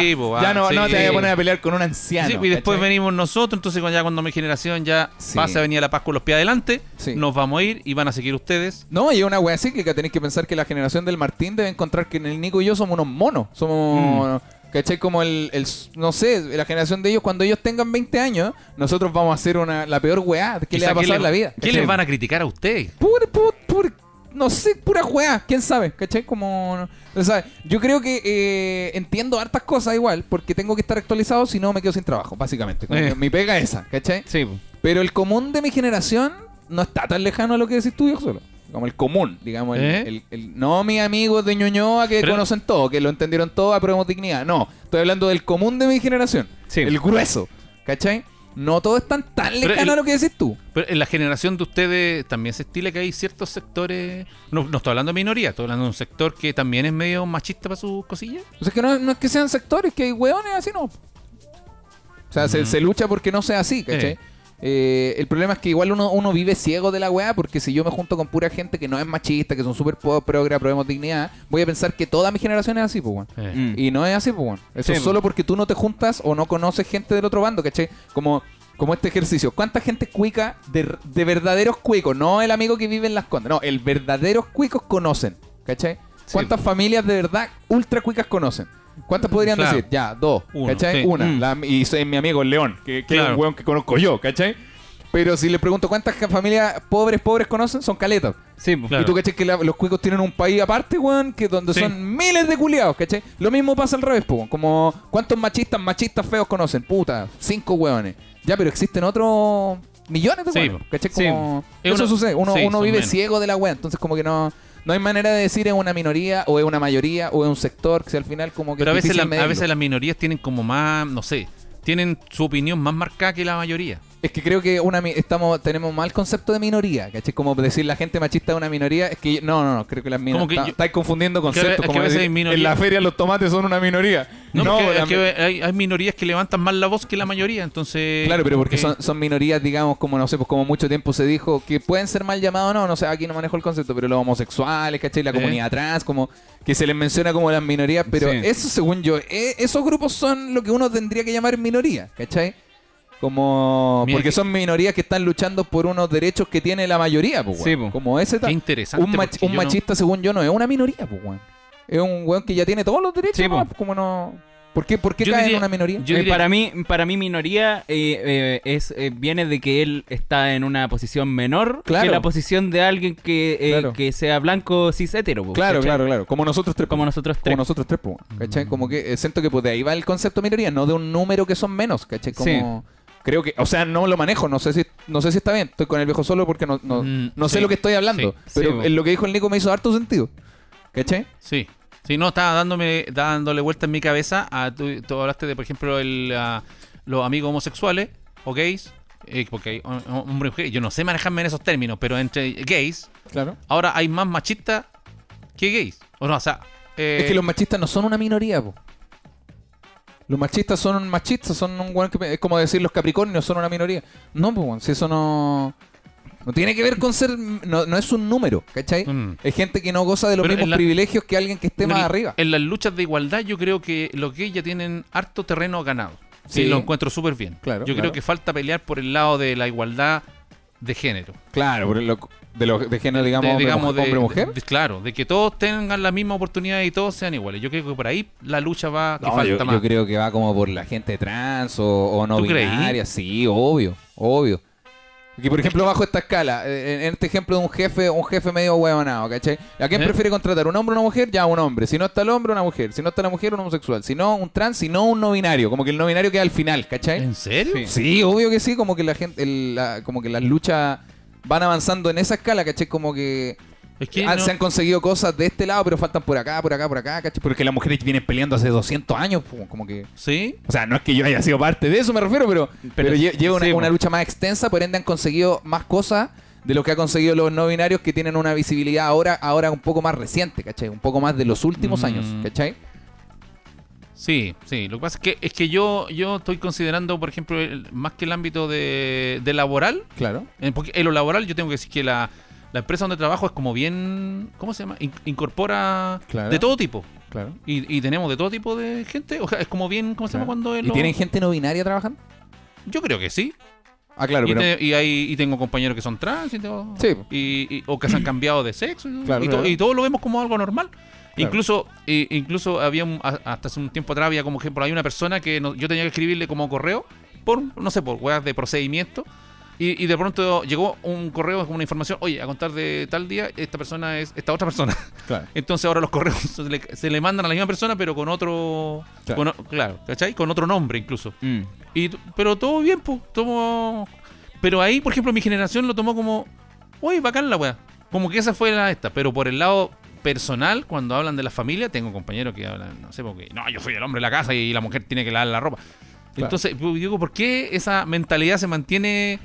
[SPEAKER 5] Sí, po,
[SPEAKER 3] ya
[SPEAKER 5] ah,
[SPEAKER 3] no, no
[SPEAKER 5] sí.
[SPEAKER 3] te vayas a poner a pelear con un anciano.
[SPEAKER 5] Sí, pues, y después
[SPEAKER 3] ¿cachai?
[SPEAKER 5] venimos nosotros, entonces cuando- ya cuando mi generación ya
[SPEAKER 3] Sí.
[SPEAKER 5] pasa a venir a la paz con los pies adelante,
[SPEAKER 3] Sí.
[SPEAKER 5] nos vamos a ir y van a seguir ustedes.
[SPEAKER 3] No, y es una wea cíclica. Tenéis que pensar que la generación del Martín debe encontrar que en el Nico y yo somos unos monos. Somos,
[SPEAKER 5] Mm.
[SPEAKER 3] ¿cachai? Como el, el- no sé, la generación de ellos, cuando ellos tengan 20 años, nosotros vamos a hacer una, la peor weá que les
[SPEAKER 5] Quizá,
[SPEAKER 3] va a pasar en la vida.
[SPEAKER 5] ¿Qué les van a criticar a ustedes?
[SPEAKER 3] Pur, pur, pur- no sé, pura weá. ¿Quién sabe? ¿Cachai? Como, no sabe. Yo creo que eh, entiendo hartas cosas igual, porque tengo que estar actualizado, si no me quedo sin trabajo, básicamente. Como
[SPEAKER 5] Eh.
[SPEAKER 3] que Mi pega es esa, ¿cachai?
[SPEAKER 4] Sí, po.
[SPEAKER 3] Pero el común de mi generación no está tan lejano a lo que decís tú, yo solo. Como el común, digamos. el-
[SPEAKER 5] ¿Eh?
[SPEAKER 3] el- el- no mis amigos de Ñuñoa que
[SPEAKER 5] Pero-
[SPEAKER 3] conocen todo, que lo entendieron todo, aprobamos dignidad. No, estoy hablando del común de mi generación.
[SPEAKER 4] Sí.
[SPEAKER 3] El grueso, ¿cachai? No todos están tan lejanos
[SPEAKER 5] el-
[SPEAKER 3] a lo que decís tú.
[SPEAKER 5] Pero en la generación de ustedes también se estila que hay ciertos sectores. No, no estoy hablando de minoría, estoy hablando de un sector que también es medio machista para sus cosillas.
[SPEAKER 3] O sea, que no, no es que sean sectores, que hay hueones así, no. O sea, se, se lucha porque no sea así, ¿cachai?
[SPEAKER 5] Eh.
[SPEAKER 3] Eh, el problema es que igual uno, uno vive ciego de la weá, porque si yo me junto con pura gente que no es machista, que son súper po- progre, aprobemos dignidad, voy a pensar que toda mi generación es así, pues, weón.
[SPEAKER 5] Eh.
[SPEAKER 4] Mm.
[SPEAKER 3] Y no es así, pues, weón. Eso
[SPEAKER 4] Sí,
[SPEAKER 3] es
[SPEAKER 4] po.
[SPEAKER 3] solo porque tú no te juntas o no conoces gente del otro bando, ¿cachai? Como, como este ejercicio. ¿Cuánta gente cuica de, de verdaderos cuicos? No el amigo que vive en las condas. No, el verdaderos cuicos conocen, ¿cachai? ¿Cuántas familias de verdad ultra cuicas conocen? ¿Cuántas podrían
[SPEAKER 5] Claro.
[SPEAKER 3] decir? Ya, dos,
[SPEAKER 5] Uno,
[SPEAKER 3] ¿cachai?
[SPEAKER 5] sí.
[SPEAKER 3] Una.
[SPEAKER 4] Mm.
[SPEAKER 3] La- y soy mi amigo el León, que, que es
[SPEAKER 5] Claro.
[SPEAKER 3] un weón que conozco yo, ¿cachai? Pero si les pregunto cuántas ca- familias pobres, pobres conocen, son caletas.
[SPEAKER 4] Sí, po.
[SPEAKER 5] Claro.
[SPEAKER 3] Y tú caché que la- los cuicos tienen un país aparte, weón, que donde
[SPEAKER 5] Sí.
[SPEAKER 3] son miles de culiados, caché. Lo mismo pasa al revés, po, weón. Como, ¿cuántos machistas, machistas feos conocen? Puta, cinco weones. Ya, pero existen otros millones de
[SPEAKER 5] Sí,
[SPEAKER 3] weones,
[SPEAKER 5] po.
[SPEAKER 3] caché.
[SPEAKER 4] Sí.
[SPEAKER 3] Como,
[SPEAKER 5] Es
[SPEAKER 3] Eso
[SPEAKER 5] una-
[SPEAKER 3] sucede. Uno,
[SPEAKER 5] sí,
[SPEAKER 3] uno
[SPEAKER 5] son
[SPEAKER 3] vive
[SPEAKER 5] menos.
[SPEAKER 3] ciego de la wea, entonces como que no... No hay manera de decir es una minoría o es una mayoría o es un sector que al final como que...
[SPEAKER 5] Pero a
[SPEAKER 3] es
[SPEAKER 5] veces, la-
[SPEAKER 3] difícil
[SPEAKER 5] a
[SPEAKER 3] medirlo.
[SPEAKER 5] veces las minorías tienen como más, no sé, tienen su opinión más marcada que la mayoría.
[SPEAKER 3] Es que creo que una mi- estamos tenemos mal concepto de minoría, ¿cachai? Como decir la gente machista es una minoría, es que no, no, no, creo que las
[SPEAKER 5] Como
[SPEAKER 3] minorías
[SPEAKER 5] que
[SPEAKER 3] está-
[SPEAKER 5] yo-
[SPEAKER 3] estáis confundiendo
[SPEAKER 5] es
[SPEAKER 3] conceptos,
[SPEAKER 5] que
[SPEAKER 3] como
[SPEAKER 5] a veces
[SPEAKER 3] decir,
[SPEAKER 5] hay minoría-
[SPEAKER 3] en la feria los tomates son una minoría.
[SPEAKER 5] No, porque
[SPEAKER 3] la
[SPEAKER 5] es que hay, hay minorías que levantan más la voz que la mayoría, entonces...
[SPEAKER 3] Claro, pero porque
[SPEAKER 5] eh,
[SPEAKER 3] son, son minorías, digamos, como no sé, pues como mucho tiempo se dijo que pueden ser mal llamados, no, no sé, aquí no manejo el concepto, pero los homosexuales, ¿cachai? La
[SPEAKER 5] Eh.
[SPEAKER 3] comunidad trans, como que se les menciona como las minorías, pero
[SPEAKER 4] Sí.
[SPEAKER 3] eso, según yo, e- esos grupos son lo que uno tendría que llamar minoría, ¿cachai? Como.
[SPEAKER 5] Mira
[SPEAKER 3] porque
[SPEAKER 5] que-
[SPEAKER 3] son minorías que están luchando por unos derechos que tiene la mayoría, pues,
[SPEAKER 4] Sí,
[SPEAKER 3] weón.
[SPEAKER 4] po.
[SPEAKER 3] Como ese
[SPEAKER 5] Qué
[SPEAKER 3] tal.
[SPEAKER 5] interesante.
[SPEAKER 3] Un, mach-
[SPEAKER 5] porque
[SPEAKER 3] un
[SPEAKER 5] yo no-
[SPEAKER 3] machista, según yo, no es una minoría, pues, weón. Es un weón que ya tiene todos los derechos,
[SPEAKER 4] Sí,
[SPEAKER 3] ¿no?
[SPEAKER 4] po.
[SPEAKER 3] Como no. ¿Por qué, por qué
[SPEAKER 5] Yo
[SPEAKER 3] cae en
[SPEAKER 5] diría-
[SPEAKER 3] una minoría?
[SPEAKER 5] yo
[SPEAKER 4] Eh,
[SPEAKER 5] diría-
[SPEAKER 4] para mí, para mí minoría eh, eh, es eh, viene de que él está en una posición menor
[SPEAKER 3] Claro.
[SPEAKER 4] que la posición de alguien que, eh,
[SPEAKER 3] Claro.
[SPEAKER 4] que sea blanco cis hetero. po,
[SPEAKER 3] Claro,
[SPEAKER 4] ¿cachai?
[SPEAKER 3] claro, claro. Como nosotros tres.
[SPEAKER 4] Como nosotros Mm.
[SPEAKER 3] Como
[SPEAKER 4] tres.
[SPEAKER 3] nosotros tres, po, ¿cachai? Como que eh, siento que pues, de ahí va el concepto de minoría, no de un número que son menos, ¿cachai? Como, Creo que, o sea, no lo manejo, no sé si no sé si está bien, estoy con el viejo solo porque no, no,
[SPEAKER 5] Mm,
[SPEAKER 3] no sé
[SPEAKER 5] sí.
[SPEAKER 3] lo que estoy hablando,
[SPEAKER 4] Sí, sí,
[SPEAKER 3] pero
[SPEAKER 4] po.
[SPEAKER 3] en lo que dijo el Nico me hizo harto sentido, ¿cachai?
[SPEAKER 5] Sí. Sí, no, estaba dándome, dándole vuelta en mi cabeza. A, tú, tú hablaste de, por ejemplo, el, ah, los amigos homosexuales o gays. eh, porque hay hom- hom- hombre y mujer. Yo no sé manejarme en esos términos, pero entre gays,
[SPEAKER 3] Claro.
[SPEAKER 5] ahora hay más machistas que gays. O, no, o sea, eh,
[SPEAKER 3] Es que los machistas no son una minoría, po. Los machistas son machistas, son un weón que... Es como decir los capricornios son una minoría. No, po, weón, si eso no... No tiene que ver con ser... No, no es un número, ¿cachai?
[SPEAKER 5] Mm.
[SPEAKER 3] Es gente que no goza de los
[SPEAKER 5] Pero
[SPEAKER 3] mismos
[SPEAKER 5] en la-
[SPEAKER 3] privilegios que alguien que esté
[SPEAKER 5] en
[SPEAKER 3] más
[SPEAKER 5] el-
[SPEAKER 3] arriba.
[SPEAKER 5] En las luchas de igualdad, yo creo que los gays ya tienen harto terreno ganado.
[SPEAKER 3] Sí.
[SPEAKER 5] Sí, lo encuentro súper bien.
[SPEAKER 3] Claro,
[SPEAKER 5] yo
[SPEAKER 3] claro.
[SPEAKER 5] creo que falta pelear por el lado de la igualdad de género.
[SPEAKER 3] Claro, pero lo- de, lo- de género, digamos,
[SPEAKER 5] de-
[SPEAKER 3] hombre,
[SPEAKER 5] digamos,
[SPEAKER 3] mujer, hombre,
[SPEAKER 5] de-
[SPEAKER 3] mujer.
[SPEAKER 5] de- claro, de que todos tengan las mismas oportunidades y todos sean iguales. Yo creo que por ahí la lucha va que
[SPEAKER 3] No,
[SPEAKER 5] falta
[SPEAKER 3] yo,
[SPEAKER 5] más.
[SPEAKER 3] yo creo que va como por la gente trans o, o no
[SPEAKER 5] ¿Tú creí?
[SPEAKER 3] binaria, sí, obvio, obvio. Que por ejemplo, bajo esta escala, eh, en en este ejemplo de un jefe, un jefe medio huevonado, ¿cachai? ¿A quién
[SPEAKER 5] ¿Eh?
[SPEAKER 3] prefiere contratar? ¿Un hombre o una mujer? Ya, un hombre. Si no está el hombre, una mujer. Si no está la mujer, un homosexual. Si no, un trans, si no, un no binario. Como que el no binario queda al final, ¿cachai?
[SPEAKER 5] ¿En serio?
[SPEAKER 4] Sí.
[SPEAKER 3] Sí, obvio que sí, como que la gente, el- la- como que las luchas van avanzando en esa escala, ¿cachai? Como que
[SPEAKER 5] Es que
[SPEAKER 3] han-
[SPEAKER 5] no-
[SPEAKER 3] Ah, se han conseguido cosas de este lado, pero faltan por acá, por acá, por acá, ¿cachai? Porque las mujeres vienen peleando hace 200 años, pu, como que...
[SPEAKER 5] sí,
[SPEAKER 3] O sea, no es que yo haya sido parte de eso, me refiero, pero, pero, lle- lleva una,
[SPEAKER 4] sí,
[SPEAKER 3] una
[SPEAKER 4] po.
[SPEAKER 3] lucha más extensa, por ende han conseguido más cosas de lo que han conseguido los no binarios que tienen una visibilidad ahora, ahora un poco más reciente, ¿cachai? Un poco más de los últimos
[SPEAKER 5] Mm.
[SPEAKER 3] años, ¿cachai?
[SPEAKER 5] sí, sí. Lo que pasa es que, es que yo, yo estoy considerando, por ejemplo, el- más que el ámbito de, de laboral,
[SPEAKER 3] Claro.
[SPEAKER 5] eh, porque en lo laboral yo tengo que decir que la, la empresa donde trabajo es como bien, ¿cómo se llama? In- incorpora
[SPEAKER 3] Claro.
[SPEAKER 5] de todo tipo.
[SPEAKER 3] Claro.
[SPEAKER 5] Y, y tenemos de todo tipo de gente. O sea, es como bien, ¿cómo se llama cuando es
[SPEAKER 3] ¿Y
[SPEAKER 5] lo-
[SPEAKER 3] tienen gente no binaria trabajando?
[SPEAKER 5] Yo creo que sí.
[SPEAKER 3] Ah, claro,
[SPEAKER 5] y,
[SPEAKER 3] pero...
[SPEAKER 5] te- y hay- y tengo compañeros que son trans y, tengo-
[SPEAKER 3] Sí.
[SPEAKER 5] y- y- o que se han cambiado de sexo y-
[SPEAKER 3] Claro,
[SPEAKER 5] y, to-
[SPEAKER 3] claro.
[SPEAKER 5] y todo lo vemos como algo normal.
[SPEAKER 3] Claro.
[SPEAKER 5] Incluso, e- incluso había un- a- hasta hace un tiempo atrás había como ejemplo, hay una persona que no- yo tenía que escribirle como correo por, no sé, por weas de procedimiento. Y, y de pronto llegó un correo con una información, oye, a contar de tal día, esta persona es esta otra persona.
[SPEAKER 3] Claro.
[SPEAKER 5] Entonces ahora los correos se le, se le mandan a la misma persona, pero con otro,
[SPEAKER 3] Claro.
[SPEAKER 5] con o- claro, ¿cachai? Con otro nombre incluso.
[SPEAKER 4] Mm.
[SPEAKER 5] Y, t- pero todo bien, pues. Tomo... Pero ahí, por ejemplo, mi generación lo tomó como, uy, bacán la weá. Como que esa fue la esta. Pero por el lado personal, cuando hablan de la familia, tengo compañeros que hablan, no sé, porque, no, yo soy el hombre de la casa y la mujer tiene que lavar la ropa. Entonces, yo digo, ¿por qué esa mentalidad se mantiene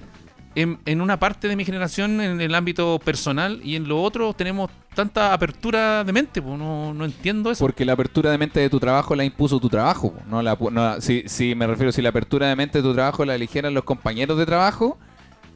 [SPEAKER 5] en, en una parte de mi generación, en el ámbito personal, y en lo otro tenemos tanta apertura de mente? Pues no, no entiendo eso.
[SPEAKER 3] Porque la apertura de mente de tu trabajo la impuso tu trabajo. po. No la, pu- no la- si, si me refiero, si la apertura de mente de tu trabajo la eligieran los compañeros de trabajo,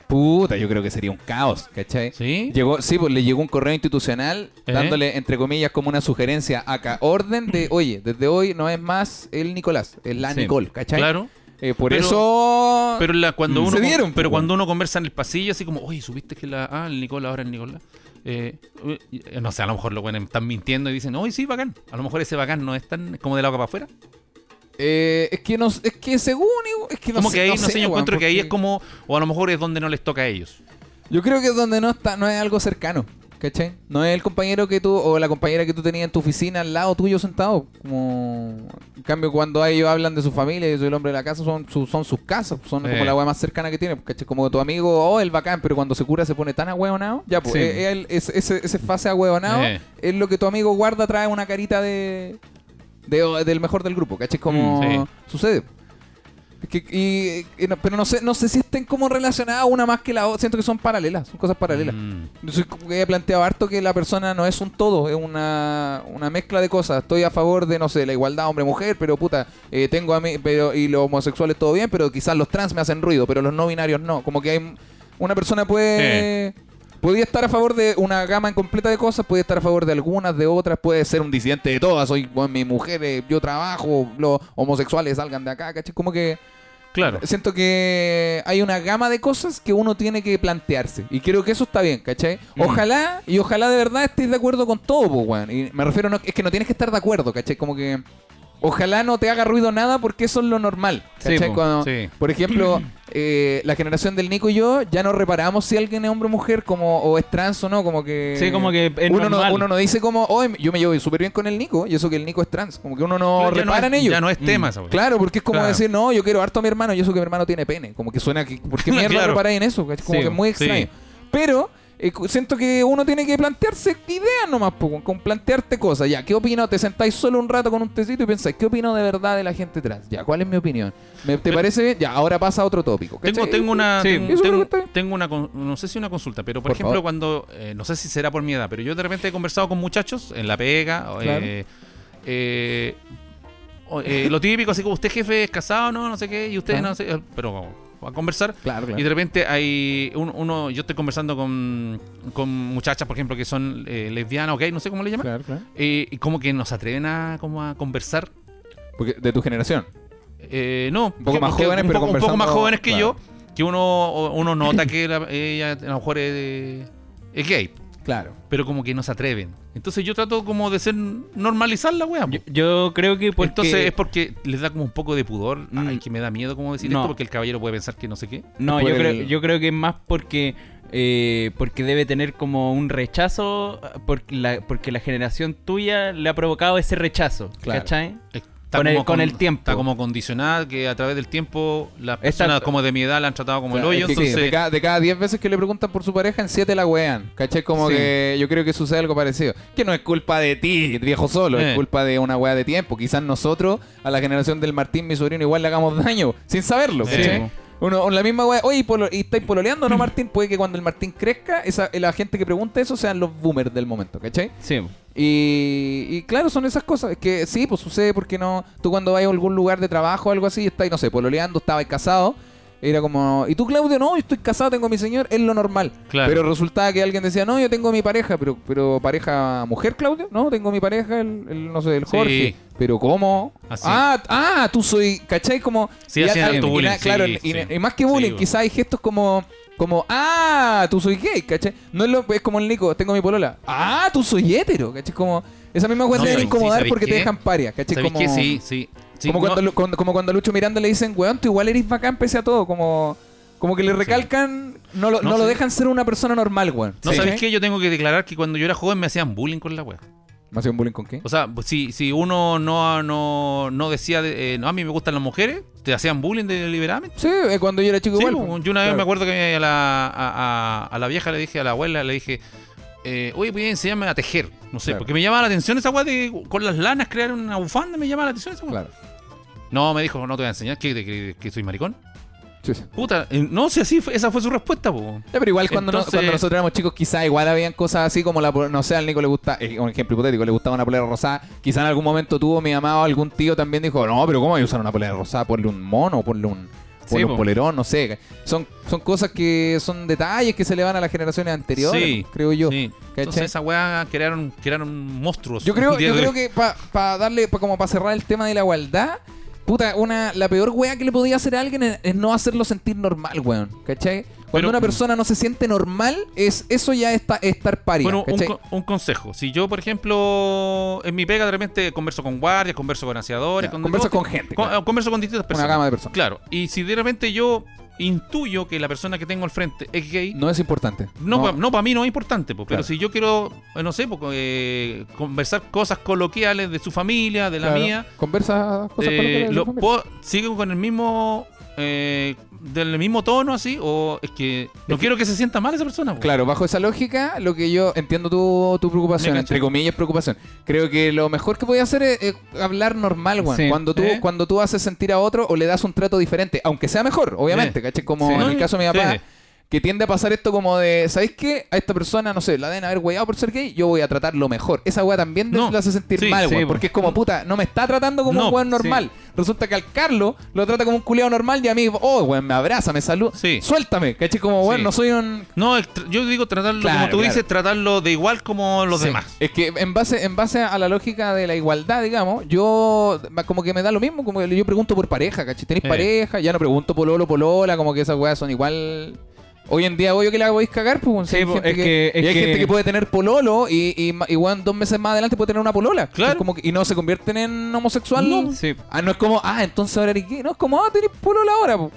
[SPEAKER 3] puta, yo creo que sería un caos, ¿cachai?
[SPEAKER 5] ¿Sí?
[SPEAKER 3] Llegó, sí, pues le llegó un correo institucional
[SPEAKER 5] ¿Eh?
[SPEAKER 3] dándole, entre comillas, como una sugerencia acá. Orden de, oye, desde hoy no es más el Nicolás, es la
[SPEAKER 4] Sí,
[SPEAKER 3] Nicole, ¿cachai?
[SPEAKER 5] Claro.
[SPEAKER 3] Eh, por
[SPEAKER 5] Pero-
[SPEAKER 3] eso...
[SPEAKER 5] Pero la- cuando
[SPEAKER 3] Mm.
[SPEAKER 5] uno
[SPEAKER 3] Se
[SPEAKER 5] con-
[SPEAKER 3] dieron,
[SPEAKER 5] pero
[SPEAKER 3] pues,
[SPEAKER 5] cuando uno conversa en el pasillo, así como, oye, supiste que la. Ah, el Nicolás, ahora el Nicolás. Eh, eh, eh, no sé, a lo mejor los buenos están mintiendo y dicen, oye, sí, bacán. A lo mejor ese bacán no es tan como de la boca para afuera.
[SPEAKER 3] Eh, es que no, es que según igual- es que no
[SPEAKER 5] como
[SPEAKER 3] sé,
[SPEAKER 5] que ahí,
[SPEAKER 3] no
[SPEAKER 5] no sé, yo
[SPEAKER 3] weón,
[SPEAKER 5] encuentro que ahí
[SPEAKER 3] porque
[SPEAKER 5] es como, o a lo mejor es donde no les toca a ellos.
[SPEAKER 3] Yo creo que es donde no está, no es algo cercano, ¿cachai? No es el compañero que tú, o la compañera que tú tenías en tu oficina al lado tuyo sentado. Como, en cambio, cuando ellos hablan de su familia, yo soy el hombre de la casa, son, su- son sus casas, son
[SPEAKER 5] Eh.
[SPEAKER 3] como la weá más cercana que tiene, ¿cachai? Como tu amigo, oh, el bacán, pero cuando se cura se pone tan ahueonado. Ya, pues,
[SPEAKER 5] Sí.
[SPEAKER 3] eh, él- es- ese, ese fase ahueonado
[SPEAKER 5] Eh.
[SPEAKER 3] es lo que tu amigo guarda, trae una carita de, de- del mejor del grupo, ¿cachai? Como
[SPEAKER 5] Mm, sí.
[SPEAKER 3] sucede. Es que- y- y no- pero no sé, no sé si estén como relacionadas una más que la otra. Siento que son paralelas, son cosas paralelas.
[SPEAKER 5] Mm.
[SPEAKER 3] Yo soy- he planteado harto que la persona no es un todo, es una, una mezcla de cosas. Estoy a favor de, no sé, la igualdad hombre-mujer, pero puta, eh, tengo a mí, pero, y los homosexuales todo bien, pero quizás los trans me hacen ruido, pero los no binarios no. Como que hay una persona puede... Podría estar a favor de una gama incompleta de cosas, puede estar a favor de algunas, de otras, puede ser un disidente de todas. Soy, bueno, mi mujer, eh, yo trabajo, los homosexuales salgan de acá, ¿cachai? Como que
[SPEAKER 5] Claro.
[SPEAKER 3] siento que hay una gama de cosas que uno tiene que plantearse. Y creo que eso está bien, ¿cachai?
[SPEAKER 5] Mm.
[SPEAKER 3] Ojalá, y ojalá de verdad estés de acuerdo con todo, po, weón. Y me refiero, no, es que no tienes que estar de acuerdo, ¿cachai? Como que. Ojalá no te haga ruido nada porque eso es lo normal.
[SPEAKER 5] Sí,
[SPEAKER 3] ¿cachai?
[SPEAKER 5] po,
[SPEAKER 3] Cuando-
[SPEAKER 5] sí.
[SPEAKER 3] Por ejemplo, eh, la generación del Nico y yo ya no reparamos si alguien es hombre o mujer como, o es trans o no. Como que.
[SPEAKER 4] Sí, como que es
[SPEAKER 3] uno, no,
[SPEAKER 4] normal.
[SPEAKER 3] uno no dice como, oh, yo me llevo súper bien con el Nico y eso que el Nico es trans. Como que uno no
[SPEAKER 5] Claro, ya no
[SPEAKER 3] repara en
[SPEAKER 5] es-
[SPEAKER 3] ello. Mm.
[SPEAKER 5] Ya no es tema esa weá.
[SPEAKER 3] Claro, porque es como
[SPEAKER 5] Claro.
[SPEAKER 3] decir, no, yo quiero harto a mi hermano y eso que mi hermano tiene pene. Como que suena que, ¿por qué mierda
[SPEAKER 5] Claro.
[SPEAKER 3] reparáis en eso? Es como
[SPEAKER 4] Sí,
[SPEAKER 3] que es muy
[SPEAKER 5] sí.
[SPEAKER 3] extraño. Pero eh, cu- siento que uno tiene que plantearse ideas nomás, po, con, con plantearte cosas. Ya, ¿qué opino? Te sentáis solo un rato con un tecito y pensáis, ¿qué opino de verdad de la gente trans? Ya, ¿cuál es mi opinión? ¿Me- ¿Te parece bien? Ya, ahora pasa a otro tópico.
[SPEAKER 5] Tengo,
[SPEAKER 3] ¿cachai?
[SPEAKER 5] tengo una.
[SPEAKER 4] Sí.
[SPEAKER 5] tengo-
[SPEAKER 3] Eso creo
[SPEAKER 5] tengo-
[SPEAKER 3] que está bien.
[SPEAKER 5] tengo una. con- No sé si una consulta, pero por,
[SPEAKER 3] Por
[SPEAKER 5] ejemplo,
[SPEAKER 3] favor.
[SPEAKER 5] cuando. eh, no sé si será por mi edad, pero yo de repente he conversado con muchachos en la pega. o,
[SPEAKER 3] Claro.
[SPEAKER 5] eh, eh, o, eh, lo típico, así como usted, jefe, es casado, no, no sé qué, y usted,
[SPEAKER 3] Claro.
[SPEAKER 5] no sé. eh, Pero vamos a conversar.
[SPEAKER 3] Claro, claro.
[SPEAKER 5] Y de repente hay un- uno, yo estoy conversando con, con muchachas, por ejemplo, que son eh, lesbianas, gay, no sé cómo le llaman,
[SPEAKER 3] Claro, claro.
[SPEAKER 5] eh, y como que nos atreven a, como a conversar
[SPEAKER 3] Porque de tu generación.
[SPEAKER 5] eh, no, un
[SPEAKER 3] poco más jóvenes, pero
[SPEAKER 5] un poco
[SPEAKER 3] conversando-
[SPEAKER 5] más jóvenes que
[SPEAKER 3] claro.
[SPEAKER 5] yo, que uno, uno nota que la- ella a lo mejor es, es gay,
[SPEAKER 3] Claro.
[SPEAKER 5] pero como que no se atreven. Entonces yo trato como de ser normalizar la wea. po. Pues
[SPEAKER 4] Yo, yo creo que pues, porque...
[SPEAKER 5] Entonces es porque les da como un poco de pudor,
[SPEAKER 4] Mm.
[SPEAKER 5] ay, que me da miedo como decir
[SPEAKER 4] No.
[SPEAKER 5] esto porque el caballero puede pensar que no sé qué.
[SPEAKER 4] No,
[SPEAKER 3] por
[SPEAKER 4] yo,
[SPEAKER 3] el-
[SPEAKER 4] creo, yo creo que es más porque eh, porque debe tener como un rechazo, porque la, porque la generación tuya le ha provocado ese rechazo,
[SPEAKER 3] Claro.
[SPEAKER 4] ¿cachai?
[SPEAKER 5] Está
[SPEAKER 4] Con el-
[SPEAKER 5] como
[SPEAKER 4] con el tiempo.
[SPEAKER 5] Está como condicionada que a través del tiempo las
[SPEAKER 4] Exacto.
[SPEAKER 5] personas como de mi edad la han tratado como
[SPEAKER 3] Claro,
[SPEAKER 5] el
[SPEAKER 3] es
[SPEAKER 5] hoyo.
[SPEAKER 3] que sí,
[SPEAKER 5] entonces,
[SPEAKER 3] de, cada, de cada 10 veces que le preguntan por su pareja, en 7 la wean. ¿Cachai? Como
[SPEAKER 5] Sí.
[SPEAKER 3] que yo creo que sucede algo parecido. Que no es culpa de ti, viejo solo.
[SPEAKER 5] Eh.
[SPEAKER 3] Es culpa de una wea de tiempo. Quizás nosotros, a la generación del Martín, mi sobrino, igual le hagamos daño. Sin saberlo,
[SPEAKER 5] Sí.
[SPEAKER 3] ¿cachai? Uno, la misma wea, oye, ¿y polo- ¿y estáis pololeando o no, Martín? Puede que cuando el Martín crezca, esa, la gente que pregunta eso sean los boomers del momento, ¿cachai?
[SPEAKER 4] Sí.
[SPEAKER 3] Y, y claro, son esas cosas. Es que sí, pues sucede porque no. Tú cuando vas a algún lugar de trabajo o algo así, estás, no sé, pues, pololeando, estabas casado. Era como, ¿y tú, Claudio? No, yo estoy casado, tengo a mi señor, es lo normal.
[SPEAKER 5] Claro.
[SPEAKER 3] Pero resultaba que alguien decía, no, yo tengo a mi pareja, pero pero pareja mujer, Claudio. No, tengo a mi pareja, el, el, no sé, el
[SPEAKER 5] Sí.
[SPEAKER 3] Jorge. Pero ¿cómo?
[SPEAKER 5] Así.
[SPEAKER 3] Ah, ah, tú soy, ¿cachai? Como.
[SPEAKER 5] Sí,
[SPEAKER 3] y-
[SPEAKER 5] hacían
[SPEAKER 3] ah,
[SPEAKER 5] harto
[SPEAKER 3] y na-
[SPEAKER 5] bullying,
[SPEAKER 3] Claro,
[SPEAKER 5] sí,
[SPEAKER 3] y,
[SPEAKER 5] sí.
[SPEAKER 3] y más que bullying,
[SPEAKER 5] Sí, bueno.
[SPEAKER 3] quizás hay gestos como, como, ah, tú soy gay, ¿cachai? No es, lo, es como el Nico, tengo mi polola. Ah, tú soy hétero, ¿cachai? Como, esa misma cuestión
[SPEAKER 5] No,
[SPEAKER 3] debe
[SPEAKER 5] sí,
[SPEAKER 3] incomodar
[SPEAKER 5] ¿sabéis
[SPEAKER 3] porque
[SPEAKER 5] qué?
[SPEAKER 3] te dejan paria, ¿cachai?
[SPEAKER 5] ¿sabéis
[SPEAKER 3] Como,
[SPEAKER 5] qué? Sí, sí. sí,
[SPEAKER 3] como,
[SPEAKER 5] no-
[SPEAKER 3] cuando, Lu- cuando- como cuando a Lucho Miranda le dicen, weón, tú igual eres bacán pese a todo, como, como que le recalcan, no lo,
[SPEAKER 5] No,
[SPEAKER 3] no lo
[SPEAKER 5] sí.
[SPEAKER 3] dejan ser una persona normal, weón.
[SPEAKER 5] No,
[SPEAKER 3] Sí.
[SPEAKER 5] ¿sabes qué? Yo tengo que declarar que cuando yo era joven me hacían bullying con la wea.
[SPEAKER 3] ¿Me hacían bullying con qué?
[SPEAKER 5] O sea, pues, si, si uno no, no, no decía, de, eh, no, a mí me gustan las mujeres, te hacían bullying deliberadamente.
[SPEAKER 3] Sí, eh, cuando yo era chico
[SPEAKER 5] Sí,
[SPEAKER 3] igual.
[SPEAKER 5] pues,
[SPEAKER 3] pues.
[SPEAKER 5] yo una vez
[SPEAKER 3] Claro.
[SPEAKER 5] me acuerdo que a la, a, a- a la vieja le dije, a la abuela le dije, eh, oye, voy a enseñarme a tejer. No sé,
[SPEAKER 3] Claro.
[SPEAKER 5] porque me llamaba la atención esa weá de con las lanas crear una bufanda, me llamaba la atención esa weá.
[SPEAKER 3] Claro.
[SPEAKER 5] No, me dijo, no te voy a enseñar, que, que, que soy maricón.
[SPEAKER 3] Sí, sí.
[SPEAKER 5] Puta, eh, no sé, así fue- esa fue su respuesta, po.
[SPEAKER 3] Ya, pero igual cuando, no-
[SPEAKER 5] Entonces-
[SPEAKER 3] cuando nosotros éramos chicos, quizás igual habían cosas así como la pol- no sé, al Nico le gusta, eh, un ejemplo hipotético, le gustaba una polera rosada, quizás en algún momento tuvo mi mamá o algún tío también dijo, no, pero ¿cómo voy a usar una polera rosada? Ponle un mono, ponle un, ponle un
[SPEAKER 4] po.
[SPEAKER 3] polerón, no sé. Son, son cosas que son detalles que se le van a las generaciones anteriores, creo yo.
[SPEAKER 5] sí. Entonces
[SPEAKER 3] ¿Cachai?
[SPEAKER 5] esa weá crearon, crearon monstruos.
[SPEAKER 3] Yo creo,
[SPEAKER 5] Día
[SPEAKER 3] yo
[SPEAKER 5] de
[SPEAKER 3] creo
[SPEAKER 5] hoy.
[SPEAKER 3] que para darle, pa- como para cerrar el tema de la igualdad, Puta, una, la peor weá que le podía hacer a alguien es, es no hacerlo sentir normal, weón. ¿Cachai? Cuando
[SPEAKER 5] Pero-
[SPEAKER 3] una persona no se siente normal, es eso ya está estar paria.
[SPEAKER 5] Bueno, un,
[SPEAKER 3] ¿cachai?
[SPEAKER 5] co- un consejo. Si yo, por ejemplo, en mi pega de repente converso con guardias, converso con aseadores,
[SPEAKER 3] Ya,
[SPEAKER 5] con
[SPEAKER 3] conversas
[SPEAKER 5] todo-
[SPEAKER 3] con gente,
[SPEAKER 5] con-
[SPEAKER 3] claro.
[SPEAKER 5] eh, Converso con distintas personas.
[SPEAKER 3] gama de personas.
[SPEAKER 5] Claro. Y si de repente yo intuyo que la persona que tengo al frente es gay,
[SPEAKER 3] No es importante.
[SPEAKER 5] no, pa- no. para mí no es importante, po, pero
[SPEAKER 3] Claro.
[SPEAKER 5] si yo quiero, eh, no sé, po, eh, conversar cosas coloquiales de su familia, de la
[SPEAKER 3] claro.
[SPEAKER 5] mía,
[SPEAKER 3] Conversa cosas
[SPEAKER 5] eh,
[SPEAKER 3] con la- con la
[SPEAKER 5] lo-
[SPEAKER 3] familia.
[SPEAKER 5] puedo- sigo con el mismo, eh, del mismo tono así, o es que no quiero que se sienta mal esa persona. po.
[SPEAKER 3] Claro, bajo esa lógica, lo que yo entiendo tu, tu preocupación,
[SPEAKER 5] Me
[SPEAKER 3] entre
[SPEAKER 5] cacho.
[SPEAKER 3] comillas preocupación. Creo que lo mejor que podía hacer es, eh, hablar normal, weón.
[SPEAKER 4] Sí.
[SPEAKER 3] Cuando tú,
[SPEAKER 5] ¿Eh?
[SPEAKER 3] cuando tú haces sentir a otro o le das un trato diferente, aunque sea mejor, obviamente,
[SPEAKER 5] Sí.
[SPEAKER 3] ¿cachai? Como
[SPEAKER 5] Sí.
[SPEAKER 3] en el
[SPEAKER 5] No,
[SPEAKER 3] caso de mi papá,
[SPEAKER 5] sí.
[SPEAKER 3] que tiende a pasar esto como de, ¿sabéis qué? A esta persona, no sé, la deben haber weyado por ser gay, yo voy a tratarlo mejor. Esa weá también
[SPEAKER 5] No.
[SPEAKER 3] la hace sentir
[SPEAKER 5] Sí,
[SPEAKER 3] mal,
[SPEAKER 5] sí,
[SPEAKER 3] weón,
[SPEAKER 5] po.
[SPEAKER 3] Porque es como, puta, no me está tratando como
[SPEAKER 5] No,
[SPEAKER 3] un weón
[SPEAKER 5] sí.
[SPEAKER 3] normal. Resulta que al Carlos lo trata como un culiado normal y a mí, oh, weón, me abraza, me saluda.
[SPEAKER 5] Sí.
[SPEAKER 3] Suéltame, ¿cachai? Como, weón,
[SPEAKER 5] Sí.
[SPEAKER 3] no soy un...
[SPEAKER 5] No, el tr- yo digo tratarlo, como
[SPEAKER 3] Claro,
[SPEAKER 5] tú
[SPEAKER 3] claro.
[SPEAKER 5] dices, tratarlo de igual como los
[SPEAKER 3] Sí.
[SPEAKER 5] demás.
[SPEAKER 3] Es que en base, en base a la lógica de la igualdad, digamos, yo ma- como que me da lo mismo, como que yo pregunto por pareja, ¿cachai? ¿Tenéis
[SPEAKER 5] Eh.
[SPEAKER 3] pareja? Ya no pregunto pololo, polola, como que esas weas son igual... Hoy en día, obvio que la podéis cagar, pues.
[SPEAKER 4] Sí,
[SPEAKER 3] hay
[SPEAKER 4] po,
[SPEAKER 3] gente
[SPEAKER 4] es que- es
[SPEAKER 3] y hay
[SPEAKER 4] que-
[SPEAKER 3] gente que puede tener pololo y, y, ma- y, weón, dos meses más adelante puede tener una polola.
[SPEAKER 5] Claro.
[SPEAKER 3] Es como que- y no se convierten en homosexual.
[SPEAKER 4] No. Sí.
[SPEAKER 3] Ah, no es como, ah, entonces ahora eres gay. No, es como, ah, tenés polola ahora, po.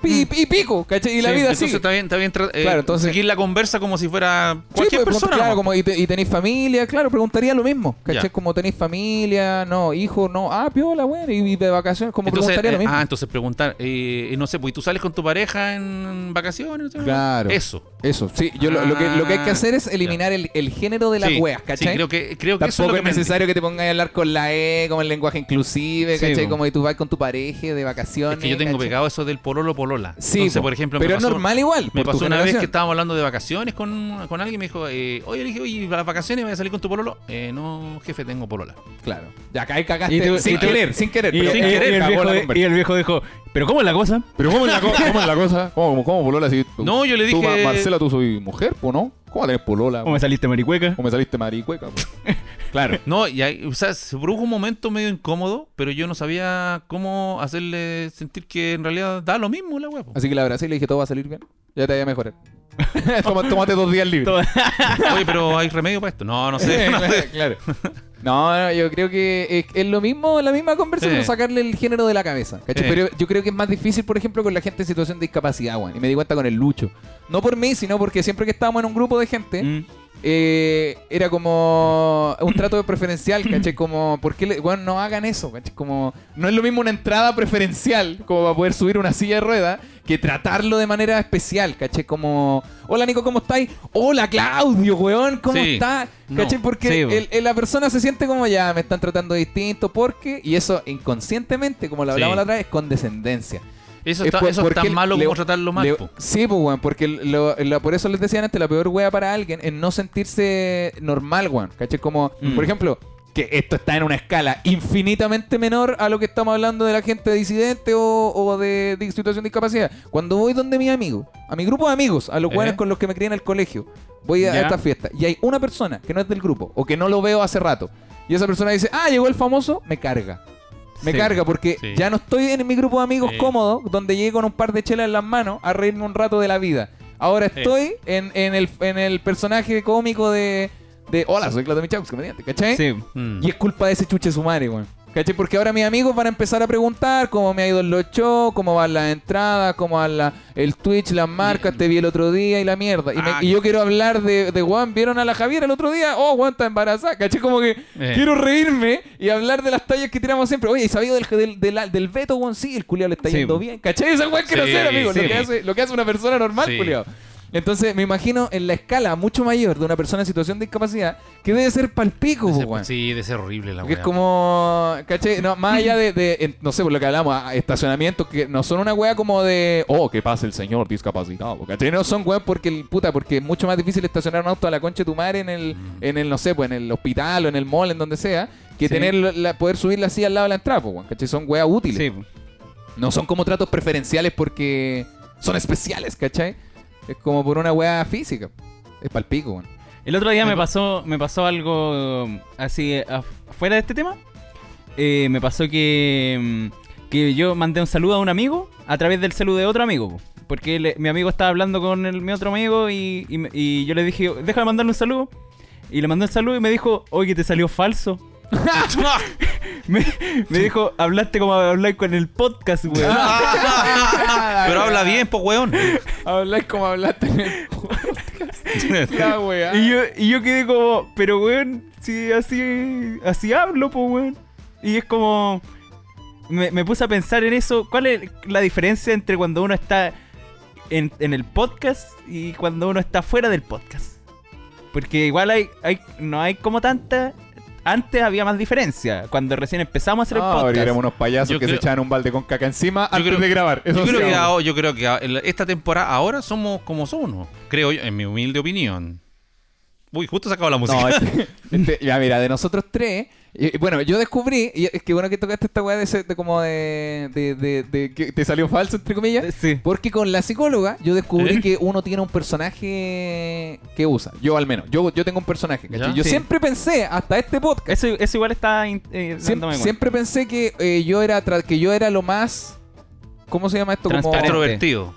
[SPEAKER 3] Pi-
[SPEAKER 4] Mm.
[SPEAKER 3] pi- Y, pico, ¿cachai? Y la
[SPEAKER 5] Sí,
[SPEAKER 3] vida
[SPEAKER 5] entonces
[SPEAKER 3] sigue.
[SPEAKER 5] está bien, está bien tra- eh,
[SPEAKER 3] Claro, entonces-
[SPEAKER 5] seguir la conversa como si fuera
[SPEAKER 3] Sí,
[SPEAKER 5] cualquier
[SPEAKER 3] pues,
[SPEAKER 5] persona.
[SPEAKER 3] Claro,
[SPEAKER 5] ¿no?
[SPEAKER 3] como y, te- y tenéis familia, claro, preguntaría lo mismo. ¿Cachai?
[SPEAKER 5] Ya.
[SPEAKER 3] Como tenéis familia, no, hijo, no, ah, piola, bueno, y, y de vacaciones, como
[SPEAKER 5] entonces,
[SPEAKER 3] preguntaría lo
[SPEAKER 5] eh,
[SPEAKER 3] mismo.
[SPEAKER 5] ah, entonces preguntar, eh, eh, no sé, pues ¿y tú sales con tu pareja en vacaciones. no sé?
[SPEAKER 3] Claro.
[SPEAKER 5] Eso.
[SPEAKER 3] Eso, sí, yo lo, lo que, lo que hay que hacer es
[SPEAKER 5] Ah,
[SPEAKER 3] eliminar el, el género de las
[SPEAKER 5] Sí,
[SPEAKER 3] weas, ¿cachai?
[SPEAKER 5] sí, creo que, creo que eso es
[SPEAKER 3] Tampoco
[SPEAKER 5] lo
[SPEAKER 3] es,
[SPEAKER 5] que me-
[SPEAKER 3] necesario que te pongas a hablar con la E, como el lenguaje inclusive,
[SPEAKER 4] Sí,
[SPEAKER 3] ¿cachai?
[SPEAKER 4] po.
[SPEAKER 3] como y tú vas con tu pareja de vacaciones.
[SPEAKER 5] Es que yo tengo
[SPEAKER 3] ¿cachai?
[SPEAKER 5] pegado eso del pololo polola.
[SPEAKER 3] Sí,
[SPEAKER 5] Entonces,
[SPEAKER 3] po,
[SPEAKER 5] por ejemplo, me
[SPEAKER 3] pero es
[SPEAKER 5] pasó-
[SPEAKER 3] normal igual. por
[SPEAKER 5] Me
[SPEAKER 3] tu
[SPEAKER 5] pasó una vez
[SPEAKER 3] generación.
[SPEAKER 5] que estábamos hablando de vacaciones con, con alguien y me dijo, eh, oye, le dije, oye, ¿para las vacaciones voy a salir con tu pololo? Eh, no, jefe, tengo polola.
[SPEAKER 3] Claro. Ya acá ahí cagaste.
[SPEAKER 4] Y tú-
[SPEAKER 3] sin
[SPEAKER 4] y tú-
[SPEAKER 3] querer, sin querer.
[SPEAKER 4] Y,
[SPEAKER 3] pero-
[SPEAKER 4] y-
[SPEAKER 3] eh,
[SPEAKER 4] y el
[SPEAKER 3] cagó
[SPEAKER 4] viejo
[SPEAKER 3] la
[SPEAKER 4] de-
[SPEAKER 3] conversa.
[SPEAKER 4] y el viejo dijo, ¿pero cómo es la cosa?
[SPEAKER 6] Pero ¿cómo es la, co- cómo es la cosa? ¿Cómo, cómo, cómo polola? Si tú-
[SPEAKER 5] No, yo le
[SPEAKER 6] tú,
[SPEAKER 5] dije-
[SPEAKER 6] Ma- Marcela, tú soy mujer, po, ¿no? ¿Cómo tenés polola?
[SPEAKER 4] ¿Cómo me saliste maricueca?
[SPEAKER 6] ¿Cómo me saliste maricueca? po?
[SPEAKER 4] Claro.
[SPEAKER 5] No, y ahí, o sea, se produjo un momento medio incómodo, pero yo no sabía cómo hacerle sentir que en realidad da lo mismo la huevo.
[SPEAKER 3] Así que la abracé y le dije, todo va a salir bien. Ya te voy a mejorar. Toma- Tómate dos días libres.
[SPEAKER 5] Oye, pero hay remedio para esto. No, no sé. no sé.
[SPEAKER 3] claro. No, no, yo creo que es, es lo mismo, la misma conversa,
[SPEAKER 5] Sí.
[SPEAKER 3] pero sacarle el género de la cabeza. ¿cachai?
[SPEAKER 5] Sí.
[SPEAKER 3] Pero yo creo que es más difícil, por ejemplo, con la gente en situación de discapacidad, weón. Y me di cuenta con el Lucho. No por mí, sino porque siempre que estábamos en un grupo de gente,
[SPEAKER 4] Mm.
[SPEAKER 3] eh, era como un trato preferencial, ¿cachai? Como, ¿por qué, le- weón, no hagan eso? ¿cachai? Como, no es lo mismo una entrada preferencial, como para poder subir una silla de rueda, que tratarlo de manera especial, ¿cachai? Como, hola Nico, ¿cómo estáis? Hola Claudio, weón, ¿cómo
[SPEAKER 5] Sí.
[SPEAKER 3] estás? ¿cachai?
[SPEAKER 5] No.
[SPEAKER 3] Porque
[SPEAKER 4] Sí,
[SPEAKER 3] el-
[SPEAKER 4] weón.
[SPEAKER 3] eh, la persona se siente como ya me están tratando distinto porque y eso inconscientemente como lo hablamos
[SPEAKER 5] Sí.
[SPEAKER 3] la otra vez es condescendencia
[SPEAKER 5] Eso
[SPEAKER 3] Es
[SPEAKER 5] está,
[SPEAKER 3] por-
[SPEAKER 5] eso es
[SPEAKER 3] porque
[SPEAKER 5] tan malo
[SPEAKER 3] le-
[SPEAKER 5] como tratarlo mal.
[SPEAKER 3] le-
[SPEAKER 5] po.
[SPEAKER 3] sí pues weón porque lo- lo- por eso les decía antes la peor wea para alguien es no sentirse normal weón ¿cachai? como
[SPEAKER 4] Mm.
[SPEAKER 3] por ejemplo que esto está en una escala infinitamente menor a lo que estamos hablando de la gente disidente o, o de, de situación de discapacidad. Cuando voy donde mi amigo, a mi grupo de amigos, a los
[SPEAKER 5] Eh.
[SPEAKER 3] buenos con los que me crié en el colegio, voy a,
[SPEAKER 4] Ya.
[SPEAKER 3] esta fiesta y hay una persona que no es del grupo o que no lo veo hace rato y esa persona dice, ah, llegó el famoso, me carga. Me
[SPEAKER 4] Sí.
[SPEAKER 3] carga porque
[SPEAKER 5] Sí.
[SPEAKER 3] ya no estoy en mi grupo de amigos
[SPEAKER 5] Sí.
[SPEAKER 3] cómodo donde llegué con un par de chelas en las manos a reírme un rato de la vida. Ahora estoy en, en el, en el personaje cómico de, de Hola, soy Claudio Michaux, comediante, ¿cachai?
[SPEAKER 4] Sí.
[SPEAKER 5] Mm.
[SPEAKER 3] Y es culpa de ese chuche su madre, weón. ¿Cachai? Porque ahora mis amigos van a empezar a preguntar cómo me ha ido en los shows, cómo van las entradas, cómo van la, el Twitch, las marcas, te vi el otro día y la mierda. Y, me-
[SPEAKER 5] Ah,
[SPEAKER 3] y yo quiero hablar de, de Juan, ¿vieron a la Javiera el otro día? Oh, Juan está embarazada. ¿Cachai? Como que
[SPEAKER 5] Eh.
[SPEAKER 3] quiero reírme y hablar de las tallas que tiramos siempre. Oye, ¿y sabido del, del, del, del Beto, Juan? Sí, el culiao le está
[SPEAKER 4] Sí,
[SPEAKER 3] yendo
[SPEAKER 4] po.
[SPEAKER 3] bien. ¿Cachai? Esa weón que no
[SPEAKER 5] Sí,
[SPEAKER 3] ser, amigo. Lo,
[SPEAKER 5] sí.
[SPEAKER 3] que hace, lo que hace una persona normal,
[SPEAKER 5] Sí.
[SPEAKER 3] culiao. Entonces, me imagino en la escala mucho mayor de una persona en situación de discapacidad que debe ser palpico,
[SPEAKER 5] Debe
[SPEAKER 3] po,
[SPEAKER 5] ser-
[SPEAKER 3] weón.
[SPEAKER 5] sí, de ser horrible la
[SPEAKER 3] Porque es
[SPEAKER 5] hueá.
[SPEAKER 3] como, ¿cachai? No, más allá de, de- en- no sé, por lo que hablamos, a- a estacionamientos que no son una wea como de, oh,
[SPEAKER 6] Oh, que pase el señor discapacitado, ¿cachai?
[SPEAKER 3] ¿cachai? No son wea porque, el, puta, porque es mucho más difícil estacionar un auto a la concha de tu madre en el, en el no sé, pues en el hospital o en el mall, en donde sea, que
[SPEAKER 4] Sí.
[SPEAKER 3] tener la, poder subir la silla al lado de la entrada, pues, weón, ¿cachai? Son weas útiles.
[SPEAKER 4] Sí.
[SPEAKER 3] No son como tratos preferenciales porque son especiales, ¿cachai? Es como por una wea física. Es palpico, weón.
[SPEAKER 4] El otro día
[SPEAKER 5] Me
[SPEAKER 4] me pasó, me pasó eh, algo um, así, af- fuera de este tema. Eh, me pasó Eh, que mm, que yo mandé un saludo a un amigo a través del celu de otro amigo. po. Porque él- mi amigo estaba hablando con el- mi otro amigo y, y me- y yo le dije, deja de mandarle un saludo. Y le mandé un saludo y me dijo, oye, te salió falso. me, me dijo, hablaste como habláis con el podcast, güey.
[SPEAKER 5] Pero habla bien, po, weón.
[SPEAKER 3] Habláis como hablaste en el podcast. La weá.
[SPEAKER 4] Y yo, y yo quedé como, pero weón, si así, así hablo, pues weón. Y es como, me, me puse a pensar en eso, ¿cuál es la diferencia entre cuando uno está en, en el podcast y cuando uno está fuera del podcast? Porque igual hay, hay no hay como tanta... Antes había más diferencia, cuando recién empezamos a
[SPEAKER 3] Ah,
[SPEAKER 4] hacer el
[SPEAKER 6] Ahora
[SPEAKER 4] podcast.
[SPEAKER 6] éramos unos payasos
[SPEAKER 5] Yo
[SPEAKER 6] que
[SPEAKER 5] creo-
[SPEAKER 6] se echaban un balde con caca encima antes
[SPEAKER 5] creo-
[SPEAKER 6] de grabar.
[SPEAKER 5] Yo
[SPEAKER 6] Eso
[SPEAKER 5] creo,
[SPEAKER 6] sí,
[SPEAKER 5] que,
[SPEAKER 6] vamos.
[SPEAKER 5] ahora- yo creo que a- en la- esta temporada ahora somos como somos, creo yo, en mi humilde opinión. Uy, justo se acabó la música.
[SPEAKER 3] No, este- este- ya mira, de nosotros tres, y- y bueno, yo descubrí, y es que bueno que tocaste esta weá de, ese- de como de, de, de- de que te salió falso, entre comillas,
[SPEAKER 4] Eh, Sí.
[SPEAKER 3] porque con la psicóloga yo
[SPEAKER 5] ¿Eh?
[SPEAKER 3] descubrí que uno tiene un personaje que usa, yo al menos, yo, yo tengo un personaje, ¿cachai?
[SPEAKER 5] Ya.
[SPEAKER 3] Yo
[SPEAKER 4] Sí.
[SPEAKER 3] siempre pensé, hasta este podcast,
[SPEAKER 4] Eso, eso igual está... in- eh,
[SPEAKER 3] siem-
[SPEAKER 4] dándome cuenta.
[SPEAKER 3] siempre pensé que, eh, yo era tra- que yo era lo más, ¿cómo se llama esto? Como,
[SPEAKER 4] Transparente.
[SPEAKER 5] Extrovertido.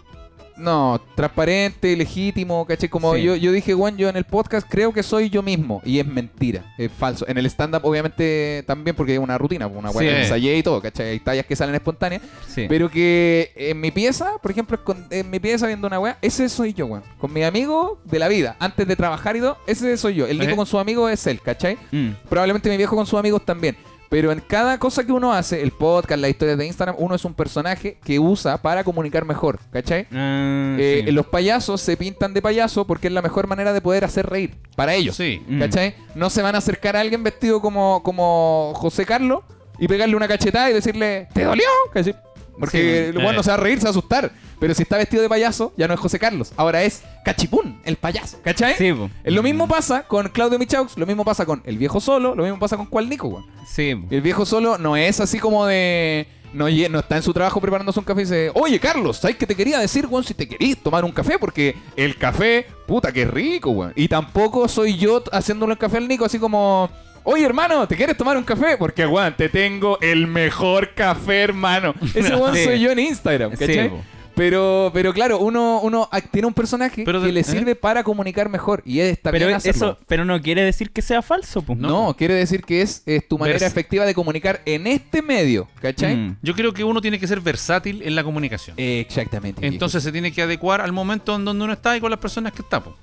[SPEAKER 3] no, transparente, legítimo, ¿cachai? Como
[SPEAKER 4] Sí.
[SPEAKER 3] yo, yo dije, bueno, yo en el podcast creo que soy yo mismo. Y es mentira, es falso. En el stand-up, obviamente, también, porque es una rutina, pues, una weá
[SPEAKER 5] Sí.
[SPEAKER 3] que ensayé y todo, ¿cachai? Hay tallas que salen espontáneas.
[SPEAKER 4] Sí.
[SPEAKER 3] Pero que en mi pieza, por ejemplo, escon- en mi pieza viendo una weá, ese soy yo, weón. Con mi amigo de la vida, antes de trabajar y todo, ese soy yo. El Nico
[SPEAKER 5] Ajá.
[SPEAKER 3] con su amigo es él, ¿cachai?
[SPEAKER 4] Mm.
[SPEAKER 3] Probablemente mi viejo con sus amigos también. Pero en cada cosa que uno hace, el podcast, las historias de Instagram, uno es un personaje que usa para comunicar mejor, ¿cachai?
[SPEAKER 4] Ah,
[SPEAKER 3] Eh,
[SPEAKER 4] sí.
[SPEAKER 3] Los payasos se pintan de payaso porque es la mejor manera de poder hacer reír. Para ellos.
[SPEAKER 5] Sí.
[SPEAKER 4] Mm.
[SPEAKER 3] ¿Cachai? No se van a acercar a alguien vestido como, como José Carlos y pegarle una cachetada y decirle, ¿te dolió? ¿Cachai? Porque
[SPEAKER 4] Sí. Eh.
[SPEAKER 3] el weón no se va a reír, se va a asustar. Pero si está vestido de payaso, ya no es José Carlos. Ahora es Cachipún, el payaso. ¿Cachai?
[SPEAKER 4] Sí, po. Mm.
[SPEAKER 3] Eh, Lo mismo pasa con Claudio Michaux, lo mismo pasa con El Viejo Solo, lo mismo pasa con Cual Nico, weón.
[SPEAKER 4] Sí.
[SPEAKER 3] El viejo solo no es así como de. No, lle- no está en su trabajo preparándose un café y dice: Oye, Carlos, ¿sabes qué te quería decir, weón? Si te querís tomar un café, porque el café, puta, qué rico, weón. Y tampoco soy yo t- haciéndole el café al Nico, así como. Oye, hermano, ¿te quieres tomar un café? Porque, weón, te tengo el mejor café, hermano. Ese weón
[SPEAKER 4] Sí.
[SPEAKER 3] soy yo en Instagram,
[SPEAKER 4] Sí,
[SPEAKER 3] ¿cachai?
[SPEAKER 4] po.
[SPEAKER 3] pero, pero claro, uno, uno ac- tiene un personaje
[SPEAKER 5] Pero
[SPEAKER 3] que
[SPEAKER 5] de-
[SPEAKER 3] le
[SPEAKER 5] ¿eh?
[SPEAKER 3] sirve para comunicar mejor. Y está
[SPEAKER 4] Pero
[SPEAKER 3] bien hacerlo.
[SPEAKER 4] eso, pero no quiere decir que sea falso, pues.
[SPEAKER 3] No, quiere decir que es, es tu manera
[SPEAKER 5] Vers-
[SPEAKER 3] efectiva de comunicar en este medio, ¿cachai?
[SPEAKER 4] Mm.
[SPEAKER 5] Yo creo que uno tiene que ser versátil en la comunicación.
[SPEAKER 3] Exactamente.
[SPEAKER 5] Entonces se tiene que adecuar al momento en donde uno está y con las personas que está. po.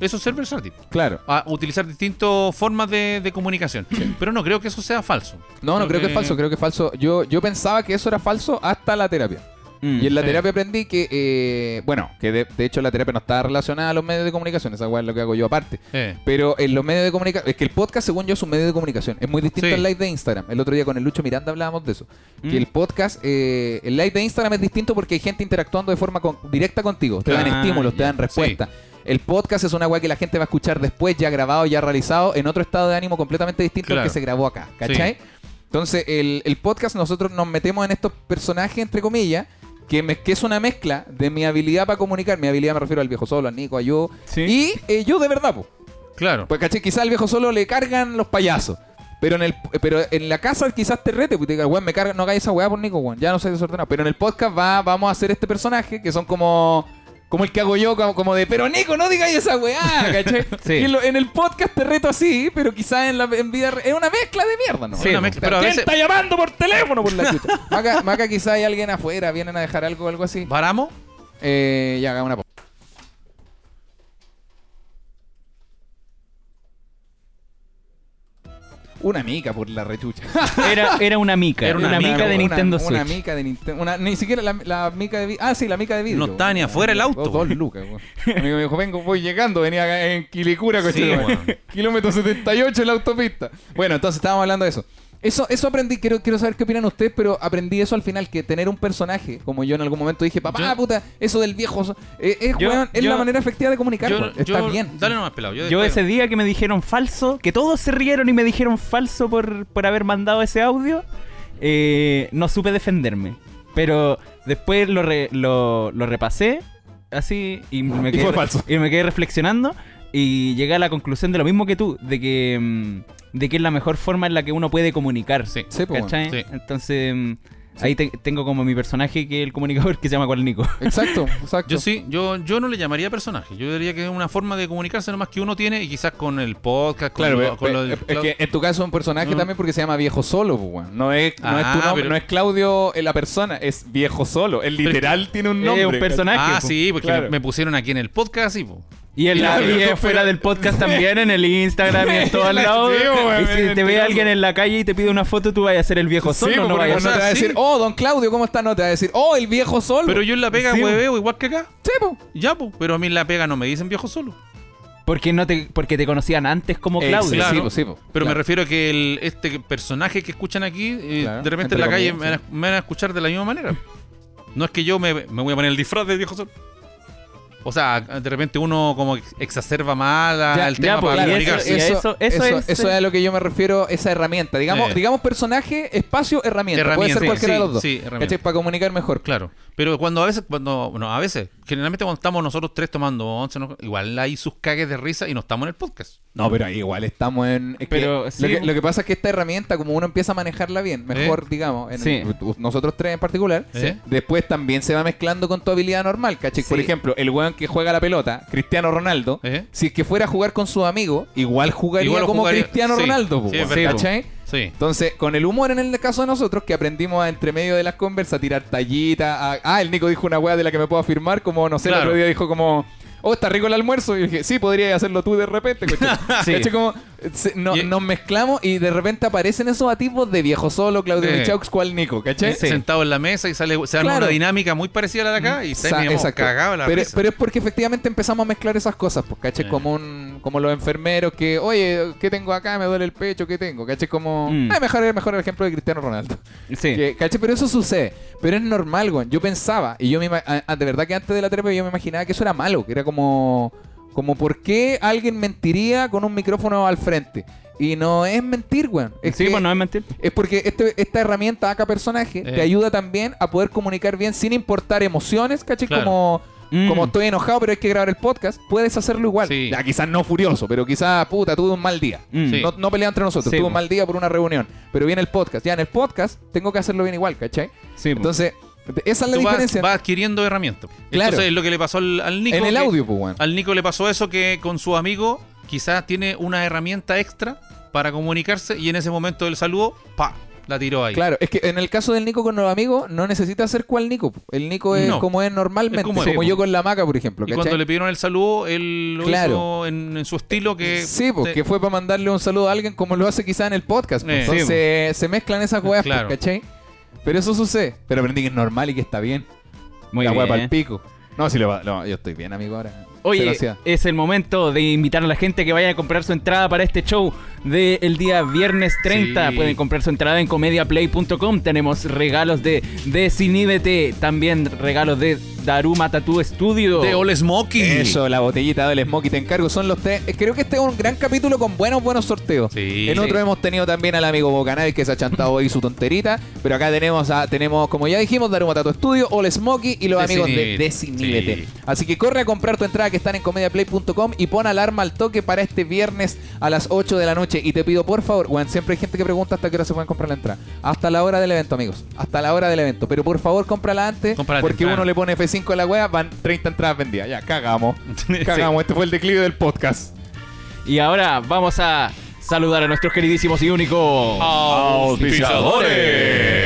[SPEAKER 5] Eso es ser versátil.
[SPEAKER 3] viejo. claro.
[SPEAKER 5] A utilizar distintas formas de, de comunicación. Pero no creo que eso sea falso. Eh,
[SPEAKER 3] No, no creo que es falso, creo que es falso. Yo, yo pensaba que eso era falso hasta la terapia.
[SPEAKER 4] Mm.
[SPEAKER 3] Y en la
[SPEAKER 5] Sí.
[SPEAKER 3] terapia aprendí que, eh, bueno, que de, de hecho la terapia no está relacionada a los medios de comunicación, esa weá es lo que hago yo aparte.
[SPEAKER 5] Eh,
[SPEAKER 3] Pero en los medios de comunicación, es que el podcast, según yo, es un medio de comunicación. Es muy distinto
[SPEAKER 5] Sí.
[SPEAKER 3] al live de Instagram. El otro día con el Lucho Miranda hablábamos de eso.
[SPEAKER 4] Mm.
[SPEAKER 3] Que el podcast, eh, el live de Instagram es distinto porque hay gente interactuando de forma con- directa contigo. Te dan
[SPEAKER 4] Ah,
[SPEAKER 3] estímulos, te
[SPEAKER 4] ya.
[SPEAKER 3] dan respuestas. El podcast es una weá que la gente va a escuchar después, ya grabado, ya realizado, en otro estado de ánimo completamente distinto al
[SPEAKER 5] Claro.
[SPEAKER 3] que se grabó acá. ¿Cachai? Entonces, el, el podcast, nosotros nos metemos en estos personajes, entre comillas, que, me- que es una mezcla de mi habilidad para comunicar. Mi habilidad me refiero al viejo solo, al Nico, a yo.
[SPEAKER 4] Sí.
[SPEAKER 3] Y eh, yo de verdad, po.
[SPEAKER 5] claro.
[SPEAKER 3] Pues caché, quizás al viejo solo le cargan los payasos. Pero en el pero en la casa quizás te rete, pues te diga, weón, me cargan, no hagáis esa weá por Nico, weón, ya no soy desordenado. Pero en el podcast va, vamos a hacer este personaje que son como. Como el que hago yo, como, como de, pero Nico, no digáis esa weá, ¿cachai?
[SPEAKER 4] Sí.
[SPEAKER 3] Y en, lo- en el podcast te reto así, pero quizás en la en vida re- es una mezcla de mierda, ¿no?
[SPEAKER 5] Sí, una mezcla, pero a veces-
[SPEAKER 3] llamando por teléfono por la chucha? Maca, Maca quizás hay alguien afuera, vienen a dejar algo o algo así.
[SPEAKER 5] ¿Varamos?
[SPEAKER 3] Eh, ya, haga una pausa. Una mica por la rechucha.
[SPEAKER 4] Era, era una mica.
[SPEAKER 5] Era
[SPEAKER 4] Era
[SPEAKER 5] una
[SPEAKER 4] una, mica,
[SPEAKER 5] mica,
[SPEAKER 4] de
[SPEAKER 3] Una-
[SPEAKER 4] Nintendo
[SPEAKER 3] una,
[SPEAKER 4] Switch.
[SPEAKER 3] mica de Nintendo. una- Ni siquiera la, la mica de vidrio. Ah, sí, la mica de vidrio.
[SPEAKER 5] No estaba ni afuera el auto.
[SPEAKER 3] Dos, dos lucas, weón. Un Amigo me dijo, vengo, voy llegando. Venía acá en Quilicura, coche.
[SPEAKER 5] Sí,
[SPEAKER 3] de madre.
[SPEAKER 5] weón.
[SPEAKER 3] Kilómetro 78 en la autopista. Bueno, entonces estábamos hablando de eso. Eso, eso aprendí, quiero, quiero saber qué opinan ustedes, pero aprendí eso al final, que tener un personaje, como yo en algún momento dije, papá,
[SPEAKER 5] Yo-
[SPEAKER 3] puta, eso del viejo, so- eh, es,
[SPEAKER 4] Yo-
[SPEAKER 3] weón, es
[SPEAKER 4] yo-
[SPEAKER 3] la manera efectiva de comunicar,
[SPEAKER 5] Yo-
[SPEAKER 3] weón. está
[SPEAKER 5] yo-
[SPEAKER 3] bien.
[SPEAKER 5] Dale nomás pelado. Yo,
[SPEAKER 4] Yo
[SPEAKER 5] después-
[SPEAKER 4] ese día que me dijeron falso, que todos se rieron y me dijeron falso por, por haber mandado ese audio, eh, no supe defenderme. Pero después lo, re- lo, lo repasé así y me, quedé,
[SPEAKER 6] fue falso.
[SPEAKER 4] y me quedé reflexionando y llegué a la conclusión de lo mismo que tú, de que, mm, de que es la mejor forma en la que uno puede comunicar.
[SPEAKER 5] Sí.
[SPEAKER 3] Sí, pues, po,
[SPEAKER 4] ¿cachai?
[SPEAKER 5] bueno. Sí.
[SPEAKER 4] Entonces, mm, Ahí te- tengo como mi personaje que es el comunicador que se llama Cual Nico.
[SPEAKER 3] Exacto, exacto.
[SPEAKER 5] Yo sí, yo, yo no le llamaría personaje. Yo diría que es una forma de comunicarse nomás que uno tiene y quizás con el podcast, con
[SPEAKER 3] Claro,
[SPEAKER 5] lo-
[SPEAKER 3] pero-
[SPEAKER 5] con lo
[SPEAKER 3] pero-
[SPEAKER 5] del-
[SPEAKER 3] es que en tu caso es un personaje
[SPEAKER 5] Mm.
[SPEAKER 3] también porque se llama Viejo Solo, pues, weón. No es, no es tu
[SPEAKER 5] Ah,
[SPEAKER 3] nombre,
[SPEAKER 5] pero-
[SPEAKER 3] no es Claudio eh, la persona, es Viejo Solo. El
[SPEAKER 5] es
[SPEAKER 3] literal tiene un nombre.
[SPEAKER 4] es Eh, un personaje.
[SPEAKER 5] Ah,
[SPEAKER 4] po.
[SPEAKER 5] sí, porque
[SPEAKER 3] claro.
[SPEAKER 5] me, me pusieron aquí en el podcast y po.
[SPEAKER 4] Y el
[SPEAKER 3] Claro,
[SPEAKER 4] y
[SPEAKER 3] pero-
[SPEAKER 4] es fuera del podcast también, en el Instagram y en todos lados.
[SPEAKER 3] Sí, weón,
[SPEAKER 4] y si te ve
[SPEAKER 3] mentiroso.
[SPEAKER 4] alguien en la calle y te pide una foto, tú vayas a ser el viejo
[SPEAKER 3] Sí,
[SPEAKER 4] solo,
[SPEAKER 3] pues,
[SPEAKER 4] no
[SPEAKER 3] porque
[SPEAKER 4] vayas
[SPEAKER 3] no
[SPEAKER 4] a
[SPEAKER 3] te
[SPEAKER 4] ser.
[SPEAKER 3] va a decir, oh, don Claudio, ¿cómo está? No te va a decir, oh, el viejo solo.
[SPEAKER 5] Pero yo en la pega
[SPEAKER 4] Sí, po.
[SPEAKER 5] hueveo igual que acá.
[SPEAKER 3] Sí, pues. po.
[SPEAKER 5] Ya, po. Pero a mí en la pega no me dicen viejo solo.
[SPEAKER 4] Porque no te, porque te conocían antes como Claudio.
[SPEAKER 5] Claro.
[SPEAKER 3] Sí, po, sí, po.
[SPEAKER 5] Pero me
[SPEAKER 3] Claro.
[SPEAKER 5] refiero a que el- este personaje que escuchan aquí, eh,
[SPEAKER 3] Claro,
[SPEAKER 5] de
[SPEAKER 3] entre
[SPEAKER 5] repente en la calle
[SPEAKER 3] comillas,
[SPEAKER 5] me van, a, me van a escuchar de la misma manera. No es que yo me, me voy a poner el disfraz de viejo solo. O sea, de repente uno como ex- exacerba más la-
[SPEAKER 3] Ya,
[SPEAKER 5] Ah, el
[SPEAKER 4] ya,
[SPEAKER 5] tema
[SPEAKER 4] pues,
[SPEAKER 5] para
[SPEAKER 4] y eso-
[SPEAKER 5] comunicarse.
[SPEAKER 4] y eso- eso es-
[SPEAKER 3] eso es a lo que yo me refiero, esa herramienta. Digamos,
[SPEAKER 5] Eh.
[SPEAKER 3] digamos personaje, espacio, herramienta. Puede
[SPEAKER 5] Herramienta,
[SPEAKER 3] ser
[SPEAKER 5] sí,
[SPEAKER 3] cualquiera
[SPEAKER 5] sí,
[SPEAKER 3] de los dos.
[SPEAKER 5] sí, herramienta.
[SPEAKER 3] ¿Cachai? Para comunicar mejor.
[SPEAKER 5] Claro, pero cuando a veces, cuando, bueno, a veces, generalmente cuando estamos nosotros tres tomando once, ¿no? igual hay sus cagues de risa y no estamos en el podcast.
[SPEAKER 3] No, pero ahí igual estamos en. es que
[SPEAKER 4] Pero,
[SPEAKER 3] lo,
[SPEAKER 4] sí.
[SPEAKER 3] que, lo que pasa es que esta herramienta, como uno empieza a manejarla bien, mejor, digamos, en
[SPEAKER 4] Sí.
[SPEAKER 3] u- nosotros tres en particular,
[SPEAKER 5] Sí.
[SPEAKER 3] después también se va mezclando con tu habilidad normal, ¿cachai? Por
[SPEAKER 4] Sí.
[SPEAKER 3] ejemplo, el weón que juega la pelota, Cristiano Ronaldo,
[SPEAKER 5] ¿Eh?
[SPEAKER 3] si es que fuera a jugar con su amigo, igual jugaría
[SPEAKER 5] Igual lo
[SPEAKER 3] como
[SPEAKER 5] jugaría-
[SPEAKER 3] Cristiano
[SPEAKER 5] sí,
[SPEAKER 3] Ronaldo, po,
[SPEAKER 5] sí, es
[SPEAKER 3] weón,
[SPEAKER 5] verdad.
[SPEAKER 3] ¿cachai?
[SPEAKER 5] Sí.
[SPEAKER 3] Entonces, con el humor en el caso de nosotros, que aprendimos a, entre medio de las conversas a tirar tallitas. a- ah, el Nico dijo una weá de la que me puedo afirmar, como, no sé, el
[SPEAKER 5] Claro.
[SPEAKER 3] otro día dijo como, oh, está rico el almuerzo. Y yo dije, sí, podrías hacerlo tú de repente. coche".
[SPEAKER 4] Sí.
[SPEAKER 3] Caché como, eh, se- no-
[SPEAKER 5] Y-
[SPEAKER 3] nos mezclamos y de repente aparecen esos atisbos de viejo solo, Claudio
[SPEAKER 5] Sí.
[SPEAKER 3] Michaux, cual Nico, ¿cachai?
[SPEAKER 4] Sí.
[SPEAKER 5] eh, Sentado en la mesa y sale, se arma
[SPEAKER 3] Claro.
[SPEAKER 5] una dinámica muy parecida a la de acá y
[SPEAKER 3] Sa-
[SPEAKER 5] terminamos
[SPEAKER 3] exacto.
[SPEAKER 5] cagados en la
[SPEAKER 3] pero,
[SPEAKER 5] risa.
[SPEAKER 3] pero es porque efectivamente empezamos a mezclar esas cosas, pues, ¿cachai?
[SPEAKER 5] Eh.
[SPEAKER 3] Como un, como los enfermeros que, oye, ¿qué tengo acá? Me duele el pecho, ¿qué tengo? ¿Cachai? Como,
[SPEAKER 4] Mm.
[SPEAKER 3] "Ay, mejor, mejor el ejemplo de Cristiano Ronaldo.
[SPEAKER 4] Sí.
[SPEAKER 3] Que, ¿cachai? Pero eso sucede. Pero es normal, weón. Yo pensaba, y yo me ima- a- a- de verdad que antes de la terapia yo me imaginaba que eso era malo, que era como, como ¿por qué alguien mentiría con un micrófono al frente? Y no es mentir, weón. Es
[SPEAKER 4] Sí,
[SPEAKER 3] que-
[SPEAKER 4] pues no es mentir.
[SPEAKER 3] es porque este- esta herramienta acá personaje
[SPEAKER 5] Eh.
[SPEAKER 3] te ayuda también a poder comunicar bien sin importar emociones, ¿cachai?
[SPEAKER 5] Claro.
[SPEAKER 3] Como,
[SPEAKER 4] Mm.
[SPEAKER 3] como estoy enojado pero hay que grabar el podcast, puedes hacerlo igual.
[SPEAKER 5] Sí.
[SPEAKER 3] Ya, quizás no furioso, pero quizás, puta, tuve un mal día.
[SPEAKER 4] Mm.
[SPEAKER 5] Sí.
[SPEAKER 3] No, no pelea entre nosotros,
[SPEAKER 4] Sí,
[SPEAKER 3] tuve
[SPEAKER 4] po.
[SPEAKER 3] un mal día por una reunión, pero viene el podcast. Ya, en el podcast tengo que hacerlo bien igual, ¿cachai?
[SPEAKER 4] Sí, pues.
[SPEAKER 3] Entonces, esa es la
[SPEAKER 5] Tú vas-
[SPEAKER 3] diferencia
[SPEAKER 5] vas adquiriendo herramientas.
[SPEAKER 3] Claro.
[SPEAKER 5] Entonces es lo que le pasó al, al Nico.
[SPEAKER 3] en el
[SPEAKER 5] que-
[SPEAKER 3] audio, pues, weón.
[SPEAKER 5] Al Nico le pasó eso que con su amigo quizás tiene una herramienta extra para comunicarse y en ese momento del saludo, pa, la tiró ahí.
[SPEAKER 3] Claro, es que en el caso del Nico con los amigos, no necesita ser cual Nico. po. El Nico es
[SPEAKER 5] No.
[SPEAKER 3] como es normalmente,
[SPEAKER 5] Es como
[SPEAKER 3] como,
[SPEAKER 5] es, po.
[SPEAKER 3] yo con la maca, por ejemplo.
[SPEAKER 5] Y
[SPEAKER 3] ¿cachai?
[SPEAKER 5] cuando le pidieron el saludo, él lo
[SPEAKER 3] Claro.
[SPEAKER 5] hizo en, en su estilo que...
[SPEAKER 3] Sí, pues, porque
[SPEAKER 5] te-
[SPEAKER 3] fue para mandarle un saludo a alguien como lo hace quizá en el podcast. pues.
[SPEAKER 5] Eh, sí,
[SPEAKER 3] Entonces se mezclan esas weas, pues,
[SPEAKER 5] Claro.
[SPEAKER 3] ¿cachai? Pero eso sucede. Pero aprendí que es normal y que está bien.
[SPEAKER 4] Muy
[SPEAKER 3] la wea
[SPEAKER 4] bien.
[SPEAKER 3] para el pico. No, si lo va- no, yo estoy bien, amigo, ahora.
[SPEAKER 4] Oye,
[SPEAKER 3] Cero ansiedad.
[SPEAKER 4] es el momento de invitar a la gente que vaya a comprar su entrada para este show del día viernes 30.
[SPEAKER 5] Sí.
[SPEAKER 4] Pueden comprar su entrada en comediaplay.com. Tenemos regalos de Desiníbete, también regalos de Daruma Tattoo Studio.
[SPEAKER 5] De All Smokey.
[SPEAKER 3] Eso, la botellita del Smokey te encargo. Son los tres. Eh, Creo que este es un gran capítulo con buenos, buenos sorteos.
[SPEAKER 5] Sí.
[SPEAKER 3] En otro
[SPEAKER 5] Sí.
[SPEAKER 3] hemos tenido también al amigo Bocanay que se ha chantado hoy su tonterita. Pero acá tenemos, a, tenemos como ya dijimos, Daruma Tato Studio, All Smokey y los amigos de
[SPEAKER 5] Desinhíbete.
[SPEAKER 3] Desiníbete.
[SPEAKER 5] Sí.
[SPEAKER 3] Así que corre a comprar tu entrada que están en comediaplay.com y pon alarma al toque para este viernes a las 8 de la noche. Y te pido, por favor, weón, siempre hay gente que pregunta hasta qué hora se pueden comprar la entrada. Hasta la hora del evento, amigos. Hasta la hora del evento. Pero por favor, cómprala antes
[SPEAKER 5] Cómprala
[SPEAKER 3] porque
[SPEAKER 5] temprano.
[SPEAKER 3] uno le pone F5 a la wea, van 30 entradas vendidas. Ya, cagamos. Cagamos. Este fue el declive del podcast.
[SPEAKER 4] Y ahora vamos a saludar a nuestros queridísimos y únicos.
[SPEAKER 3] Auspiciadores.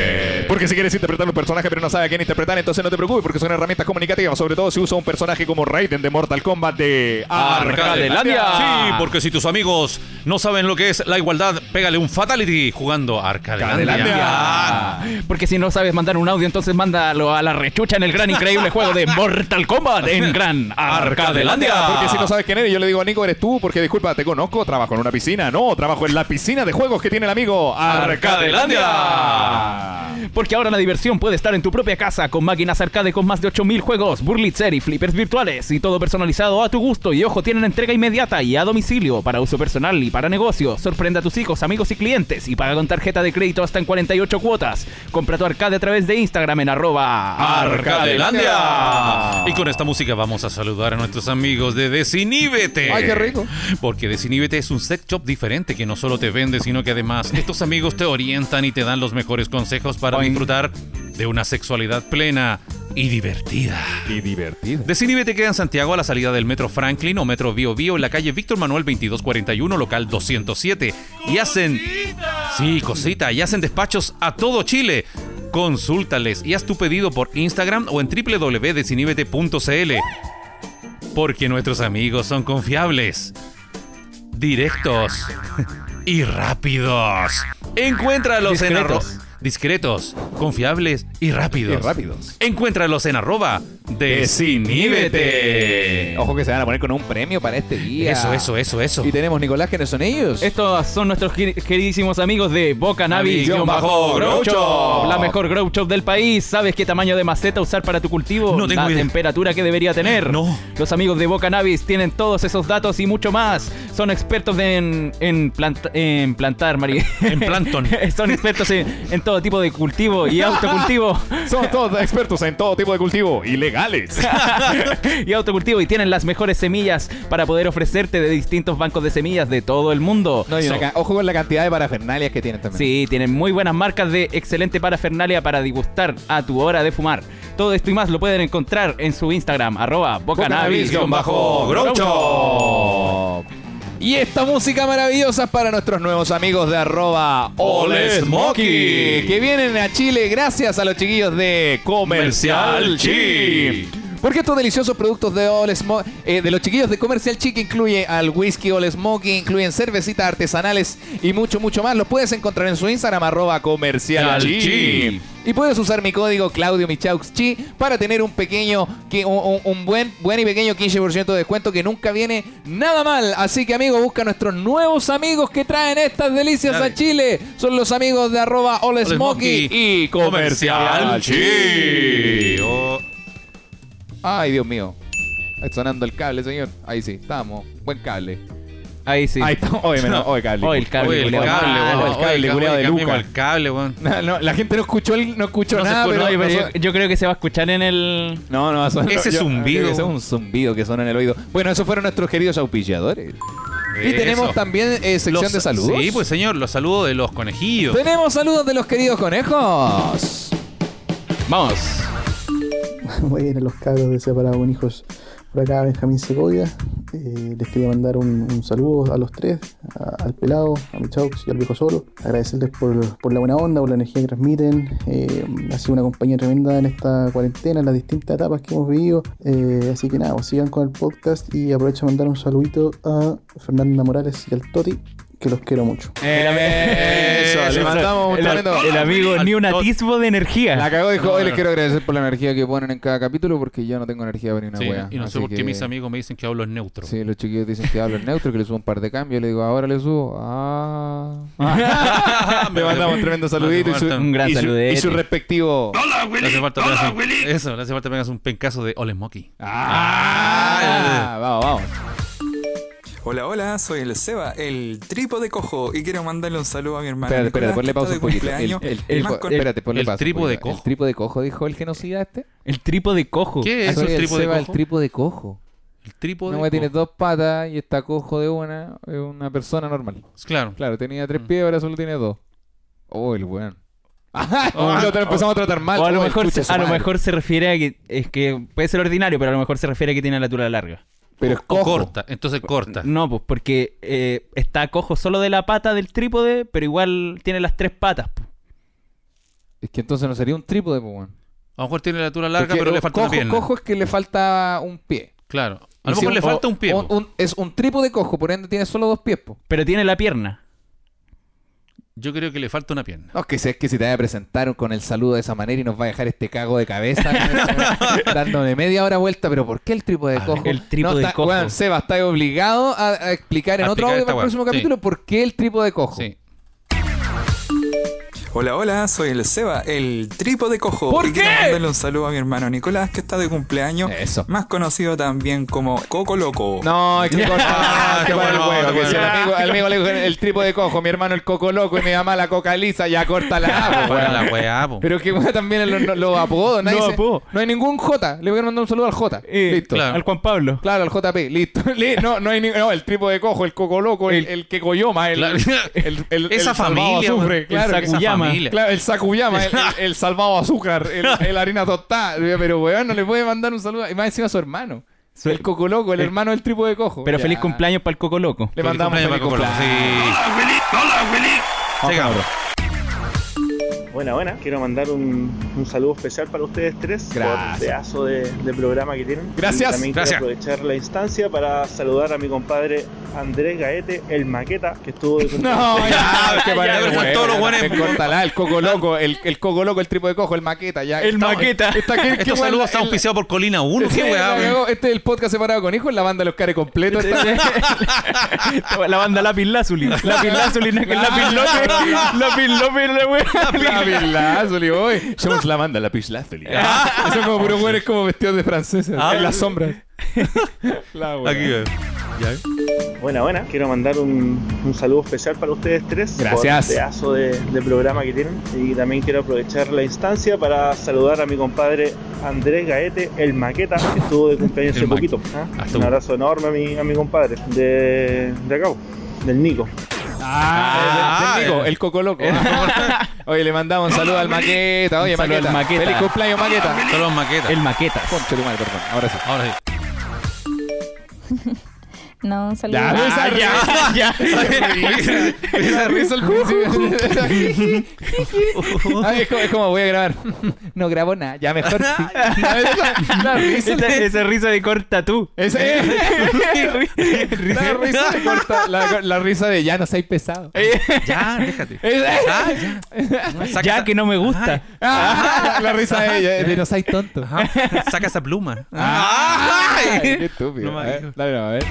[SPEAKER 3] Porque si quieres interpretar un personaje pero no sabes a quién interpretar, entonces no te preocupes porque son herramientas comunicativas, sobre todo si usa un personaje como Raiden de Mortal Kombat de
[SPEAKER 4] Arcadelandia.
[SPEAKER 5] Ah, Sí, porque si tus amigos no saben lo que es la igualdad, pégale un Fatality jugando Arcadelandia.
[SPEAKER 4] Porque si no sabes mandar un audio, entonces mándalo a la rechucha en el gran increíble juego de Mortal Kombat en Gran Arcadelandia.
[SPEAKER 3] Porque si no sabes quién eres, yo le digo a Nico, eres tú, porque disculpa, te conozco, trabajo en una piscina. No, trabajo en la piscina de juegos que tiene el amigo
[SPEAKER 4] Arcadelandia. Porque ahora la diversión puede estar en tu propia casa con máquinas arcade con más de 8000 juegos, burlitzer y flippers virtuales y todo personalizado a tu gusto. Y ojo, tienen entrega inmediata y a domicilio para uso personal y para negocio. Sorprende a tus hijos, amigos y clientes y paga con tarjeta de crédito hasta en 48 cuotas. Compra tu arcade a través de Instagram en arroba
[SPEAKER 5] Arcadelandia. Y con esta música vamos a saludar a nuestros amigos de Desiníbete.
[SPEAKER 3] Ay, qué rico.
[SPEAKER 5] Porque Desiníbete es un sex shop diferente que no solo te vende, sino que además estos amigos te orientan y te dan los mejores consejos para
[SPEAKER 4] Oink,
[SPEAKER 5] disfrutar de una sexualidad plena y divertida.
[SPEAKER 6] Y divertido.
[SPEAKER 5] Desinhibete queda en Santiago a la salida del Metro Franklin o Metro Bio Bio en la calle Víctor Manuel 2241, local 207. Y hacen... Sí, cosita. Y hacen despachos a todo Chile. Consúltales y haz tu pedido por Instagram o en www.desinhibete.cl. Porque nuestros amigos son confiables, directos y rápidos. Encuéntralos en
[SPEAKER 4] Discretos.
[SPEAKER 5] arro- discretos, confiables y rápidos.
[SPEAKER 6] rápidos.
[SPEAKER 5] Encuéntralos en arroba desinhíbete.
[SPEAKER 3] Ojo que se van a poner con un premio para este día.
[SPEAKER 5] Eso, eso, eso, eso.
[SPEAKER 3] Y tenemos Nicolás, que no son ellos.
[SPEAKER 4] Estos son nuestros queri- queridísimos amigos de Boca Navi,
[SPEAKER 5] Navi, bajo, Grow Shop.
[SPEAKER 4] la mejor grow shop del país. ¿Sabes qué tamaño de maceta usar para tu cultivo?
[SPEAKER 5] No tengo
[SPEAKER 4] la
[SPEAKER 5] idea.
[SPEAKER 4] temperatura que debería tener.
[SPEAKER 5] No.
[SPEAKER 4] Los amigos de Boca Navis tienen todos esos datos y mucho más. Son expertos en, en, planta- en plantar, María.
[SPEAKER 5] En plancton.
[SPEAKER 4] Son expertos en, en todo tipo de cultivo y autocultivo.
[SPEAKER 6] Somos todos expertos en todo tipo de cultivo. Ilegales.
[SPEAKER 4] y autocultivo y tienen las mejores semillas para poder ofrecerte de distintos bancos de semillas de todo el mundo.
[SPEAKER 3] No, y una
[SPEAKER 4] So-
[SPEAKER 3] ca- ojo con la cantidad de parafernalias que tienen también.
[SPEAKER 4] Sí, tienen muy buenas marcas de excelente parafernalia para degustar a tu hora de fumar. Todo esto y más lo pueden encontrar en su Instagram, arroba
[SPEAKER 5] Bocanabis-groucho.
[SPEAKER 4] bocanabis-groucho.
[SPEAKER 3] Y esta música maravillosa es para nuestros nuevos amigos de arroba
[SPEAKER 5] All Smokey.
[SPEAKER 3] Smokey, que vienen a Chile gracias a los chiquillos de
[SPEAKER 5] Comercial
[SPEAKER 3] Comercial
[SPEAKER 5] Chi.
[SPEAKER 3] Chi. Porque estos deliciosos productos de All Smo- eh, de los chiquillos de Comercial Chi que incluye al whisky All Smokey, incluyen cervecitas artesanales y mucho, mucho más, los puedes encontrar en su Instagram arroba Comercial
[SPEAKER 5] Chi.
[SPEAKER 3] Chi. Y puedes usar mi código Claudio Michaux Chi para tener un pequeño, que, un, un- un buen, buen y pequeño 15% de descuento que nunca viene nada mal. Así que amigos, busca a nuestros nuevos amigos que traen estas delicias
[SPEAKER 5] Dale.
[SPEAKER 3] a Chile. Son los amigos de arroba All
[SPEAKER 5] All
[SPEAKER 3] Smokey
[SPEAKER 5] Smokey
[SPEAKER 3] y Comercial
[SPEAKER 5] Chi. Oh,
[SPEAKER 3] Ay, Dios mío. Está Sonando el cable, señor. Ahí sí, estamos. Buen cable.
[SPEAKER 4] Ahí sí.
[SPEAKER 6] Ahí está. Oye, menos. Oye, cable.
[SPEAKER 4] Oh, el cable.
[SPEAKER 5] oye, el
[SPEAKER 4] culiao.
[SPEAKER 5] cable,
[SPEAKER 4] Ah,
[SPEAKER 5] weón.
[SPEAKER 6] el cable,
[SPEAKER 5] Oye,
[SPEAKER 6] culiao de
[SPEAKER 5] cambiemos
[SPEAKER 6] Luca.
[SPEAKER 5] el cable, weón.
[SPEAKER 3] No, no, la gente no escuchó, el- no escuchó
[SPEAKER 5] No se
[SPEAKER 3] nada,
[SPEAKER 5] escuchó,
[SPEAKER 3] pero,
[SPEAKER 4] Oye, pero
[SPEAKER 3] pero-
[SPEAKER 4] yo, yo creo que se va a escuchar en el...
[SPEAKER 3] No, no, son-
[SPEAKER 5] Ese
[SPEAKER 3] yo-
[SPEAKER 5] zumbido.
[SPEAKER 3] Ese es un zumbido que suena en el oído. Bueno, esos fueron nuestros queridos auspiciadores. Y
[SPEAKER 5] Eso.
[SPEAKER 3] tenemos también eh, sección
[SPEAKER 5] Los-
[SPEAKER 3] de saludos.
[SPEAKER 5] Sí, pues señor, los saludos de los conejillos.
[SPEAKER 3] Tenemos saludos de los queridos conejos.
[SPEAKER 4] Vamos.
[SPEAKER 7] Bueno, los cabros de Separado con Hijos. Por acá Benjamín Segovia. Eh, les quería mandar un, un saludo a los tres, a- al pelado, a Michaux y al viejo solo. Agradecerles por, por la buena onda, por la energía que transmiten. Eh, ha sido una compañía tremenda en esta cuarentena, en las distintas etapas que hemos vivido. Eh, así que nada, pues sigan con el podcast y aprovecho de mandar un saludito a Fernanda Morales y al Toti, que los quiero mucho.
[SPEAKER 3] Eso, le mandamos un
[SPEAKER 4] el,
[SPEAKER 3] tremendo.
[SPEAKER 4] el amigo, ni un
[SPEAKER 5] Al-
[SPEAKER 4] atisbo de
[SPEAKER 3] La
[SPEAKER 4] energía.
[SPEAKER 3] cagó, dijo,
[SPEAKER 5] No,
[SPEAKER 3] hoy les
[SPEAKER 5] no.
[SPEAKER 3] quiero agradecer por la energía que ponen en cada capítulo porque yo no tengo energía para ni una
[SPEAKER 5] Sí,
[SPEAKER 3] wea.
[SPEAKER 5] y no sé
[SPEAKER 3] Así
[SPEAKER 5] por qué
[SPEAKER 3] que-
[SPEAKER 5] mis amigos me dicen que hablo en neutro.
[SPEAKER 3] Sí, los chiquillos dicen que hablo en neutro, que le subo un par de cambios. Le digo, ahora le subo. Ah.
[SPEAKER 5] me
[SPEAKER 3] Le mandamos un tremendo saludito y su,
[SPEAKER 4] Un gran
[SPEAKER 3] y su-
[SPEAKER 4] saludete.
[SPEAKER 3] y su respectivo.
[SPEAKER 5] Le hace falta apenas un- Eso, le hace falta apenas un pencazo de Ole Moki.
[SPEAKER 3] Ah, vamos, vamos.
[SPEAKER 8] Hola, hola, soy el Seba, el tripo de cojo, y quiero mandarle un saludo a mi hermano.
[SPEAKER 3] Espérate, espérate,
[SPEAKER 8] Nicolás,
[SPEAKER 3] ponle
[SPEAKER 8] que
[SPEAKER 3] pausa un
[SPEAKER 8] está de
[SPEAKER 3] poquito. El,
[SPEAKER 8] cumpleaños,
[SPEAKER 3] el-
[SPEAKER 8] y
[SPEAKER 3] el-
[SPEAKER 8] más
[SPEAKER 3] po-
[SPEAKER 8] con-
[SPEAKER 3] espérate, ponle
[SPEAKER 5] el
[SPEAKER 3] pausa un
[SPEAKER 5] tripo de
[SPEAKER 3] poquito.
[SPEAKER 5] cojo.
[SPEAKER 3] El tripo de cojo, dijo el genocida este.
[SPEAKER 4] El tripo de cojo.
[SPEAKER 5] ¿Qué es
[SPEAKER 3] Soy
[SPEAKER 5] un
[SPEAKER 3] el
[SPEAKER 5] tripo de
[SPEAKER 3] Seba,
[SPEAKER 5] cojo?
[SPEAKER 3] el tripo de cojo.
[SPEAKER 5] El tripo
[SPEAKER 3] Una
[SPEAKER 5] de
[SPEAKER 3] wea tiene
[SPEAKER 5] cojo.
[SPEAKER 3] dos patas y está cojo de una, es una persona normal.
[SPEAKER 5] Claro.
[SPEAKER 3] Claro, tenía tres
[SPEAKER 5] Mm.
[SPEAKER 3] pies, ahora solo tiene dos. Oh, el weón. Ajá,
[SPEAKER 5] Oh,
[SPEAKER 3] lo tra- empezamos a tratar mal.
[SPEAKER 4] O a lo,
[SPEAKER 3] Oh,
[SPEAKER 4] mejor,
[SPEAKER 3] escucha su
[SPEAKER 4] a lo
[SPEAKER 3] madre.
[SPEAKER 4] mejor se refiere a que... Es que puede ser ordinario, pero a lo mejor se refiere a que tiene la tura larga.
[SPEAKER 3] Pero es
[SPEAKER 5] O
[SPEAKER 3] cojo.
[SPEAKER 5] corta, entonces corta.
[SPEAKER 4] No, pues porque eh, está cojo solo de la pata del trípode, pero igual tiene las tres patas. po.
[SPEAKER 3] Es que entonces no sería un trípode, pues, weón.
[SPEAKER 5] A lo mejor tiene la altura larga,
[SPEAKER 3] Porque
[SPEAKER 5] pero le
[SPEAKER 3] un
[SPEAKER 5] falta
[SPEAKER 3] cojo,
[SPEAKER 5] una pierna.
[SPEAKER 3] cojo es que le falta un pie.
[SPEAKER 5] Claro. A
[SPEAKER 3] Y
[SPEAKER 5] lo
[SPEAKER 3] si
[SPEAKER 5] mejor
[SPEAKER 3] un-
[SPEAKER 5] le falta
[SPEAKER 3] o-
[SPEAKER 5] un pie. po.
[SPEAKER 3] un- es un trípode cojo, por ende tiene solo dos pies, po.
[SPEAKER 4] Pero tiene la pierna.
[SPEAKER 5] Yo creo que le falta una pierna.
[SPEAKER 3] No, es que si es que si te vaya a presentar con el saludo de esa manera y nos va a dejar este cago de cabeza dándole media hora vuelta, pero ¿por qué el trípode de
[SPEAKER 5] A
[SPEAKER 3] cojo?
[SPEAKER 4] ver, el trípode
[SPEAKER 3] no,
[SPEAKER 4] de
[SPEAKER 3] está-
[SPEAKER 4] cojo.
[SPEAKER 3] weón, Seba, está obligado a, a explicar en
[SPEAKER 5] A
[SPEAKER 3] otro
[SPEAKER 5] explicar
[SPEAKER 3] audio
[SPEAKER 5] esta
[SPEAKER 3] para el
[SPEAKER 5] weá,
[SPEAKER 3] próximo
[SPEAKER 5] sí.
[SPEAKER 3] capítulo por qué el trípode de cojo.
[SPEAKER 5] Sí.
[SPEAKER 8] Hola, hola, soy el Seba, el tripo de cojo.
[SPEAKER 3] ¿Por
[SPEAKER 8] y quiero
[SPEAKER 3] qué?
[SPEAKER 8] mandarle un saludo a mi hermano Nicolás, que está de cumpleaños,
[SPEAKER 3] Eso.
[SPEAKER 8] más conocido también como Coco Loco.
[SPEAKER 3] No, es que
[SPEAKER 5] Ah,
[SPEAKER 3] corta,
[SPEAKER 5] qué
[SPEAKER 3] que para el
[SPEAKER 5] bueno,
[SPEAKER 3] huevo,
[SPEAKER 5] qué
[SPEAKER 3] que si el
[SPEAKER 5] bueno.
[SPEAKER 3] amigo, el amigo le dijo el trípode de cojo, mi hermano el coco loco y mi mamá la coca lisa, ya corta la
[SPEAKER 5] Para la weá, po.
[SPEAKER 3] Pero que weón, también en los, los- los apodos, nadie
[SPEAKER 4] No,
[SPEAKER 3] se-
[SPEAKER 4] apodo.
[SPEAKER 3] no hay ningún J, le voy a mandar un saludo al J.
[SPEAKER 4] Eh,
[SPEAKER 3] Listo.
[SPEAKER 5] Claro.
[SPEAKER 4] Al Juan Pablo.
[SPEAKER 3] Claro, el JP, listo. Li- No, no hay ni- no, el tripo de cojo, el coco loco, el, el que coyoma, el,
[SPEAKER 5] Claro.
[SPEAKER 3] el, el- el
[SPEAKER 5] Esa
[SPEAKER 3] salvado
[SPEAKER 5] familia,
[SPEAKER 3] azufre, claro.
[SPEAKER 5] weón.
[SPEAKER 4] el
[SPEAKER 3] que-
[SPEAKER 5] esa
[SPEAKER 4] Sakuyama. Sacuyama.
[SPEAKER 5] familia.
[SPEAKER 3] Claro, el Sakuyama, el, el- el salvado azúcar, el, el harina tostada. Pero, weón, no le puede mandar un saludo. Y más encima a su hermano.
[SPEAKER 4] Su-
[SPEAKER 3] el Cocoloco, el
[SPEAKER 5] Eh.
[SPEAKER 4] el-
[SPEAKER 3] hermano del tripo de cojo.
[SPEAKER 4] Pero
[SPEAKER 3] Oh, Ya.
[SPEAKER 4] feliz cumpleaños para el Coco Loco.
[SPEAKER 3] Le mandamos
[SPEAKER 5] Feliz
[SPEAKER 3] feliz
[SPEAKER 5] cumpleaños,
[SPEAKER 3] cumpleaños.
[SPEAKER 5] Paco Colón. Sí. Sigamos.
[SPEAKER 9] Buena, buena. Quiero mandar un, un saludo especial para ustedes tres
[SPEAKER 3] Gracias.
[SPEAKER 9] por el pedazo de, de programa que tienen.
[SPEAKER 3] Gracias.
[SPEAKER 9] Y también
[SPEAKER 5] Gracias.
[SPEAKER 9] quiero aprovechar la instancia para saludar a mi compadre Andrés Gaete, el maqueta, que estuvo de
[SPEAKER 3] No, ya,
[SPEAKER 5] Ah, Ya,
[SPEAKER 3] que para
[SPEAKER 5] ya, pero son todos los buenos.
[SPEAKER 3] Cortala, el coco loco, el, el coco loco, el tripo de cojo, el maqueta, ya.
[SPEAKER 4] El
[SPEAKER 3] Estamos-
[SPEAKER 4] maqueta.
[SPEAKER 3] Está, aquí,
[SPEAKER 5] Estos saludos están auspiciados por Colina 1.
[SPEAKER 3] Sí,
[SPEAKER 5] Qué
[SPEAKER 3] la
[SPEAKER 5] weá, weón.
[SPEAKER 3] cagó. Este es el podcast separado con hijos, la banda Los Care completo. Está-
[SPEAKER 4] la banda Lápiz Lazuli. Lápiz Lazuli, no, que Lápiz López. Lápiz López, la wea.
[SPEAKER 3] Ah. La Pislazuli, hoy. Somos la banda, la Pislazuli. Ah, Son como puros güeyes como vestidos de franceses.
[SPEAKER 5] Ah.
[SPEAKER 3] en las sombras. la wea.
[SPEAKER 5] Aquí, weón.
[SPEAKER 9] Buena, buena. Quiero mandar un, un saludo especial para ustedes tres.
[SPEAKER 3] Gracias.
[SPEAKER 9] Por el pedazo de, de programa que tienen. Y también quiero aprovechar la instancia para saludar a mi compadre Andrés Gaete, el maqueta, que estuvo de cumpleaños
[SPEAKER 5] El
[SPEAKER 9] hace poquito. ¿ah?
[SPEAKER 5] Hasta
[SPEAKER 9] Un
[SPEAKER 5] un-
[SPEAKER 9] abrazo enorme a mi, a mi compadre de, de acá, del Nico.
[SPEAKER 3] Ah,
[SPEAKER 5] Ah,
[SPEAKER 3] el, Nico,
[SPEAKER 5] eh.
[SPEAKER 3] el coco loco. Oye, le mandamos un saludo al maqueta. Oye,
[SPEAKER 4] saludo al
[SPEAKER 3] maqueta. Ah,
[SPEAKER 4] Maqueta.
[SPEAKER 3] Feliz cumpleaños, maqueta.
[SPEAKER 5] Saludos, maquetas.
[SPEAKER 4] El Maquetas.
[SPEAKER 3] Concha tu madre, perdón. Ahora sí.
[SPEAKER 5] Ahora sí.
[SPEAKER 10] No, un saludo.
[SPEAKER 3] Ya,
[SPEAKER 10] Ah,
[SPEAKER 3] ya, ya. Esa risa al principio. Ay, es, como, es como voy a grabar. No grabo nada, ya mejor sí. La, la risa.
[SPEAKER 4] Esa, esa risa de corta tú.
[SPEAKER 3] Esa- la risa Eh. de corta. La, la risa de ya no soy pesado.
[SPEAKER 5] Ya, déjate.
[SPEAKER 3] Esa-
[SPEAKER 5] Ah, ya. Saca
[SPEAKER 4] Ya
[SPEAKER 5] esa-
[SPEAKER 4] que no me gusta.
[SPEAKER 3] Ah, la risa de ella, de no soy tonto.
[SPEAKER 5] Ajá. Saca esa pluma. Ah,
[SPEAKER 3] Ay,
[SPEAKER 5] Ay.
[SPEAKER 3] qué estúpido.
[SPEAKER 5] No,
[SPEAKER 3] A ver,
[SPEAKER 5] marico.
[SPEAKER 3] dale, no, a ver.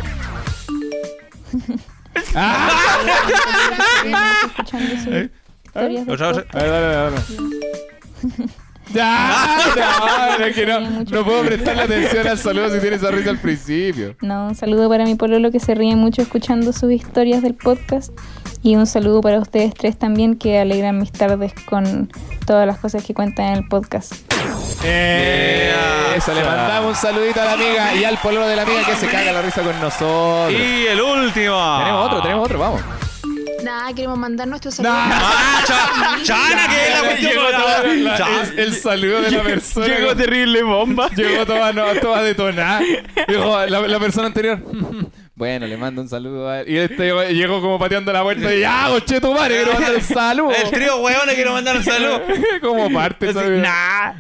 [SPEAKER 10] escuchando sus historias de
[SPEAKER 5] Otra, otra.
[SPEAKER 10] podcast.
[SPEAKER 3] A ver, dale, dale, dale. Ya, no, es que no, no puedo prestarle atención al saludo si tiene esa risa al principio.
[SPEAKER 10] No, un saludo para mi pololo que se ríe mucho escuchando sus historias del podcast. Y un saludo para ustedes tres también que alegran mis tardes con todas las cosas que cuentan en el podcast.
[SPEAKER 3] Eh, Eso, le mandamos un saludito a la amiga y al pololo de la amiga que se caga la risa con nosotros.
[SPEAKER 5] Y el último.
[SPEAKER 3] Tenemos otro, tenemos otro, vamos.
[SPEAKER 10] Nada, queremos mandar nuestro saludo.
[SPEAKER 3] Nah.
[SPEAKER 5] Ah, cha- Chana, que es la cuestión.
[SPEAKER 3] Llegó todo- la-
[SPEAKER 5] Cha-
[SPEAKER 3] el, el saludo de la persona.
[SPEAKER 4] Llegó terrible bomba.
[SPEAKER 3] Llegó toda, no, toda detonada. Dijo, la, la persona anterior. Bueno, le mando un saludo a él. Y este llegó, llegó como pateando la vuelta y ¡Ah, coche tu madre! Quiero mandar un saludo.
[SPEAKER 5] El trío hueones que nos mandaron saludos.
[SPEAKER 3] como parte, ¿sabes?
[SPEAKER 5] Nah.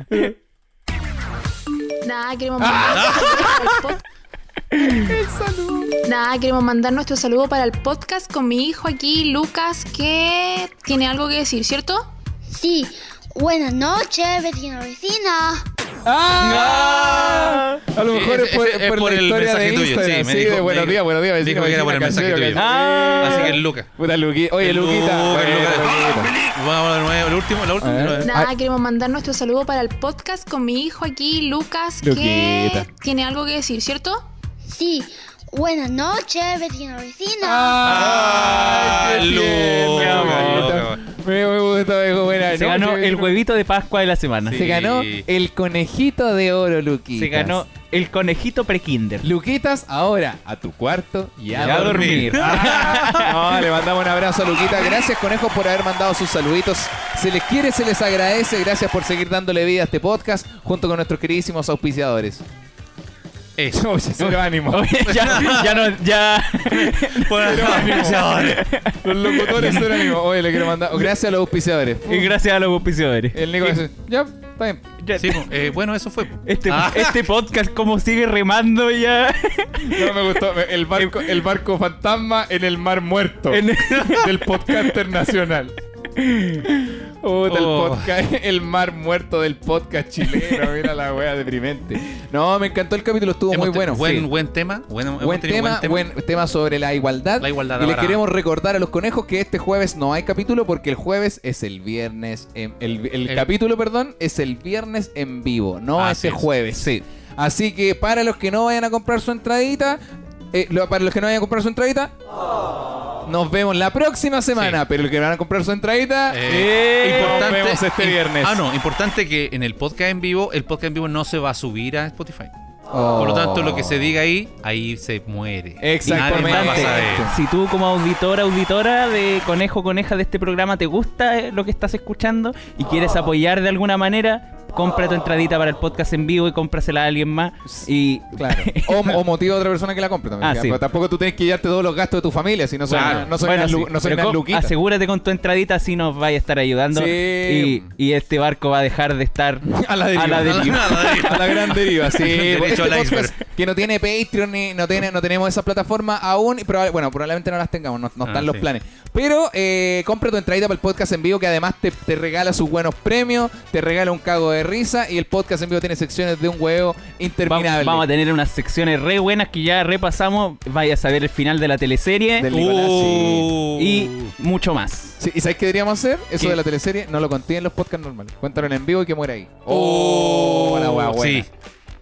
[SPEAKER 10] Nada, queremos mandar
[SPEAKER 3] Ah,
[SPEAKER 10] nuestro saludo para el podcast. Nada, queremos mandar nuestro saludo para el podcast con mi hijo aquí, Lucas, que tiene algo que decir, ¿cierto?
[SPEAKER 11] Sí, buenas noches, vecino vecina.
[SPEAKER 3] ¡Ah! A lo
[SPEAKER 5] Sí,
[SPEAKER 3] mejor es,
[SPEAKER 5] es-
[SPEAKER 3] por,
[SPEAKER 5] es- es
[SPEAKER 3] por la historia
[SPEAKER 5] mensaje
[SPEAKER 3] de
[SPEAKER 5] tuyo, sí,
[SPEAKER 3] Instagram. Sí,
[SPEAKER 5] me dijo-
[SPEAKER 3] de
[SPEAKER 5] me
[SPEAKER 3] buenos
[SPEAKER 5] dijo-
[SPEAKER 3] días, buenos días.
[SPEAKER 5] dijo
[SPEAKER 3] vecino,
[SPEAKER 5] que era por el
[SPEAKER 3] vecina,
[SPEAKER 5] mensaje
[SPEAKER 3] canción,
[SPEAKER 5] tuyo.
[SPEAKER 3] canción.
[SPEAKER 5] Así que el Luca.
[SPEAKER 3] Puta, Luqui- Oye,
[SPEAKER 5] El
[SPEAKER 3] Luquita.
[SPEAKER 5] Luca, el
[SPEAKER 3] Bueno,
[SPEAKER 5] Luca.
[SPEAKER 3] Luquita.
[SPEAKER 5] Vamos de nuevo, el último, la última.
[SPEAKER 3] A ver.
[SPEAKER 10] Nada,
[SPEAKER 3] Ay.
[SPEAKER 10] queremos mandar nuestro saludo para el podcast con mi hijo aquí, Lucas,
[SPEAKER 3] Luquita.
[SPEAKER 10] que tiene algo que decir, ¿cierto?
[SPEAKER 11] Sí, buenas noches, vecino vecina.
[SPEAKER 3] ¡Ay, qué
[SPEAKER 5] Luca,
[SPEAKER 3] tierno,
[SPEAKER 5] Luca.
[SPEAKER 3] Luquita! Me me gustó, dijo, buena
[SPEAKER 4] Se ganó
[SPEAKER 3] noche,
[SPEAKER 4] el
[SPEAKER 3] vecino.
[SPEAKER 4] huevito de Pascua de la semana.
[SPEAKER 5] Sí.
[SPEAKER 3] Se ganó el conejito de oro, Luquitas.
[SPEAKER 4] Se ganó el conejito prekinder.
[SPEAKER 3] Luquitas, ahora a tu cuarto y a,
[SPEAKER 4] Y a dormir.
[SPEAKER 3] Ah, no, le mandamos un abrazo a Luquita. Gracias, conejos, por haber mandado sus saluditos. Se les quiere, se les agradece. Gracias por seguir dándole vida a este podcast junto con nuestros queridísimos auspiciadores.
[SPEAKER 5] Eso.
[SPEAKER 3] Oye, cero ánimo.
[SPEAKER 4] Oye, ya, ya no, ya.
[SPEAKER 3] Los locutores cero ánimo. Oye, le quiero mandar. Gracias a los auspiciadores.
[SPEAKER 4] Y gracias a los auspiciadores.
[SPEAKER 3] El Nico dice, ya, está bien.
[SPEAKER 4] Ya-
[SPEAKER 5] Sí, po, eh, bueno, eso fue. po.
[SPEAKER 4] este,
[SPEAKER 5] Ah.
[SPEAKER 4] este podcast como sigue remando ya.
[SPEAKER 3] No me gustó. El barco, el barco fantasma en el mar muerto.
[SPEAKER 4] En-
[SPEAKER 3] del podcaster nacional. Puta, el,
[SPEAKER 5] Oh.
[SPEAKER 3] podcast, el mar muerto del podcast chileno. Mira la wea deprimente. No, me encantó el capítulo, estuvo
[SPEAKER 5] Hemos
[SPEAKER 3] muy
[SPEAKER 5] te-
[SPEAKER 3] bueno.
[SPEAKER 5] Buen,
[SPEAKER 3] Sí.
[SPEAKER 5] buen tema. Buen, hemos
[SPEAKER 3] Buen
[SPEAKER 5] tenido
[SPEAKER 3] tema, buen tema sobre la igualdad.
[SPEAKER 5] La igualdad
[SPEAKER 3] Y les
[SPEAKER 5] ahora.
[SPEAKER 3] queremos recordar a los conejos que este jueves no hay capítulo porque el jueves es el viernes. en- el, el
[SPEAKER 5] El-
[SPEAKER 3] capítulo, perdón, es el viernes en vivo, no
[SPEAKER 5] Así
[SPEAKER 3] ese
[SPEAKER 5] es.
[SPEAKER 3] jueves. Sí. Así que para los que no vayan a comprar su entradita, eh, lo- para los que no vayan a comprar su entradita, nos vemos la próxima semana.
[SPEAKER 5] Sí.
[SPEAKER 3] Pero los que van a comprar su entradita,
[SPEAKER 5] Eh, importante,
[SPEAKER 3] nos vemos este
[SPEAKER 5] im-
[SPEAKER 3] viernes.
[SPEAKER 5] Ah, no, importante que en el podcast en vivo, el podcast en vivo no se va a subir a Spotify.
[SPEAKER 3] oh.
[SPEAKER 5] Por lo tanto, lo que se diga ahí, ahí se muere.
[SPEAKER 4] Exactamente.
[SPEAKER 5] Nadie más va a saber.
[SPEAKER 4] Si tú como auditora, auditora de conejo, coneja de este programa te gusta eh, lo que estás escuchando y
[SPEAKER 5] Ah.
[SPEAKER 4] quieres apoyar de alguna manera, compra tu entradita para el podcast en vivo y cómprasela a alguien más. Y
[SPEAKER 3] Claro. O, o motiva a otra persona que la compre también.
[SPEAKER 4] Ah,
[SPEAKER 3] ya,
[SPEAKER 4] sí.
[SPEAKER 3] pero tampoco tú tienes que llevarte todos los gastos de tu familia, si no son,
[SPEAKER 4] Claro.
[SPEAKER 3] no son
[SPEAKER 4] Bueno,
[SPEAKER 3] unas lu-
[SPEAKER 4] sí,
[SPEAKER 3] no son
[SPEAKER 4] pero
[SPEAKER 3] unas
[SPEAKER 4] co-
[SPEAKER 3] luquitas.
[SPEAKER 4] Asegúrate con tu entradita, así nos vaya a estar ayudando.
[SPEAKER 3] Sí.
[SPEAKER 4] Y, y este barco va a dejar de estar
[SPEAKER 3] A la deriva.
[SPEAKER 4] deriva.
[SPEAKER 3] A la, gran deriva, sí.
[SPEAKER 4] Derecho
[SPEAKER 3] Este
[SPEAKER 4] al
[SPEAKER 3] podcast
[SPEAKER 4] iceberg.
[SPEAKER 3] que no tiene Patreon ni no, tiene, no tenemos esa plataforma aún. y probable- bueno, probablemente no las tengamos, no, no
[SPEAKER 4] Ah,
[SPEAKER 3] están los
[SPEAKER 4] sí.
[SPEAKER 3] planes. Pero eh, compra tu entradita para el podcast en vivo que además te, te regala sus buenos premios, te regala un cago de risa y el podcast en vivo tiene secciones de un huevo
[SPEAKER 4] Vamos,
[SPEAKER 3] interminable.
[SPEAKER 4] vamos a tener unas secciones re buenas que ya repasamos. Vaya a saber el final de la teleserie.
[SPEAKER 3] Del Uh. Nicolás,
[SPEAKER 5] Uh.
[SPEAKER 3] sí.
[SPEAKER 4] Y mucho más.
[SPEAKER 3] Sí, ¿Y sabes qué deberíamos hacer? Eso
[SPEAKER 4] ¿Qué?
[SPEAKER 3] de la teleserie no lo contienen los podcasts normales. Cuéntalo en vivo y que muera ahí. ¡Oh! la hueá buena.
[SPEAKER 4] Sí.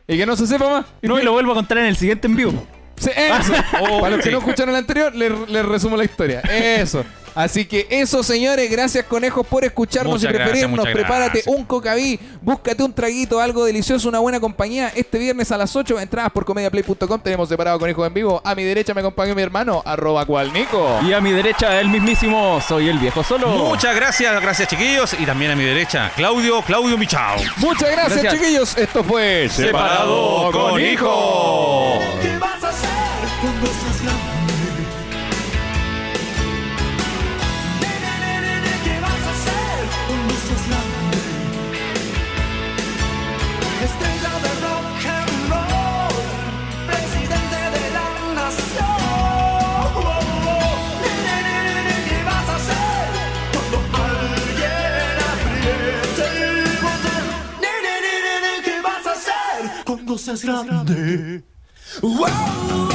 [SPEAKER 3] Y que no se sepa más.
[SPEAKER 4] No, y lo vuelvo a contar en el siguiente en vivo.
[SPEAKER 3] Sí,
[SPEAKER 5] Ah,
[SPEAKER 3] eso.
[SPEAKER 4] Oh,
[SPEAKER 3] Para los que
[SPEAKER 4] sí.
[SPEAKER 3] no escucharon el anterior, les, les resumo la historia. Eso. Así que eso, señores. Gracias, conejos, por escucharnos
[SPEAKER 5] Muchas
[SPEAKER 3] y
[SPEAKER 5] gracias,
[SPEAKER 3] preferirnos.
[SPEAKER 5] muchas
[SPEAKER 3] Prepárate
[SPEAKER 5] gracias.
[SPEAKER 3] un cocaví, búscate un traguito, algo delicioso, una buena compañía. Este viernes a las 8, entradas por comediaplay.com. Tenemos separado conejos en vivo. A mi derecha me acompañó mi hermano, arroba cual Nico.
[SPEAKER 4] Y a mi derecha, el mismísimo, soy el viejo solo.
[SPEAKER 3] Oh.
[SPEAKER 5] Muchas gracias, gracias chiquillos. Y también a mi derecha, Claudio, Claudio Michao.
[SPEAKER 3] Muchas gracias,
[SPEAKER 5] Gracias.
[SPEAKER 3] chiquillos. Esto fue
[SPEAKER 5] Separado con Hijos.
[SPEAKER 2] ¿Qué vas a hacer cuando seas grande? Nene, nene, nene, ¿qué vas a hacer cuando seas grande? Estrella de rock and roll, presidente de la nación. Nene, nene, nene, ¿qué vas a hacer cuando alguien apriete el botón? Nene, nene, nene, ¿qué vas a hacer cuando seas grande? Wow.